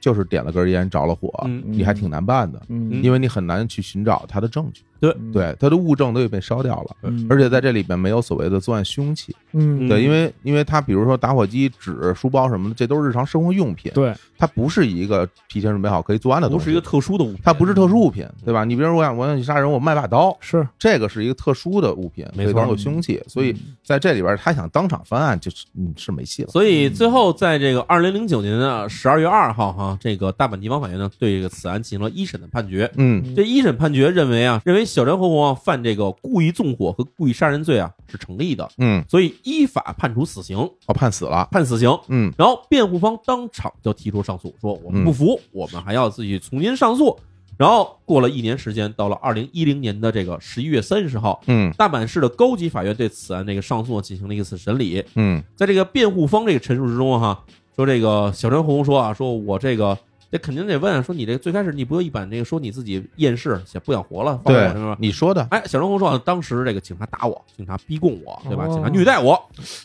[SPEAKER 2] 就是点了根烟着了火，
[SPEAKER 1] 嗯
[SPEAKER 2] 你还挺难办的，
[SPEAKER 3] 嗯
[SPEAKER 2] 因为你很难去寻找他的证据，
[SPEAKER 3] 嗯
[SPEAKER 2] 对他的物证都已被烧掉了。
[SPEAKER 3] 嗯
[SPEAKER 2] 而且在这里边没有所谓的作案凶器，
[SPEAKER 3] 嗯
[SPEAKER 2] 对，因为因为他比如说打火机、纸、书包什么的，这都是日常生活用品，
[SPEAKER 3] 对
[SPEAKER 2] 它不是一个提前准备好可以作案的东
[SPEAKER 1] 不
[SPEAKER 2] 西，
[SPEAKER 1] 是一个特殊的嗯物品，
[SPEAKER 2] 它不是特殊物品，对吧？你比如说我想我想去杀人，我卖把刀，
[SPEAKER 3] 是
[SPEAKER 2] 这个是一个特殊的物品，可
[SPEAKER 1] 没
[SPEAKER 2] 以
[SPEAKER 1] 错嗯
[SPEAKER 2] 当做凶器，所以在这里边他想当场翻案，就是嗯是没戏了。
[SPEAKER 1] 所以最后，在这个二零零九年的十二月二号，哈，这个大阪地方法院呢对这个此案进行了一审的判决。
[SPEAKER 2] 嗯，
[SPEAKER 1] 这一审判决认为啊，认为小张和红啊犯这个故意纵火和故意杀人罪啊是成立的，
[SPEAKER 2] 嗯，
[SPEAKER 1] 所以依法判处死刑，
[SPEAKER 2] 哦，判死了，
[SPEAKER 1] 判死刑。
[SPEAKER 2] 嗯
[SPEAKER 1] 然后辩护方当场就提出上诉，说我们不服，我们还要自己重新上诉。然后过了一年时间，到了二零一零年的这个十一月三十号，
[SPEAKER 2] 嗯
[SPEAKER 1] 大阪市的高级法院对此案这个上诉进行了一次审理。
[SPEAKER 2] 嗯
[SPEAKER 1] 在这个辩护方这个陈述之中啊哈，说这个小张红说啊，说我这个这肯定得问啊，说你这个最开始你不就一版这个说你自己厌世，想不想活了，放火
[SPEAKER 2] 对
[SPEAKER 1] 是吧，？
[SPEAKER 2] 你说的，
[SPEAKER 1] 哎，小张红说、啊，当时这个警察打我，警察逼供我，对吧？
[SPEAKER 3] 哦
[SPEAKER 1] 警察虐待我，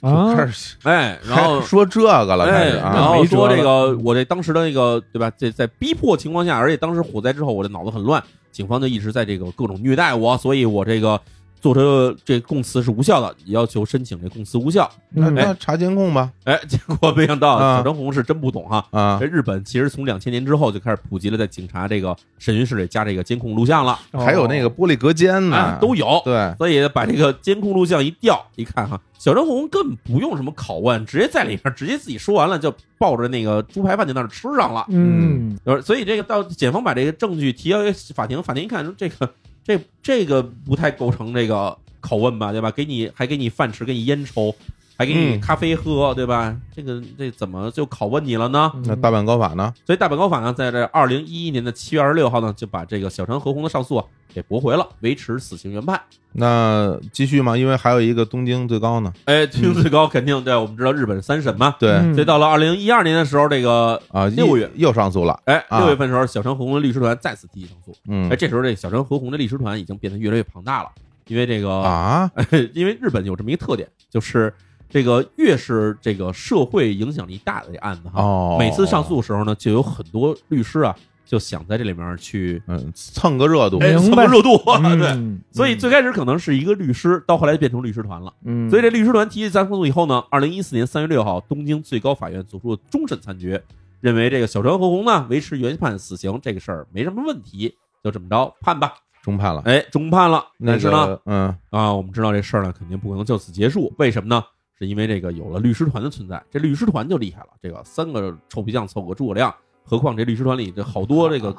[SPEAKER 3] 啊，
[SPEAKER 2] 开始
[SPEAKER 1] 哎，然后
[SPEAKER 2] 开始 说这个了，开
[SPEAKER 1] 哎，
[SPEAKER 2] 始
[SPEAKER 1] 然
[SPEAKER 2] 啊，
[SPEAKER 1] 后
[SPEAKER 3] 没辙
[SPEAKER 1] 说
[SPEAKER 3] 了
[SPEAKER 1] 这个我这当时的那个对吧？这在逼迫情况下，而且当时火灾之后，我这脑子很乱，警方就一直在这个各种虐待我，所以我这个坐车这供词是无效的，要求申请这供词无效。
[SPEAKER 2] 那
[SPEAKER 3] 嗯
[SPEAKER 2] 那查监控吧
[SPEAKER 1] 哎，结果没想到
[SPEAKER 2] 啊
[SPEAKER 1] 小张红是真不懂哈。
[SPEAKER 2] 啊
[SPEAKER 1] 这，日本其实从两千年之后就开始普及了，在警察这个审讯室里加这个监控录像了，
[SPEAKER 3] 哦
[SPEAKER 2] 还有那个玻璃隔间
[SPEAKER 1] 啊
[SPEAKER 2] 呢，，
[SPEAKER 1] 都有。
[SPEAKER 2] 嗯对，
[SPEAKER 1] 所以把这个监控录像一调，一看哈，小张红根本不用什么拷问，直接在里边直接自己说完了，就抱着那个猪排饭就那儿吃上了。
[SPEAKER 3] 嗯，
[SPEAKER 1] 呃，所以这个到检方把这个证据提交给法庭，法庭一看说这个这这个不太构成这个拷问吧，对吧？给你还给你饭吃，给你烟抽，还给你
[SPEAKER 2] 嗯
[SPEAKER 1] 咖啡喝，对吧？这个这怎么就拷问你了呢？
[SPEAKER 3] 嗯
[SPEAKER 2] 那大阪高法呢？
[SPEAKER 1] 所以大阪高法呢，在这二零一一年的七月二十六号呢，就把这个小川和红的上诉啊给驳回了，维持死刑原判。
[SPEAKER 2] 那继续吗？因为还有一个东京最高呢，
[SPEAKER 1] 哎，听
[SPEAKER 2] 嗯
[SPEAKER 1] 最高肯定对，我们知道日本三审嘛。
[SPEAKER 2] 对
[SPEAKER 3] 嗯
[SPEAKER 1] 所以到了二零一二年的时候，这个
[SPEAKER 2] 啊，
[SPEAKER 1] 六
[SPEAKER 2] 又
[SPEAKER 1] 月
[SPEAKER 2] 又上诉了，
[SPEAKER 1] 哎
[SPEAKER 2] 啊
[SPEAKER 1] 六月份的时候，小川和红的律师团再次提起上诉。
[SPEAKER 2] 嗯
[SPEAKER 1] 哎，这时候这个小川和红的律师团已经变得越来越庞大了，因为这个，
[SPEAKER 2] 啊，
[SPEAKER 1] 因为日本有这么一个特点，就是这个越是这个社会影响力大的这案子哈，
[SPEAKER 2] 哦，
[SPEAKER 1] 每次上诉的时候呢，就有很多律师啊，就想在这里面去
[SPEAKER 2] 嗯，蹭个热度，
[SPEAKER 1] 哎蹭
[SPEAKER 3] 明
[SPEAKER 1] 个
[SPEAKER 3] 白
[SPEAKER 1] 热度， 对。
[SPEAKER 3] 嗯
[SPEAKER 1] 所以最开始可能是一个律师，到后来就变成律师团了。
[SPEAKER 3] 嗯，
[SPEAKER 1] 所以这律师团提起上诉以后呢，二零一四年三月六号，东京最高法院作出了终审判决，认为这个小川和红呢维持原判死刑这个事儿没什么问题，就这么着判吧。
[SPEAKER 2] 中判了。
[SPEAKER 1] 哎，中判了。
[SPEAKER 2] 那
[SPEAKER 1] 但是呢，
[SPEAKER 2] 个，嗯，
[SPEAKER 1] 啊，我们知道这事儿呢肯定不可能就此结束，为什么呢？是因为这个有了律师团的存在，这律师团就厉害了。这个三个臭皮匠凑个诸葛亮，何况这律师团里这好多这个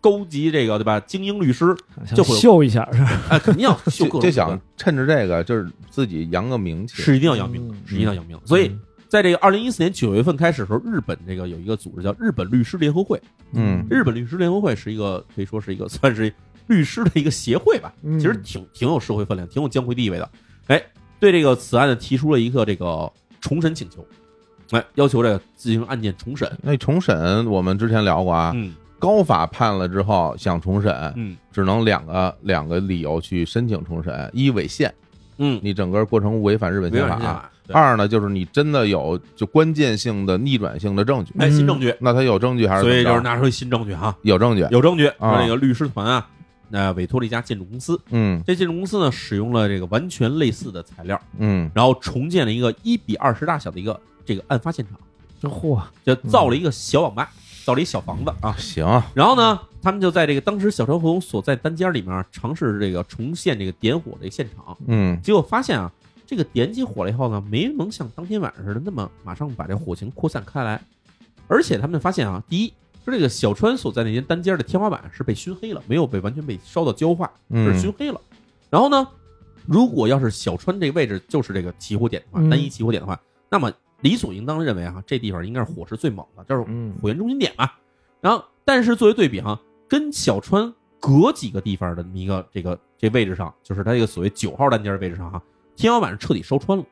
[SPEAKER 1] 勾集这个对吧精英律师，
[SPEAKER 3] 想
[SPEAKER 1] 就会有
[SPEAKER 3] 秀一下是吧
[SPEAKER 1] 哎，肯定要秀各 种
[SPEAKER 2] 就就想趁着这个，就是自己扬个名气。
[SPEAKER 1] 是一定要扬名的
[SPEAKER 3] 嗯，
[SPEAKER 1] 是一定要扬名的。所以在这个二零一四年九月份开始的时候，日本这个有一个组织叫日本律师联合会。
[SPEAKER 2] 嗯
[SPEAKER 1] 日本律师联合会是一个可以说是一个 算是律师的一个协会吧，
[SPEAKER 3] 嗯
[SPEAKER 1] 其实挺挺有社会分量，挺有江湖地位的。哎，对这个此案呢提出了一个这个重审请求，哎，要求这个进行案件重审。
[SPEAKER 2] 那重审我们之前聊过啊，
[SPEAKER 1] 嗯
[SPEAKER 2] 高法判了之后想重审，
[SPEAKER 1] 嗯
[SPEAKER 2] 只能两个两个理由去申请重审：一违宪，
[SPEAKER 1] 嗯，
[SPEAKER 2] 你整个过程违反日本
[SPEAKER 1] 违
[SPEAKER 2] 宪
[SPEAKER 1] 反宪
[SPEAKER 2] 法；啊
[SPEAKER 1] 法。啊对
[SPEAKER 2] 二呢，就是你真的有就关键性的逆转性的证据。
[SPEAKER 1] 哎，新证据，
[SPEAKER 2] 那他有证据嗯还是怎
[SPEAKER 1] 所
[SPEAKER 2] 么着？
[SPEAKER 1] 以就是拿出一新证据哈，
[SPEAKER 2] 有证据，
[SPEAKER 1] 有证据
[SPEAKER 2] 啊
[SPEAKER 1] 说这个律师团啊，那委托了一家建筑公司，
[SPEAKER 2] 嗯
[SPEAKER 1] 这建筑公司呢使用了这个完全类似的材料，
[SPEAKER 2] 嗯
[SPEAKER 1] 然后重建了一个一比二十大小的一个这个案发现场，
[SPEAKER 3] 嚯，
[SPEAKER 1] 就造了一个小网吧，造了一小房子啊。
[SPEAKER 2] 行，
[SPEAKER 1] 然后呢，他们就在这个当时小川红所在单间里面尝试这个重现这个点火的现场，
[SPEAKER 2] 嗯
[SPEAKER 1] 结果发现啊，这个点起火了以后呢，没能像当天晚上似的那么马上把这火情扩散开来，而且他们发现啊，第一。说这个小川所在那间单间的天花板是被熏黑了，没有被完全被烧到焦化，是熏
[SPEAKER 2] 嗯
[SPEAKER 1] 黑了。然后呢，如果要是小川这个位置就是这个起火点的话，
[SPEAKER 3] 嗯
[SPEAKER 1] 单一起火点的话，那么理所应当认为啊，这地方应该是火势最猛的，这是
[SPEAKER 3] 嗯
[SPEAKER 1] 火源中心点嘛。然后，但是作为对比哈、跟小川隔几个地方的这么一个这个这位置上，就是它这个所谓九号单间的位置上哈、天花板是彻底烧穿了，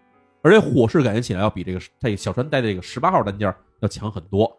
[SPEAKER 1] 而且火势感觉起来要比这个在小川待的这个十八号单间要强很多。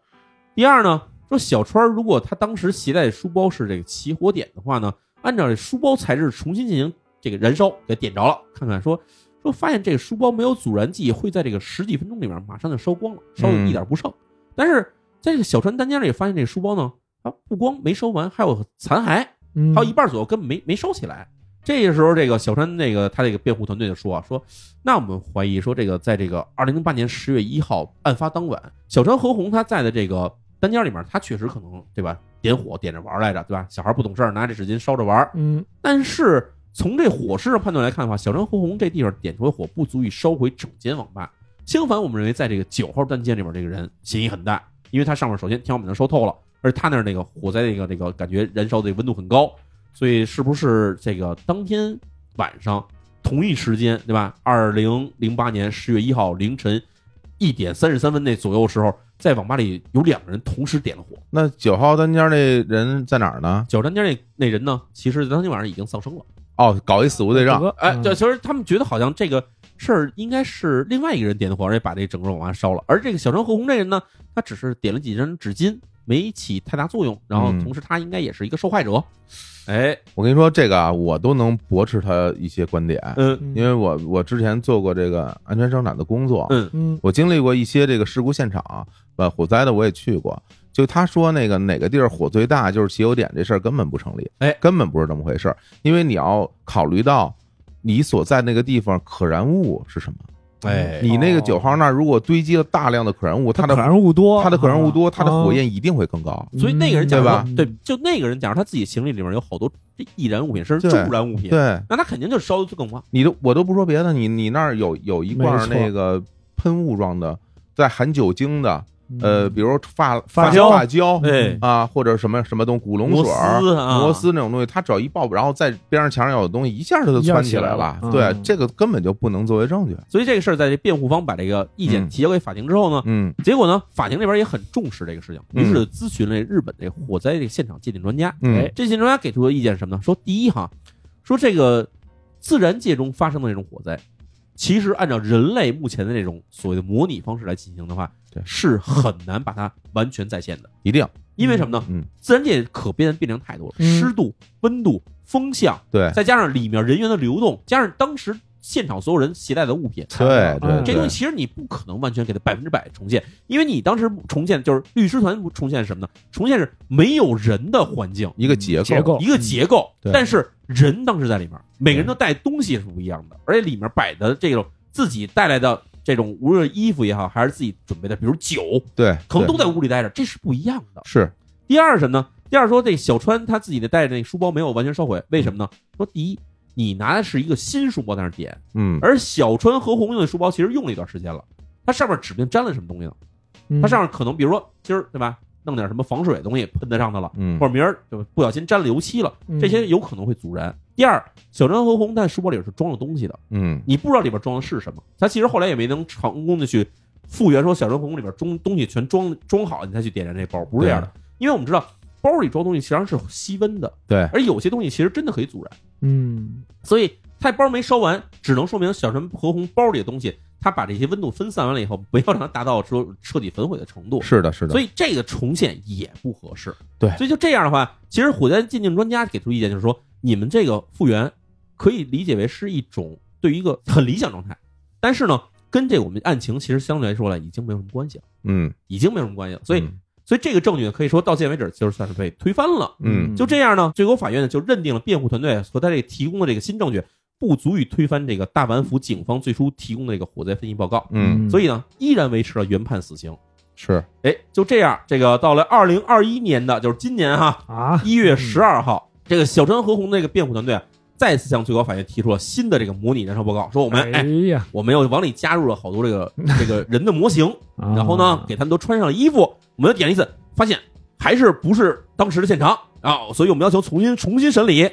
[SPEAKER 1] 第二呢，说小川如果他当时携带的书包是这个起火点的话呢，按照这书包材质重新进行这个燃烧，给点着了，看看说说发现这个书包没有阻燃剂，会在这个十几分钟里面马上就烧光了，烧的一点不剩。但是在这个小川单间里发现这个书包呢，它不光没烧完，还有残骸，
[SPEAKER 3] 嗯
[SPEAKER 1] 还有一半左右根本没没烧起来。这个时候，这个小川那个他这个辩护团队就说啊，说那我们怀疑说这个在这个二零零八年十月一号案发当晚，小川和红他在的这个单间里面，他确实可能对吧点火点着玩来着，对吧？小孩不懂事儿，拿这纸巾烧着玩儿。
[SPEAKER 3] 嗯
[SPEAKER 1] 但是从这火势上判断来看的话，小川和红这地方点出的火不足以烧毁整间网吧。相反，我们认为在这个九号单间里面，这个人嫌疑很大，因为他上面首先天花板都烧透了，而他那儿那个火灾那个那个感觉燃烧的温度很高，所以是不是这个当天晚上同一时间，对吧？二零零八年十月一号凌晨一点三十三分那左右时候，在网吧里有两个人同时点了火。
[SPEAKER 2] 那九号单间那人在哪儿呢？
[SPEAKER 1] 九号单间那那人呢，其实当天晚上已经丧生了。
[SPEAKER 2] 哦，搞一死无对证，
[SPEAKER 1] 哎，
[SPEAKER 3] 嗯
[SPEAKER 1] 对，其实他们觉得好像这个事儿应该是另外一个人点的火，而且把这整个网吧烧了。而这个小川和红这人呢，他只是点了几张纸巾，没起太大作用。然后
[SPEAKER 2] 嗯
[SPEAKER 1] 同时他应该也是一个受害者。哎，
[SPEAKER 2] 我跟你说这个啊，我都能驳斥他一些观点，
[SPEAKER 1] 嗯
[SPEAKER 2] 因为我我之前做过这个安全生产的工作，
[SPEAKER 1] 嗯
[SPEAKER 3] 嗯
[SPEAKER 2] 我经历过一些这个事故现场，呃，火灾的我也去过。就他说那个哪个地儿火最大，就是起油点这事儿根本不成立，
[SPEAKER 1] 哎
[SPEAKER 2] 根本不是这么回事儿。因为你要考虑到你所在那个地方可燃物是什么。
[SPEAKER 1] 哎，
[SPEAKER 2] 你那个九号那儿如果堆积了大量的可燃物，它
[SPEAKER 3] 可
[SPEAKER 2] 的
[SPEAKER 3] 燃物多，
[SPEAKER 2] 它的可燃物多，
[SPEAKER 3] 啊
[SPEAKER 2] 它的火，焰一定会更高。
[SPEAKER 1] 所以那个人假
[SPEAKER 2] 嗯对
[SPEAKER 1] 如
[SPEAKER 2] 吧
[SPEAKER 1] 对，就那个人假如他自己行李里面有好多这易燃物品，甚至
[SPEAKER 2] 对
[SPEAKER 1] 助燃物品，
[SPEAKER 2] 对，
[SPEAKER 1] 那他肯定就烧的最更旺。
[SPEAKER 2] 你都我都不说别的，你你那儿有有一
[SPEAKER 3] 没
[SPEAKER 2] 罐
[SPEAKER 3] 错
[SPEAKER 2] 那个喷雾状的，在含酒精的，
[SPEAKER 3] 嗯
[SPEAKER 2] 呃，，比如发
[SPEAKER 3] 发
[SPEAKER 2] 胶
[SPEAKER 3] 胶
[SPEAKER 2] 发胶
[SPEAKER 1] 哎，
[SPEAKER 2] 啊，或者什么什么东西古龙
[SPEAKER 1] 螺
[SPEAKER 2] 水
[SPEAKER 1] 丝
[SPEAKER 2] 儿、
[SPEAKER 1] 啊，
[SPEAKER 2] 螺丝那种东西，它只要一爆，然后在边上墙上有东西，一下它就
[SPEAKER 3] 一下
[SPEAKER 2] 窜
[SPEAKER 3] 起
[SPEAKER 2] 来
[SPEAKER 3] 来
[SPEAKER 2] 了
[SPEAKER 3] 了。
[SPEAKER 2] 对
[SPEAKER 3] 嗯，
[SPEAKER 2] 这个根本就不能作为证据。
[SPEAKER 1] 所以这个事儿，在这辩护方把这个意见
[SPEAKER 2] 嗯
[SPEAKER 1] 提交给法庭之后呢，
[SPEAKER 2] 嗯
[SPEAKER 1] 结果呢，法庭那边也很重视这个事情，
[SPEAKER 2] 嗯
[SPEAKER 1] 于是咨询了日本这个火灾这个现场鉴定专家。
[SPEAKER 2] 嗯
[SPEAKER 3] 哎，
[SPEAKER 1] 这鉴定专家给出的意见是什么呢？说第一哈，说这个自然界中发生的这种火灾，其实按照人类目前的这种所谓的模拟方式来进行的话
[SPEAKER 2] 对，
[SPEAKER 1] 是很难把它完全再现的。
[SPEAKER 2] 一定
[SPEAKER 1] 因为什么呢？
[SPEAKER 2] 嗯嗯
[SPEAKER 1] 自然界可变的变量太多了，
[SPEAKER 3] 嗯
[SPEAKER 1] 湿度、温度、风向，
[SPEAKER 2] 对
[SPEAKER 1] 再加上里面人员的流动，加上当时现场所有人携带的物品，
[SPEAKER 2] 对对
[SPEAKER 3] 嗯
[SPEAKER 1] 这东西，
[SPEAKER 2] 对
[SPEAKER 1] 其实你不可能完全给它百分之百重现，因为你当时重现就是律师团重现是什么呢？重现是没有人的环境，
[SPEAKER 2] 一个结
[SPEAKER 3] 结
[SPEAKER 2] 构。
[SPEAKER 3] 构
[SPEAKER 1] 一个结构，
[SPEAKER 2] 哦嗯对
[SPEAKER 1] 但是人当时在里面，每个人都带东西是不一样的，而且里面摆的这种自己带来的这种无论是衣服也好，还是自己准备的，比如酒，
[SPEAKER 2] 对，
[SPEAKER 1] 可能
[SPEAKER 2] 对
[SPEAKER 1] 都在屋里待着，这是不一样的。
[SPEAKER 2] 是
[SPEAKER 1] 第二是什么呢？第二说这小川他自己的带着那书包没有完全烧毁，为什么呢？说第一，你拿的是一个新书包在那儿点，
[SPEAKER 2] 嗯，
[SPEAKER 1] 而小川和红用的书包其实用了一段时间了，它上面指不定沾了什么东西呢？
[SPEAKER 2] 嗯
[SPEAKER 3] 嗯
[SPEAKER 1] 它上面可能比如说今儿对吧，弄点什么防水的东西喷在上头了，
[SPEAKER 2] 嗯
[SPEAKER 1] 或者明儿就不小心沾了油漆了，这些有可能会阻燃。第二，小川和红在书包里是装了东西的，
[SPEAKER 2] 嗯
[SPEAKER 1] 你不知道里边装的是什么。他其实后来也没能成功的去复原，说小川和红里边装东西全装装好，你再去点燃这包，不是这样的。因为我们知道包里装东西实际上是吸温的，
[SPEAKER 2] 啊对
[SPEAKER 1] 而有些东西其实真的可以阻燃。
[SPEAKER 3] 嗯，
[SPEAKER 1] 所以他包没烧完，只能说明小陈和红包里的东西，他把这些温度分散完了以后，不要让它达到说彻底焚毁的程度。
[SPEAKER 2] 嗯是的是的，
[SPEAKER 1] 所
[SPEAKER 2] 以
[SPEAKER 1] 以这个重现也不合适。
[SPEAKER 2] 对
[SPEAKER 1] 所以就这样的话，其实火灾鉴定专家给出意见就是说，你们这个复原可以理解为是一种对于一个很理想状态，但是呢，跟这个我们案情其实相对来说呢，已经没有什么关系了，
[SPEAKER 2] 嗯，
[SPEAKER 1] 已经没有什么关系了。所以，
[SPEAKER 2] 嗯
[SPEAKER 1] 所以这个证据呢可以说到现在为止就是算是被推翻了。
[SPEAKER 2] 嗯
[SPEAKER 1] 就这样呢，最高法院呢就认定了辩护团队和他这个提供的这个新证据不足以推翻这个大阪府警方最初提供的这个火灾分析报告，
[SPEAKER 2] 嗯
[SPEAKER 1] 所以呢，依然维持了原判死刑。
[SPEAKER 2] 是
[SPEAKER 1] 哎，就这样，这个到了二零二一年的，就是今年 哈
[SPEAKER 3] 啊，
[SPEAKER 1] 一
[SPEAKER 2] 嗯
[SPEAKER 1] 月十二号，这个小川和红的这个辩护团队啊再次向最高法院提出了新的这个模拟燃烧报告，说我们哎
[SPEAKER 3] 哎呀，
[SPEAKER 1] 我们又往里加入了好多这个这个人的模型，
[SPEAKER 3] 啊
[SPEAKER 1] 然后
[SPEAKER 2] 哦
[SPEAKER 1] 呢，给他们都穿上了衣服，我们又点了一次，发现还是不是当时的现场啊，所以我们要求重新重新审理。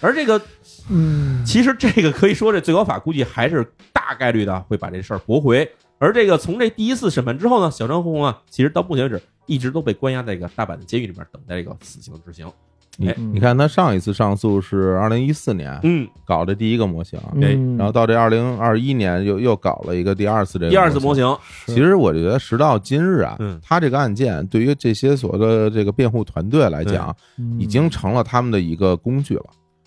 [SPEAKER 1] 而这个
[SPEAKER 3] 嗯，
[SPEAKER 1] 其实这个可以说，这最高法估计还是大概率的会把这事儿驳回。而这个从这第一次审判之后呢，小张红啊，其实到目前为止一直都被关押在这个大阪的监狱里面，等待这个死刑的执行。
[SPEAKER 2] 你
[SPEAKER 1] 哎
[SPEAKER 2] 你看他上一次上诉是二零一四年
[SPEAKER 1] 嗯，
[SPEAKER 2] 搞的第一个模型，
[SPEAKER 1] 哎
[SPEAKER 3] 嗯，
[SPEAKER 2] 然后到这二零二一年又又搞了一个第二次这个
[SPEAKER 1] 第二次模
[SPEAKER 2] 哎型。
[SPEAKER 1] 型，
[SPEAKER 2] 其实我觉得时到今日啊
[SPEAKER 1] 嗯，
[SPEAKER 2] 他这个案件对于这些所谓的这个辩护团队来讲，
[SPEAKER 3] 嗯
[SPEAKER 2] 已经成了他们的一个工具了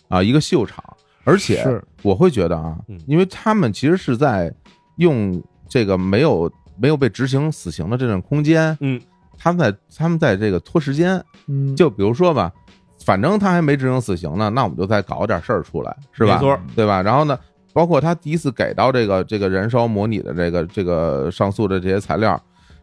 [SPEAKER 2] 啊，一个秀场。而且
[SPEAKER 3] 是
[SPEAKER 2] 我会觉得啊
[SPEAKER 1] 嗯，
[SPEAKER 2] 因为他们其实是在用这个没有没有被执行死刑的这种空间，
[SPEAKER 1] 嗯，
[SPEAKER 2] 他们在他们在这个拖时间，
[SPEAKER 3] 嗯
[SPEAKER 2] 就比如说吧，反正他还没执行死刑呢，那我们就再搞点事儿出来，是吧
[SPEAKER 1] 没？错，
[SPEAKER 2] 对吧？然后呢，包括他第一次给到这个这个燃烧模拟的这个这个上诉的这些材料，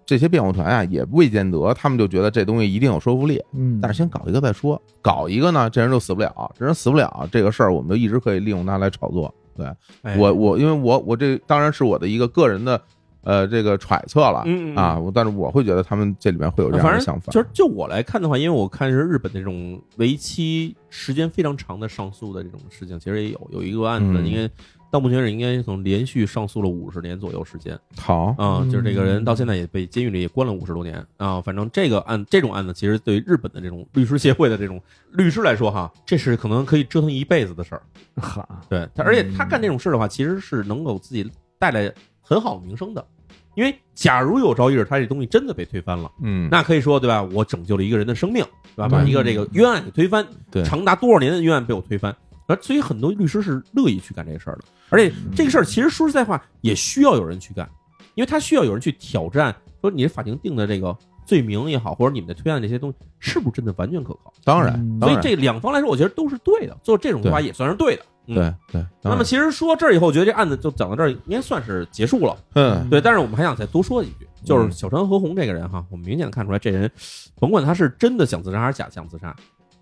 [SPEAKER 2] 这些辩护团啊也未见得，他们就觉得这东西一定有说服力。
[SPEAKER 3] 嗯，
[SPEAKER 2] 但是先搞一个再说，搞一个呢，这人就死不了，这人死不了，这个事儿我们就一直可以利用它来炒作。对
[SPEAKER 1] 哎
[SPEAKER 2] 我我，因为我我这当然是我的一个个人的呃这个揣测了
[SPEAKER 1] 嗯嗯嗯
[SPEAKER 2] 啊，我但是我会觉得他们这里面会有这样
[SPEAKER 1] 反
[SPEAKER 2] 的
[SPEAKER 1] 正
[SPEAKER 2] 想法，
[SPEAKER 1] 就是就我来看的话，因为我看是日本那种为期时间非常长的上诉的这种事情，其实也有有一个案子，
[SPEAKER 2] 嗯
[SPEAKER 1] 应该到目前为止应该可能连续上诉了五十年左右时间。
[SPEAKER 2] 好，
[SPEAKER 1] 啊、
[SPEAKER 3] 嗯
[SPEAKER 1] 就是这个人到现在也被监狱里也关了五十多年啊、反正这个案这种案子，其实对于日本的这种律师协会的这种律师来说，哈，这是可能可以折腾一辈子的事儿。
[SPEAKER 3] 好，
[SPEAKER 1] 对他，而且他干这种事儿的话，其实是能够自己带来很好的名声的。因为假如有朝一日他这东西真的被推翻了，
[SPEAKER 2] 嗯，
[SPEAKER 1] 那可以说对吧？我拯救了一个人的生命，对吧？
[SPEAKER 3] 对
[SPEAKER 1] 把一个这个冤案给推翻，
[SPEAKER 2] 对
[SPEAKER 1] 长达多少年的冤案被我推翻。而所以很多律师是乐意去干这个事儿的，而且
[SPEAKER 2] 嗯
[SPEAKER 1] 这个事儿其实说实在话，也需要有人去干，因为他需要有人去挑战，说你这法庭定的这个罪名也好，或者你们的推案这些东西是不是真的完全可靠。
[SPEAKER 2] 当然
[SPEAKER 3] 嗯
[SPEAKER 2] 当
[SPEAKER 1] 所以
[SPEAKER 2] 然
[SPEAKER 1] 这两方来说，我觉得都是对的，做这种做法
[SPEAKER 2] 对
[SPEAKER 1] 也算是对的。嗯
[SPEAKER 2] 对对。
[SPEAKER 1] 那么其实说这儿以后，我觉得这案子就讲到这儿，应该算是结束了。
[SPEAKER 2] 嗯，
[SPEAKER 1] 对，但是我们还想再多说一句，就是小川和宏这个人哈，我们明显看出来，这人甭管他是真的想自杀还是假想自杀，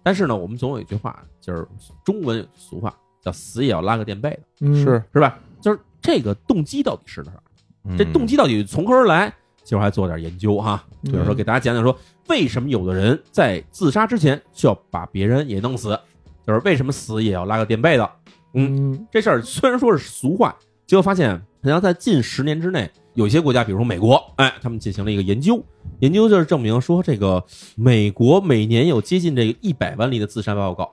[SPEAKER 1] 但是呢，我们总有一句话，就是中文有句俗话叫“死也要拉个垫背”的，
[SPEAKER 3] 嗯
[SPEAKER 2] 是
[SPEAKER 1] 是吧？就是这个动机到底是哪儿？嗯这动
[SPEAKER 2] 机
[SPEAKER 1] 机到底从何而来？其实我还做点研究哈，
[SPEAKER 3] 嗯
[SPEAKER 1] 比如说给大家讲讲说，为什么有的人在自杀之前就要把别人也弄死，就是为什么死也要拉个垫背的。
[SPEAKER 3] 嗯
[SPEAKER 1] 这事儿虽然说是俗话，结果发现好像在近十年之内，有一些国家，比如说美国，哎，他们进行了一个研究，研究就是证明说，这个美国每年有接近这个一百万例的自杀报告，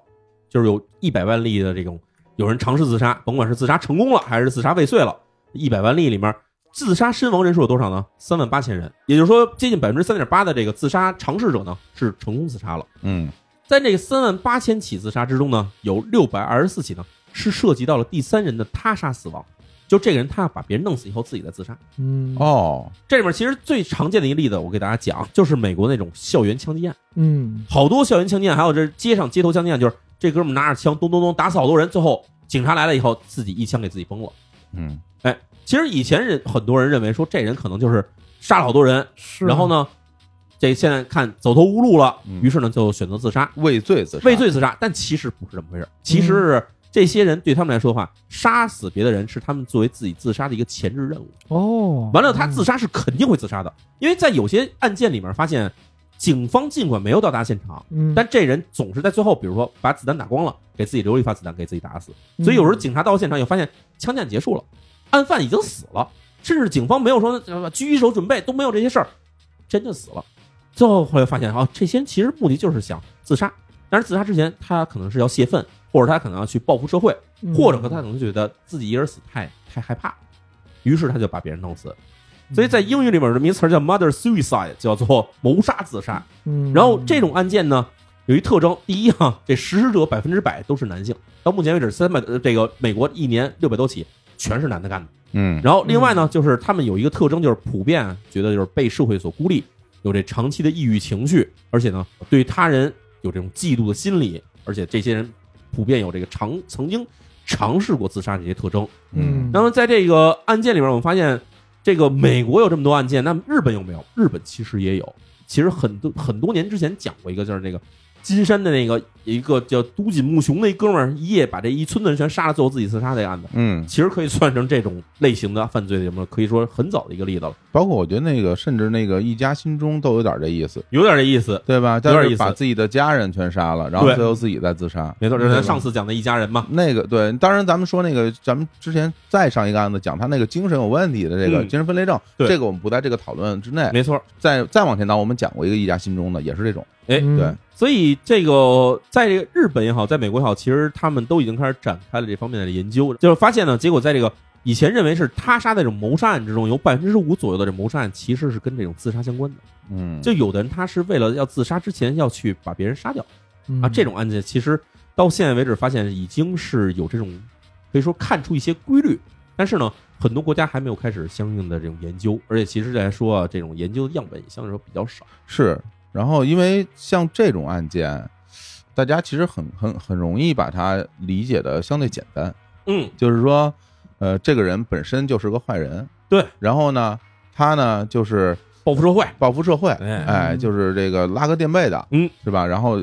[SPEAKER 1] 就是有一百万例的这种有人尝试自杀，甭管是自杀成功了还是自杀未遂了，一百万例里面。自杀身亡人数有多少呢？三万八千人，也就是说，接近百分之三点八的这个自杀尝试者呢是成功自杀了。
[SPEAKER 2] 嗯
[SPEAKER 1] 在这个三万八千起自杀之中呢，有六百二十四起呢是涉及到了第三人的他杀死亡，就这个人他要把别人弄死以后自己再自杀。
[SPEAKER 3] 嗯
[SPEAKER 2] 哦
[SPEAKER 1] 这里面其实最常见的一个例子，我给大家讲，就是美国那种校园枪击案，
[SPEAKER 3] 嗯
[SPEAKER 1] 好多校园枪击案，还有这街上街头枪击案，就是这哥们拿着枪咚咚咚打死好多人，最后警察来了以后自己一枪给自己崩了。
[SPEAKER 2] 嗯
[SPEAKER 1] 其实以前人很多人认为说这人可能就是杀了好多人，
[SPEAKER 3] 是，啊
[SPEAKER 1] 然后呢，这现在看走投无路了，
[SPEAKER 2] 嗯
[SPEAKER 1] 于是呢就选择自杀。
[SPEAKER 2] 畏罪自杀
[SPEAKER 1] 畏罪自杀，但其实不是这么回事儿，其实是这些人对他们来说的话，杀死别的人是他们作为自己自杀的一个前置任务。
[SPEAKER 3] 哦，
[SPEAKER 1] 完了，他自杀是肯定会自杀的，因为在有些案件里面发现，警方尽管没有到达现场，
[SPEAKER 3] 嗯，
[SPEAKER 1] 但这人总是在最后，比如说把子弹打光了，给自己留了一发子弹，给自己打死。
[SPEAKER 3] 嗯
[SPEAKER 1] 所以有时候警察到现场，又发现枪战结束了，案犯已经死了，甚至警方没有说呃狙击手准备都没有这些事儿，真的死了。最后后来发现啊，这些人其实目的就是想自杀，但是自杀之前他可能是要泄愤，或者他可能要去报复社会，
[SPEAKER 3] 嗯
[SPEAKER 1] 或者他可能觉得自己一个人死太太害怕，于是他就把别人弄死。
[SPEAKER 3] 嗯
[SPEAKER 1] 所以在英语里面有这么一词儿叫 mother suicide，叫做谋杀自杀。
[SPEAKER 3] 嗯
[SPEAKER 1] 然后这种案件呢，有一特征，第一哈、这实施者百分之百都是男性。到目前为止，三百呃这个美国一年六百多起，全是男的干的。
[SPEAKER 2] 嗯
[SPEAKER 1] 然后另外呢，就是他们有一个特征，就是普遍觉得就是被社会所孤立，有这长期的抑郁情绪，而且呢，对他人有这种嫉妒的心理，而且这些人普遍有这个尝曾经尝试过自杀这些特征。
[SPEAKER 3] 嗯，
[SPEAKER 1] 那么在这个案件里面，我们发现这个美国有这么多案件，那么日本有没有？日本其实也有。其实很多很多年之前讲过一个，就是那个金山的那个一个叫都井木雄的一哥们儿，一夜把这一村子人全杀了，最后自己自杀这个案子，
[SPEAKER 2] 嗯，
[SPEAKER 1] 其实可以算成这种类型的犯罪里面可以说很早的一个例子了，
[SPEAKER 2] 包括我觉得那个，甚至那个一家心中都有点这意思，
[SPEAKER 1] 有点这意思。
[SPEAKER 2] 对吧？
[SPEAKER 1] 点
[SPEAKER 2] 但是
[SPEAKER 1] 意思
[SPEAKER 2] 把自己的家人全杀了，然后
[SPEAKER 1] 对
[SPEAKER 2] 最后自己再自杀。
[SPEAKER 1] 没错，这是咱
[SPEAKER 2] 对吧
[SPEAKER 1] 上次讲的一家人嘛。
[SPEAKER 2] 那个对，当然咱们说那个，咱们之前再上一个案子讲他那个精神有问题的这个
[SPEAKER 1] 嗯
[SPEAKER 2] 精神分裂症，
[SPEAKER 1] 对
[SPEAKER 2] 这个我们不在这个讨论之内。
[SPEAKER 1] 没错，
[SPEAKER 2] 再再往前倒，我们讲过一个一家心中的，也是这种。
[SPEAKER 1] 哎
[SPEAKER 3] 嗯
[SPEAKER 2] 对，
[SPEAKER 1] 所以这个在这个日本也好，在美国也好，其实他们都已经开始展开了这方面的研究，就是发现呢，结果在这个以前认为是他杀的这种谋杀案之中，有百分之五左右的这谋杀案其实是跟这种自杀相关的。
[SPEAKER 2] 嗯，
[SPEAKER 1] 就有的人他是为了要自杀之前要去把别人杀掉啊，
[SPEAKER 3] 嗯
[SPEAKER 1] 这种案件其实到现在为止发现已经是有这种可以说看出一些规律，但是呢，很多国家还没有开始相应的这种研究，而且其实来说啊，这种研究的样本相对来说比较少。
[SPEAKER 2] 是，然后因为像这种案件，大家其实很很很容易把它理解的相对简单，
[SPEAKER 1] 嗯，
[SPEAKER 2] 就是说，呃，这个人本身就是个坏人，
[SPEAKER 1] 对，
[SPEAKER 2] 然后呢，他呢就是
[SPEAKER 1] 报复社会，
[SPEAKER 2] 报复社会，
[SPEAKER 1] 哎
[SPEAKER 2] 哎，
[SPEAKER 3] 嗯
[SPEAKER 2] 就是这个拉个垫背的，
[SPEAKER 1] 嗯，
[SPEAKER 2] 是吧？然后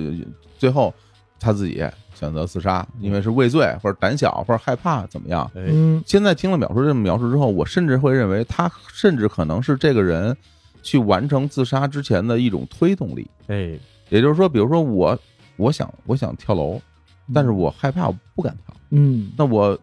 [SPEAKER 2] 最后他自己选择自杀，因为是畏罪或者胆小或者害怕怎么样。
[SPEAKER 1] 哎
[SPEAKER 3] 嗯
[SPEAKER 2] 现在听了淼叔这么描述之后，我甚至会认为他甚至可能是这个人去完成自杀之前的一种推动力。
[SPEAKER 1] 哎，
[SPEAKER 2] 也就是说，比如说我我想我想跳楼，
[SPEAKER 1] 嗯
[SPEAKER 2] 但是我害怕，我不敢跳。
[SPEAKER 3] 嗯
[SPEAKER 2] 那我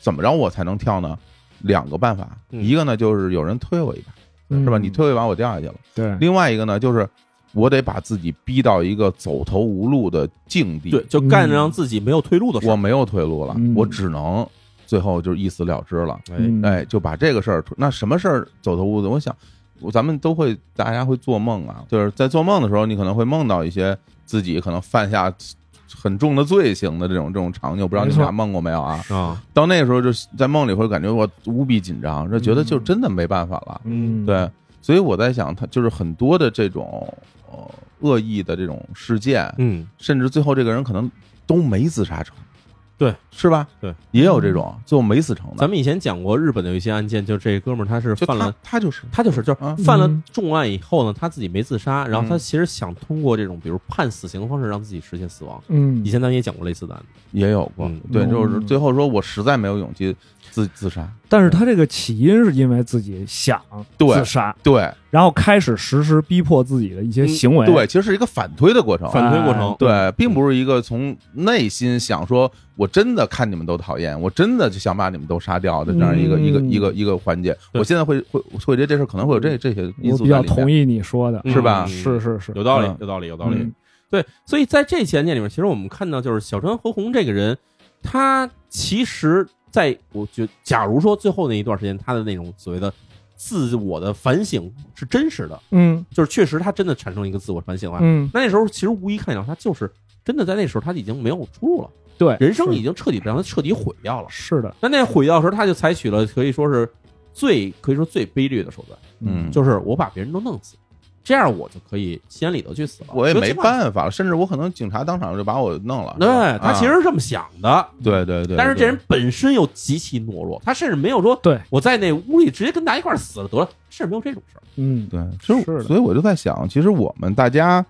[SPEAKER 2] 怎么着我才能跳呢？两个办法，
[SPEAKER 1] 嗯
[SPEAKER 2] 一个呢就是有人推我一把，
[SPEAKER 3] 嗯
[SPEAKER 2] 是吧？你推我一把，我掉下去了。
[SPEAKER 3] 对
[SPEAKER 2] 另外一个呢就是我得把自己逼到一个走投无路的境地，
[SPEAKER 1] 对，就干
[SPEAKER 3] 嗯
[SPEAKER 1] 让自己没有退路的事
[SPEAKER 2] 我
[SPEAKER 1] 儿。
[SPEAKER 2] 没有退路了，
[SPEAKER 3] 嗯
[SPEAKER 2] 我只能最后就是一死了之了。
[SPEAKER 3] 嗯
[SPEAKER 2] 哎，就把这个事儿，那什么事儿走投无路？我想，我咱们都会，大家会做梦啊，就是在做梦的时候，你可能会梦到一些自己可能犯下很重的罪行的这种这种场景，我不知道你们
[SPEAKER 3] 没错
[SPEAKER 2] 俩梦过没有啊？
[SPEAKER 1] 啊，
[SPEAKER 2] 到那个时候，就是在梦里会感觉我无比紧张，就觉得就真的没办法了。
[SPEAKER 3] 嗯
[SPEAKER 2] 对，所以我在想，他就是很多的这种呃恶意的这种事件，
[SPEAKER 1] 嗯，
[SPEAKER 2] 甚至最后这个人可能都没自杀成，
[SPEAKER 1] 对，
[SPEAKER 2] 是吧？
[SPEAKER 1] 对，
[SPEAKER 2] 也有这种最后没死成的
[SPEAKER 1] 咱，们以前讲过日本的有一些案件，就这哥们儿他是
[SPEAKER 2] 就
[SPEAKER 1] 犯
[SPEAKER 2] 他
[SPEAKER 1] 了，
[SPEAKER 2] 他就是
[SPEAKER 1] 他就是就是
[SPEAKER 2] 啊
[SPEAKER 1] 犯了
[SPEAKER 3] 嗯
[SPEAKER 1] 重案以后呢，他自己没自杀，然后他
[SPEAKER 2] 嗯
[SPEAKER 1] 其实想通过这种比如判死刑的方式让自己实现死亡。
[SPEAKER 3] 嗯
[SPEAKER 1] 以前咱们也讲过类似的案子，
[SPEAKER 2] 也有过
[SPEAKER 1] 嗯，
[SPEAKER 2] 对，
[SPEAKER 3] 嗯
[SPEAKER 2] 就是最后说我实在没有勇气自自杀，
[SPEAKER 3] 但是他这个起因是因为自己想
[SPEAKER 2] 对
[SPEAKER 3] 自杀，
[SPEAKER 2] 对嗯
[SPEAKER 3] 然后开始实施逼迫自己的一些行为。哎
[SPEAKER 2] 对，其实是一个反推的过程，
[SPEAKER 1] 反推过程。
[SPEAKER 2] 对，并不是一个从内心想说，我真的看你们都讨厌，我真的就想把你们都杀掉的这样一个、
[SPEAKER 3] 嗯
[SPEAKER 2] 一个一个一个环节。
[SPEAKER 1] 对
[SPEAKER 2] 我现在会会会觉得这事儿可能会有这这些因
[SPEAKER 3] 我
[SPEAKER 2] 素
[SPEAKER 3] 比
[SPEAKER 2] 在
[SPEAKER 3] 较
[SPEAKER 2] 里面
[SPEAKER 3] 同。意你说的，
[SPEAKER 1] 嗯
[SPEAKER 2] 是吧
[SPEAKER 3] 是是是，
[SPEAKER 1] 有道理
[SPEAKER 2] 嗯，
[SPEAKER 1] 有道理，有道理
[SPEAKER 3] 嗯。
[SPEAKER 1] 对，所以在这起案件里面，其实我们看到就是小川和红这个人，他其实在我觉得，假如说最后那一段时间，他的那种所谓的自我的反省是真实的，
[SPEAKER 3] 嗯
[SPEAKER 1] 就是确实他真的产生一个自我反省的话，
[SPEAKER 3] 嗯，
[SPEAKER 1] 那那时候其实无疑看到他就是真的在那时候他已经没有出路了，
[SPEAKER 3] 对，
[SPEAKER 1] 人生已
[SPEAKER 3] 是
[SPEAKER 1] 经彻底被让他彻底毁掉了。
[SPEAKER 3] 哎是的，
[SPEAKER 1] 那那毁掉的时候，他就采取了可以说是最可以说最卑劣的手段，
[SPEAKER 2] 嗯，
[SPEAKER 1] 就是我把别人都弄死，这样我就可以心安理得去死了。
[SPEAKER 2] 我也
[SPEAKER 1] 就这
[SPEAKER 2] 没
[SPEAKER 1] 么
[SPEAKER 2] 办法了，甚至我可能警察当场就把我弄了。
[SPEAKER 1] 对他
[SPEAKER 2] 啊
[SPEAKER 1] 其实是这么想的，
[SPEAKER 2] 对对对，
[SPEAKER 1] 但是这
[SPEAKER 2] 对
[SPEAKER 1] 人本身又极其懦弱，他甚至没有说
[SPEAKER 3] 对，
[SPEAKER 1] 我在那屋里直接跟大家一块儿死了得了，甚至没有这种事儿。
[SPEAKER 3] 嗯
[SPEAKER 2] 对，其实
[SPEAKER 3] 是的
[SPEAKER 2] 所以我就在想，其实我们大家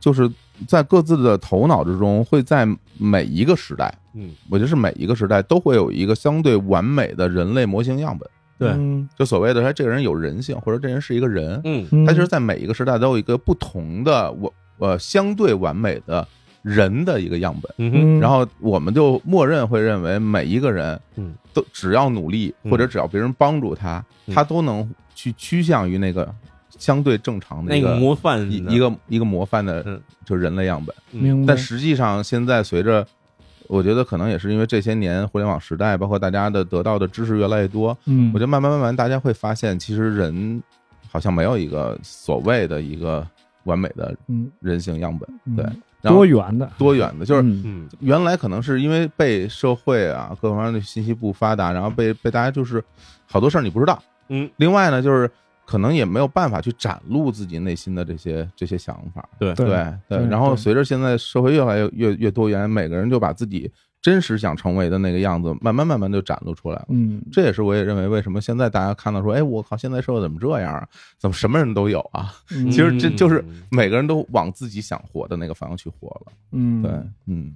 [SPEAKER 2] 就是在各自的头脑之中，会在每一个时代，
[SPEAKER 1] 嗯，
[SPEAKER 2] 我觉得是每一个时代都会有一个相对完美的人类模型样本。
[SPEAKER 1] 对
[SPEAKER 3] 嗯
[SPEAKER 2] 就所谓的哎说这个人有人性，或者这人是一个人，
[SPEAKER 1] 嗯
[SPEAKER 3] 嗯
[SPEAKER 2] 他就是在每一个时代都有一个不同的我呃相对完美的人的一个样本，
[SPEAKER 1] 嗯
[SPEAKER 3] 嗯，
[SPEAKER 2] 然后我们就默认会认为每一个人，
[SPEAKER 1] 嗯，
[SPEAKER 2] 都只要努力
[SPEAKER 1] 嗯
[SPEAKER 2] 或者只要别人帮助他，
[SPEAKER 1] 嗯
[SPEAKER 2] 他都能去趋向于那个相对正常的
[SPEAKER 1] 那
[SPEAKER 2] 一
[SPEAKER 1] 个
[SPEAKER 2] 个
[SPEAKER 1] 模范
[SPEAKER 2] 一
[SPEAKER 1] 的
[SPEAKER 2] 一个一个模范
[SPEAKER 1] 嗯
[SPEAKER 2] 的就人类样本，
[SPEAKER 3] 明白
[SPEAKER 2] 嗯但，实际上现在随着。我觉得可能也是因为这些年互联网时代，包括大家的得到的知识越来越多，
[SPEAKER 3] 嗯，
[SPEAKER 2] 我觉得慢慢慢慢，大家会发现，其实人好像没有一个所谓的一个完美的
[SPEAKER 3] 嗯
[SPEAKER 2] 人性样本，
[SPEAKER 3] 嗯
[SPEAKER 2] 对，然后
[SPEAKER 3] 多元的，
[SPEAKER 2] 多元的，就是
[SPEAKER 3] 嗯
[SPEAKER 1] 嗯
[SPEAKER 2] 原来可能是因为被社会啊各方面的信息不发达，然后被被大家就是好多事儿你不知道，
[SPEAKER 1] 嗯，
[SPEAKER 2] 另外呢就是。可能也没有办法去展露自己内心的这些这些想法，
[SPEAKER 1] 对
[SPEAKER 2] 对对
[SPEAKER 3] 对
[SPEAKER 2] 然后
[SPEAKER 3] 对
[SPEAKER 2] 随着现在社会越来越越越多元，每个人就把自己真实想成为的那个样子，慢慢慢慢就展露出来了。
[SPEAKER 3] 嗯，
[SPEAKER 2] 这也是我也认为为什么现在大家看到说，哎，我靠，现在社会怎么这样啊？怎么什么人都有啊？
[SPEAKER 3] 嗯
[SPEAKER 2] 其实这就是
[SPEAKER 1] 嗯
[SPEAKER 2] 每个人都往自己想活的那个方向去活了。
[SPEAKER 3] 嗯，
[SPEAKER 2] 对，嗯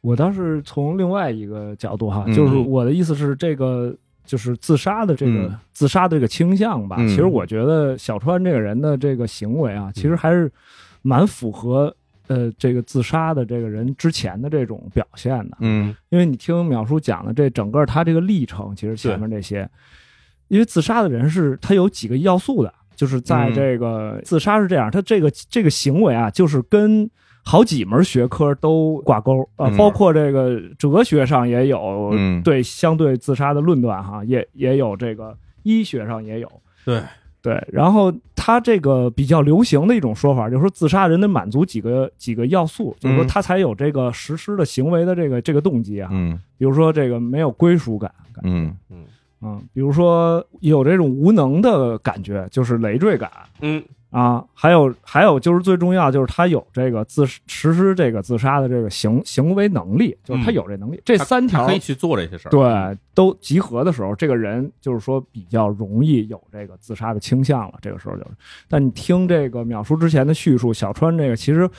[SPEAKER 3] 我倒是从另外一个角度哈，
[SPEAKER 2] 嗯
[SPEAKER 3] 就是我的意思是，这个就是自杀的这个、
[SPEAKER 2] 嗯
[SPEAKER 3] 自杀的这个倾向吧。
[SPEAKER 2] 嗯
[SPEAKER 3] 其实我觉得小川这个人的这个行为啊，其实还是蛮符合呃这个自杀的这个人之前的这种表现的。
[SPEAKER 2] 嗯
[SPEAKER 3] 因为你听淼叔讲的这整个他这个历程，其实前面这些，因为自杀的人是他有几个要素的，就是在
[SPEAKER 2] 嗯
[SPEAKER 3] 这个、自杀是这样，他这个这个行为啊，就是跟好几门学科都挂钩啊、呃
[SPEAKER 2] 嗯
[SPEAKER 3] 包括这个哲学上也有
[SPEAKER 2] 嗯
[SPEAKER 3] 对相对自杀的论断哈，也也有这个医学上也有。
[SPEAKER 1] 对
[SPEAKER 3] 对，然后他这个比较流行的一种说法，就是说自杀人得满足几个几个要素，就是说
[SPEAKER 2] 嗯
[SPEAKER 3] 他才有这个实施的行为的这个这个动机啊。
[SPEAKER 2] 嗯
[SPEAKER 3] 比如说这个没有归属感，感
[SPEAKER 2] 嗯
[SPEAKER 1] 嗯
[SPEAKER 3] 嗯，比如说有这种无能的感觉，就是累赘感
[SPEAKER 1] 嗯
[SPEAKER 3] 啊，还有还有就是最重要就是他有这个自实施这个自杀的这个行行为能力，就是他有这能力，这
[SPEAKER 1] 他
[SPEAKER 3] 三
[SPEAKER 1] 嗯他
[SPEAKER 3] 条
[SPEAKER 1] 可以去做这些事儿。
[SPEAKER 3] 对都集合的时候，这个人就是说比较容易有这个自杀的倾向了。这个时候就是，但你听这个淼叔之前的叙述，小川这个其实，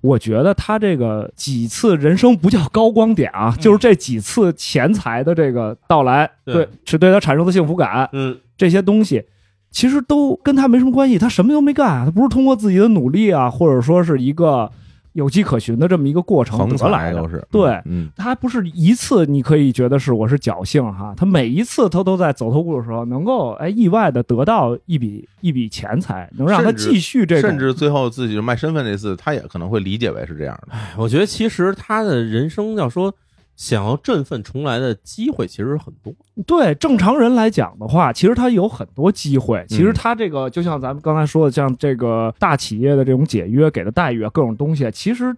[SPEAKER 3] 我觉得他这个几次人生不叫高光点啊，
[SPEAKER 1] 嗯
[SPEAKER 3] 就是这几次钱财的这个到来，
[SPEAKER 1] 对
[SPEAKER 3] 对，是对他产生的幸福感，
[SPEAKER 1] 嗯
[SPEAKER 3] 这些东西。其实都跟他没什么关系，他什么都没干啊，他不是通过自己的努力啊，或者说是一个有迹可循的这么一个过程
[SPEAKER 2] 横
[SPEAKER 3] 得
[SPEAKER 2] 财
[SPEAKER 3] 来的，
[SPEAKER 2] 都是
[SPEAKER 3] 对
[SPEAKER 2] 嗯
[SPEAKER 3] 他不是一次你可以觉得是我是侥幸哈，他每一次他都在走投无路的时候能够哎意外的得到一笔一笔钱财，能让他
[SPEAKER 2] 甚至
[SPEAKER 3] 继续这种
[SPEAKER 2] 甚至最后自己卖身份这次，他也可能会理解为是这样的。
[SPEAKER 1] 哎我觉得其实他的人生要说想要振奋重来的机会其实很多。
[SPEAKER 3] 对正常人来讲的话，其实他有很多机会。其实他这个、就像咱们刚才说的，像这个大企业的这种解约给的待遇啊，各种东西，其实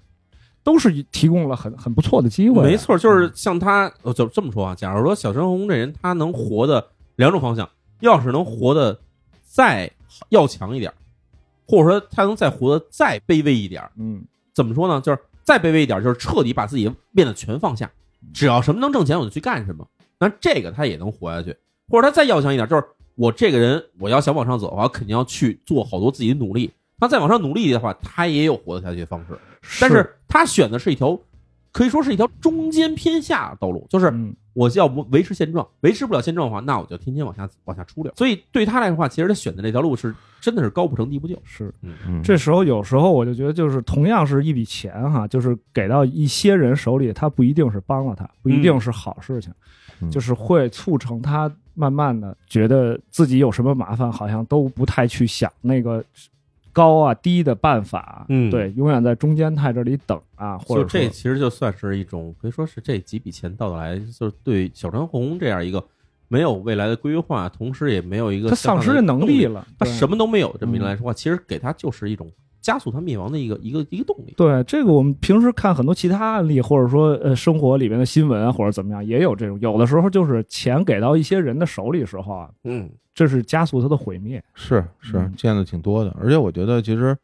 [SPEAKER 3] 都是提供了很很不错的机会。啊
[SPEAKER 1] 没，错，就是像他，呃，就这么说啊。假如说小陈红这人，他能活的两种方向，要是能活的再要强一点儿，或者说他能再活得再卑微一点儿，
[SPEAKER 3] 嗯
[SPEAKER 1] 怎么说呢？就是再卑微一点儿，就是彻底把自己变得全放下，只要什么能挣钱，我就去干什么。那这个他也能活下去，或者他再要强一点，就是我这个人，我要想往上走的话，我肯定要去做好多自己的努力。他再往上努力的话，他也有活得下去的方式，但是他选的是一条可以说是一条中间偏下的道路，就是
[SPEAKER 3] 嗯
[SPEAKER 1] 我要不维持现状，维持不了现状的话，那我就天天往下往下出溜。所以对他来说的话，其实他选的这条路是真的是高不成低不就。
[SPEAKER 3] 是
[SPEAKER 2] 嗯
[SPEAKER 3] 这时候有时候我就觉得，就是同样是一笔钱哈，就是给到一些人手里，他不一定是帮了他，不一定是好事情，
[SPEAKER 2] 嗯
[SPEAKER 3] 就是会促成他慢慢的觉得自己有什么麻烦，好像都不太去想那个高啊低的办法，
[SPEAKER 1] 嗯
[SPEAKER 3] 对，永远在中间态这里等啊，或
[SPEAKER 1] 就
[SPEAKER 3] 者
[SPEAKER 1] 这
[SPEAKER 3] 说
[SPEAKER 1] 其实就算是一种，可以说是这几笔钱到头来，就是对小长虹这样一个没有未来的规划，同时也没有一个
[SPEAKER 3] 他丧失
[SPEAKER 1] 向
[SPEAKER 3] 了
[SPEAKER 1] 上的
[SPEAKER 3] 能
[SPEAKER 1] 动
[SPEAKER 3] 力
[SPEAKER 1] 力，
[SPEAKER 3] 了，
[SPEAKER 1] 他
[SPEAKER 3] 对嗯
[SPEAKER 1] 什么都没有，这么一来说话，其实给他就是一种加速他灭亡的一个一个一个动力。
[SPEAKER 3] 对这个，我们平时看很多其他案例，或者说呃生活里面的新闻啊，或者怎么样，也有这种。有的时候就是钱给到一些人的手里时候啊，
[SPEAKER 1] 嗯，
[SPEAKER 3] 这是加速它的毁灭。
[SPEAKER 2] 是是
[SPEAKER 3] 嗯
[SPEAKER 2] 见的挺多的，而且我觉得其实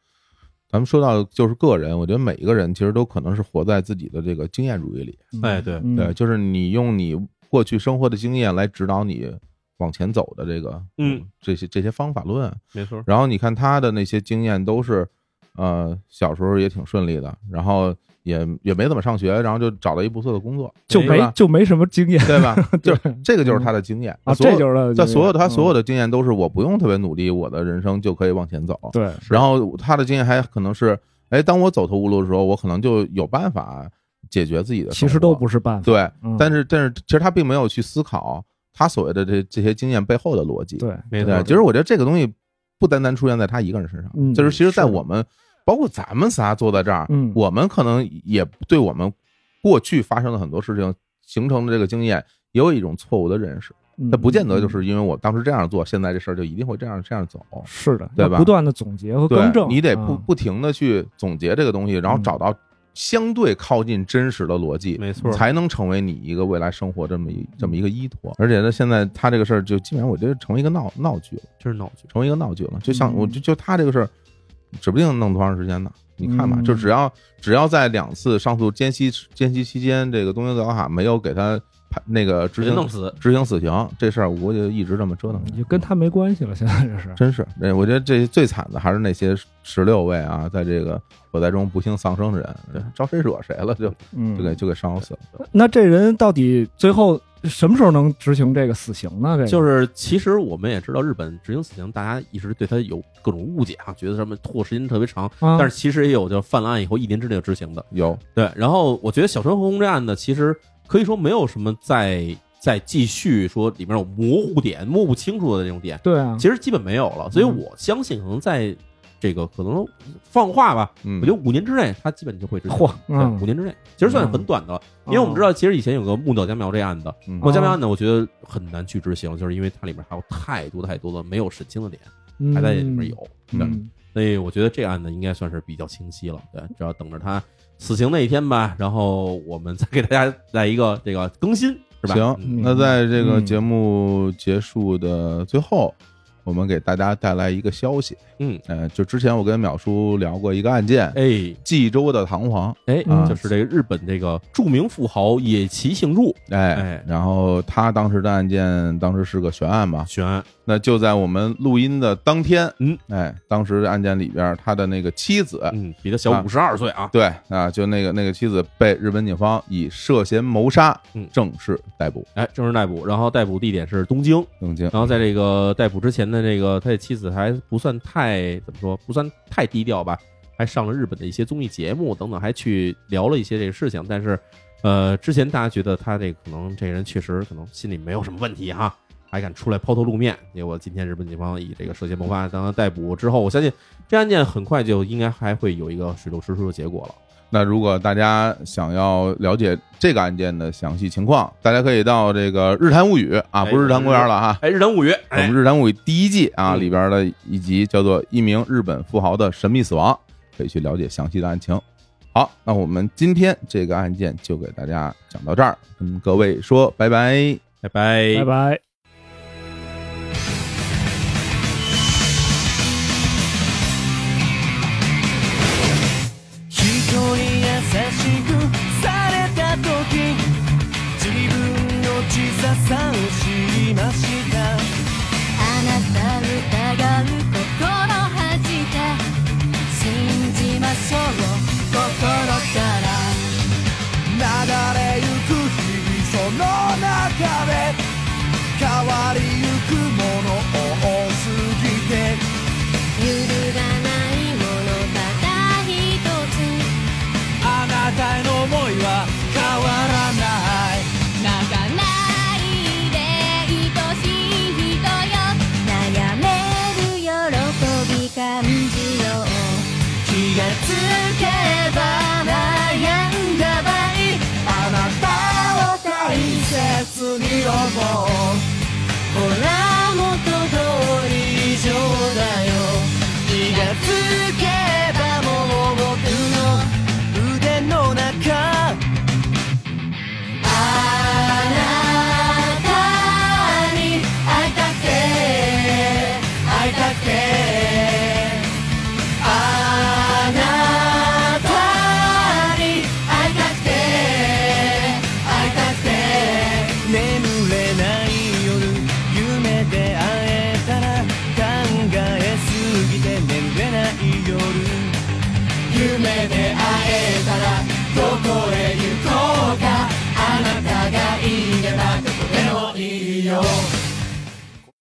[SPEAKER 2] 咱们说到就是个人，我觉得每一个人其实都可能是活在自己的这个经验主义里，
[SPEAKER 1] 哎对
[SPEAKER 3] 嗯
[SPEAKER 2] 对，就是你用你过去生活的经验来指导你往前走的这个，
[SPEAKER 1] 嗯，
[SPEAKER 2] 这些这些方法论。
[SPEAKER 1] 没错，
[SPEAKER 2] 然后你看他的那些经验都是，呃，小时候也挺顺利的，然后也也没怎么上学，然后就找到一不错的工作，
[SPEAKER 3] 就
[SPEAKER 2] 对
[SPEAKER 3] 没
[SPEAKER 2] 吧
[SPEAKER 3] 就没什么经验
[SPEAKER 2] 对吧？就是这个就是
[SPEAKER 3] 嗯
[SPEAKER 2] 他的经验
[SPEAKER 3] 啊，
[SPEAKER 2] 所有
[SPEAKER 3] 这就是它的
[SPEAKER 2] 在
[SPEAKER 3] 经验
[SPEAKER 2] 所有他
[SPEAKER 3] 嗯
[SPEAKER 2] 所有的经验都是我不用特别努力，我的人生就可以往前走。
[SPEAKER 3] 对
[SPEAKER 2] 然后他的经验还可能是，哎，当我走投无路的时候，我可能就有办法解决自己的生活。
[SPEAKER 3] 其实都不是办法。
[SPEAKER 2] 对，
[SPEAKER 3] 嗯
[SPEAKER 2] 但是但是其实他并没有去思考他所谓的这这些经验背后的逻辑。
[SPEAKER 3] 对
[SPEAKER 1] 没
[SPEAKER 2] 对，
[SPEAKER 1] 错，
[SPEAKER 2] 其实我觉得这个东西不单单出现在他一个人身上，
[SPEAKER 3] 嗯
[SPEAKER 2] 就是其实，在
[SPEAKER 3] 是
[SPEAKER 2] 我们包括咱们仨坐在这儿，
[SPEAKER 3] 嗯
[SPEAKER 2] 我们可能也对我们过去发生的很多事情形成的这个经验。也有一种错误的认识，
[SPEAKER 3] 嗯
[SPEAKER 2] 那不见得就是因为我当时这样做，现在这事儿就一定会这样这样走。
[SPEAKER 3] 嗯是的，
[SPEAKER 2] 对
[SPEAKER 3] 要
[SPEAKER 2] 吧
[SPEAKER 3] 不断的总结和
[SPEAKER 2] 对
[SPEAKER 3] 更正，
[SPEAKER 2] 你得不
[SPEAKER 3] 啊
[SPEAKER 2] 不停的去总结这个东西，然后
[SPEAKER 3] 嗯
[SPEAKER 2] 找到相对靠近真实的逻辑，
[SPEAKER 1] 没错，
[SPEAKER 2] 才能成为你一个未来生活这么一这么一个依托。而且呢，现在他这个事儿就基本上我觉得成为一个闹闹剧了，
[SPEAKER 1] 这是闹剧。
[SPEAKER 2] 成为一个闹剧了。就像
[SPEAKER 3] 嗯
[SPEAKER 2] 我就就他这个事儿，指不定弄多长时间呢。你看吧，
[SPEAKER 3] 嗯
[SPEAKER 2] 就只要只要在两次上诉间隙间隙期间，这个东京高卡没有给他判那个执
[SPEAKER 1] 人
[SPEAKER 2] 行
[SPEAKER 1] 弄死，
[SPEAKER 2] 执行死刑，这事儿我就一直这么折腾下去。
[SPEAKER 3] 也跟他没关系了。现在这是
[SPEAKER 2] 真是，那我觉得这最惨的还是那些十六位啊，在这个火灾中不幸丧生的人，
[SPEAKER 1] 对
[SPEAKER 2] 招谁惹谁了就就
[SPEAKER 3] 嗯，
[SPEAKER 2] 给就给烧死了。
[SPEAKER 3] 那这人到底最后什么时候能执行这个死刑呢？这个
[SPEAKER 1] 就是其实我们也知道，日本执行死刑，大家一直对他有各种误解啊，觉得什么拖时间特别长，
[SPEAKER 3] 啊，
[SPEAKER 1] 但是其实也有就犯了案以后一年之内就执行的。
[SPEAKER 2] 有，
[SPEAKER 1] 对，然后我觉得小川红这案呢，其实可以说没有什么再再继续说里面有模糊点、摸不清楚的那种点，
[SPEAKER 3] 对啊，
[SPEAKER 1] 其实基本没有了。所以
[SPEAKER 3] 嗯
[SPEAKER 1] 我相信，可能在这个可能放话吧，
[SPEAKER 2] 嗯，
[SPEAKER 1] 我觉得五年之内他基本就会执行。
[SPEAKER 3] 嚯，
[SPEAKER 1] 对
[SPEAKER 3] 嗯哦
[SPEAKER 1] 五年之内其实算很短的了，因为我们知道，其实以前有个木岛佳苗这案子，
[SPEAKER 2] 嗯
[SPEAKER 1] 木岛佳苗案呢，我觉得很难去执行，就是因为它里面还有太多太多的没有审清的点，还在里面有。对
[SPEAKER 3] 嗯
[SPEAKER 1] 所以我觉得这案呢应该算是比较清晰了，对，只要等着他死刑那一天吧，然后我们再给大家来一个这个更新，是吧？
[SPEAKER 2] 行
[SPEAKER 1] 嗯
[SPEAKER 2] 那在这个
[SPEAKER 3] 嗯
[SPEAKER 2] 节目结束的最后，我们给大家带来一个消息，
[SPEAKER 1] 嗯，
[SPEAKER 2] 呃，就之前我跟淼叔聊过一个案件，
[SPEAKER 1] 哎
[SPEAKER 2] 济州的弹簧，
[SPEAKER 1] 哎，
[SPEAKER 3] 嗯
[SPEAKER 1] 就是这个日本这个著名富豪野崎幸助
[SPEAKER 2] 哎
[SPEAKER 1] 哎，
[SPEAKER 2] 然后他当时的案件当时是个悬案嘛，
[SPEAKER 1] 悬案，
[SPEAKER 2] 那就在我们录音的当天，
[SPEAKER 1] 嗯，
[SPEAKER 2] 哎，当时的案件里边，他的那个妻子，
[SPEAKER 1] 嗯，比他小
[SPEAKER 2] 啊
[SPEAKER 1] 五十二岁啊，
[SPEAKER 2] 对啊，就那个那个妻子被日本警方以涉嫌谋杀
[SPEAKER 1] 嗯
[SPEAKER 2] 正式逮捕，
[SPEAKER 1] 哎，正式逮捕，然后逮捕地点是东京，
[SPEAKER 2] 东京。
[SPEAKER 1] 然后在这个逮捕之前的这个他的妻子还不算太怎么说，不算太低调吧，还上了日本的一些综艺节目等等，还去聊了一些这个事情。但是，呃，之前大家觉得他这可能这人确实可能心里没有什么问题哈，还敢出来抛头露面。结果今天日本警方以这个涉嫌谋杀当他逮捕之后，我相信这案件很快就应该还会有一个水落石出的结果了。
[SPEAKER 2] 那如果大家想要了解这个案件的详细情况，大家可以到这个《日谈物语》啊，
[SPEAKER 1] 哎
[SPEAKER 2] 不是《日谈公园》了哈。
[SPEAKER 1] 哎，日谈物语，
[SPEAKER 2] 我们
[SPEAKER 1] 哎
[SPEAKER 2] 《日谈物语》第一季啊
[SPEAKER 1] 嗯
[SPEAKER 2] 里边的一集叫做《一名日本富豪的神秘死亡》，可以去了解详细的案情。好，那我们今天这个案件就给大家讲到这儿，跟各位说拜拜。
[SPEAKER 1] 拜拜
[SPEAKER 3] 拜拜。
[SPEAKER 4] 人に優しくされた時変わりゆくもの多すぎて
[SPEAKER 5] 揺るがないものただ一つ
[SPEAKER 4] あなたへの思いは変わらない
[SPEAKER 5] 泣かないで愛しい人よ悩める喜び感じよう
[SPEAKER 4] 気が
[SPEAKER 5] つけば悩んだ場合
[SPEAKER 4] あなたを大切に思う
[SPEAKER 5] ほら元通り
[SPEAKER 4] 以上だよ気がつけばもう僕の腕の中
[SPEAKER 5] あなたに会いたくて
[SPEAKER 4] 会いたくてあなたに会いたくて会いたくて眠れない夜夢で会えたら考えすぎて眠れない夜夢で会えたら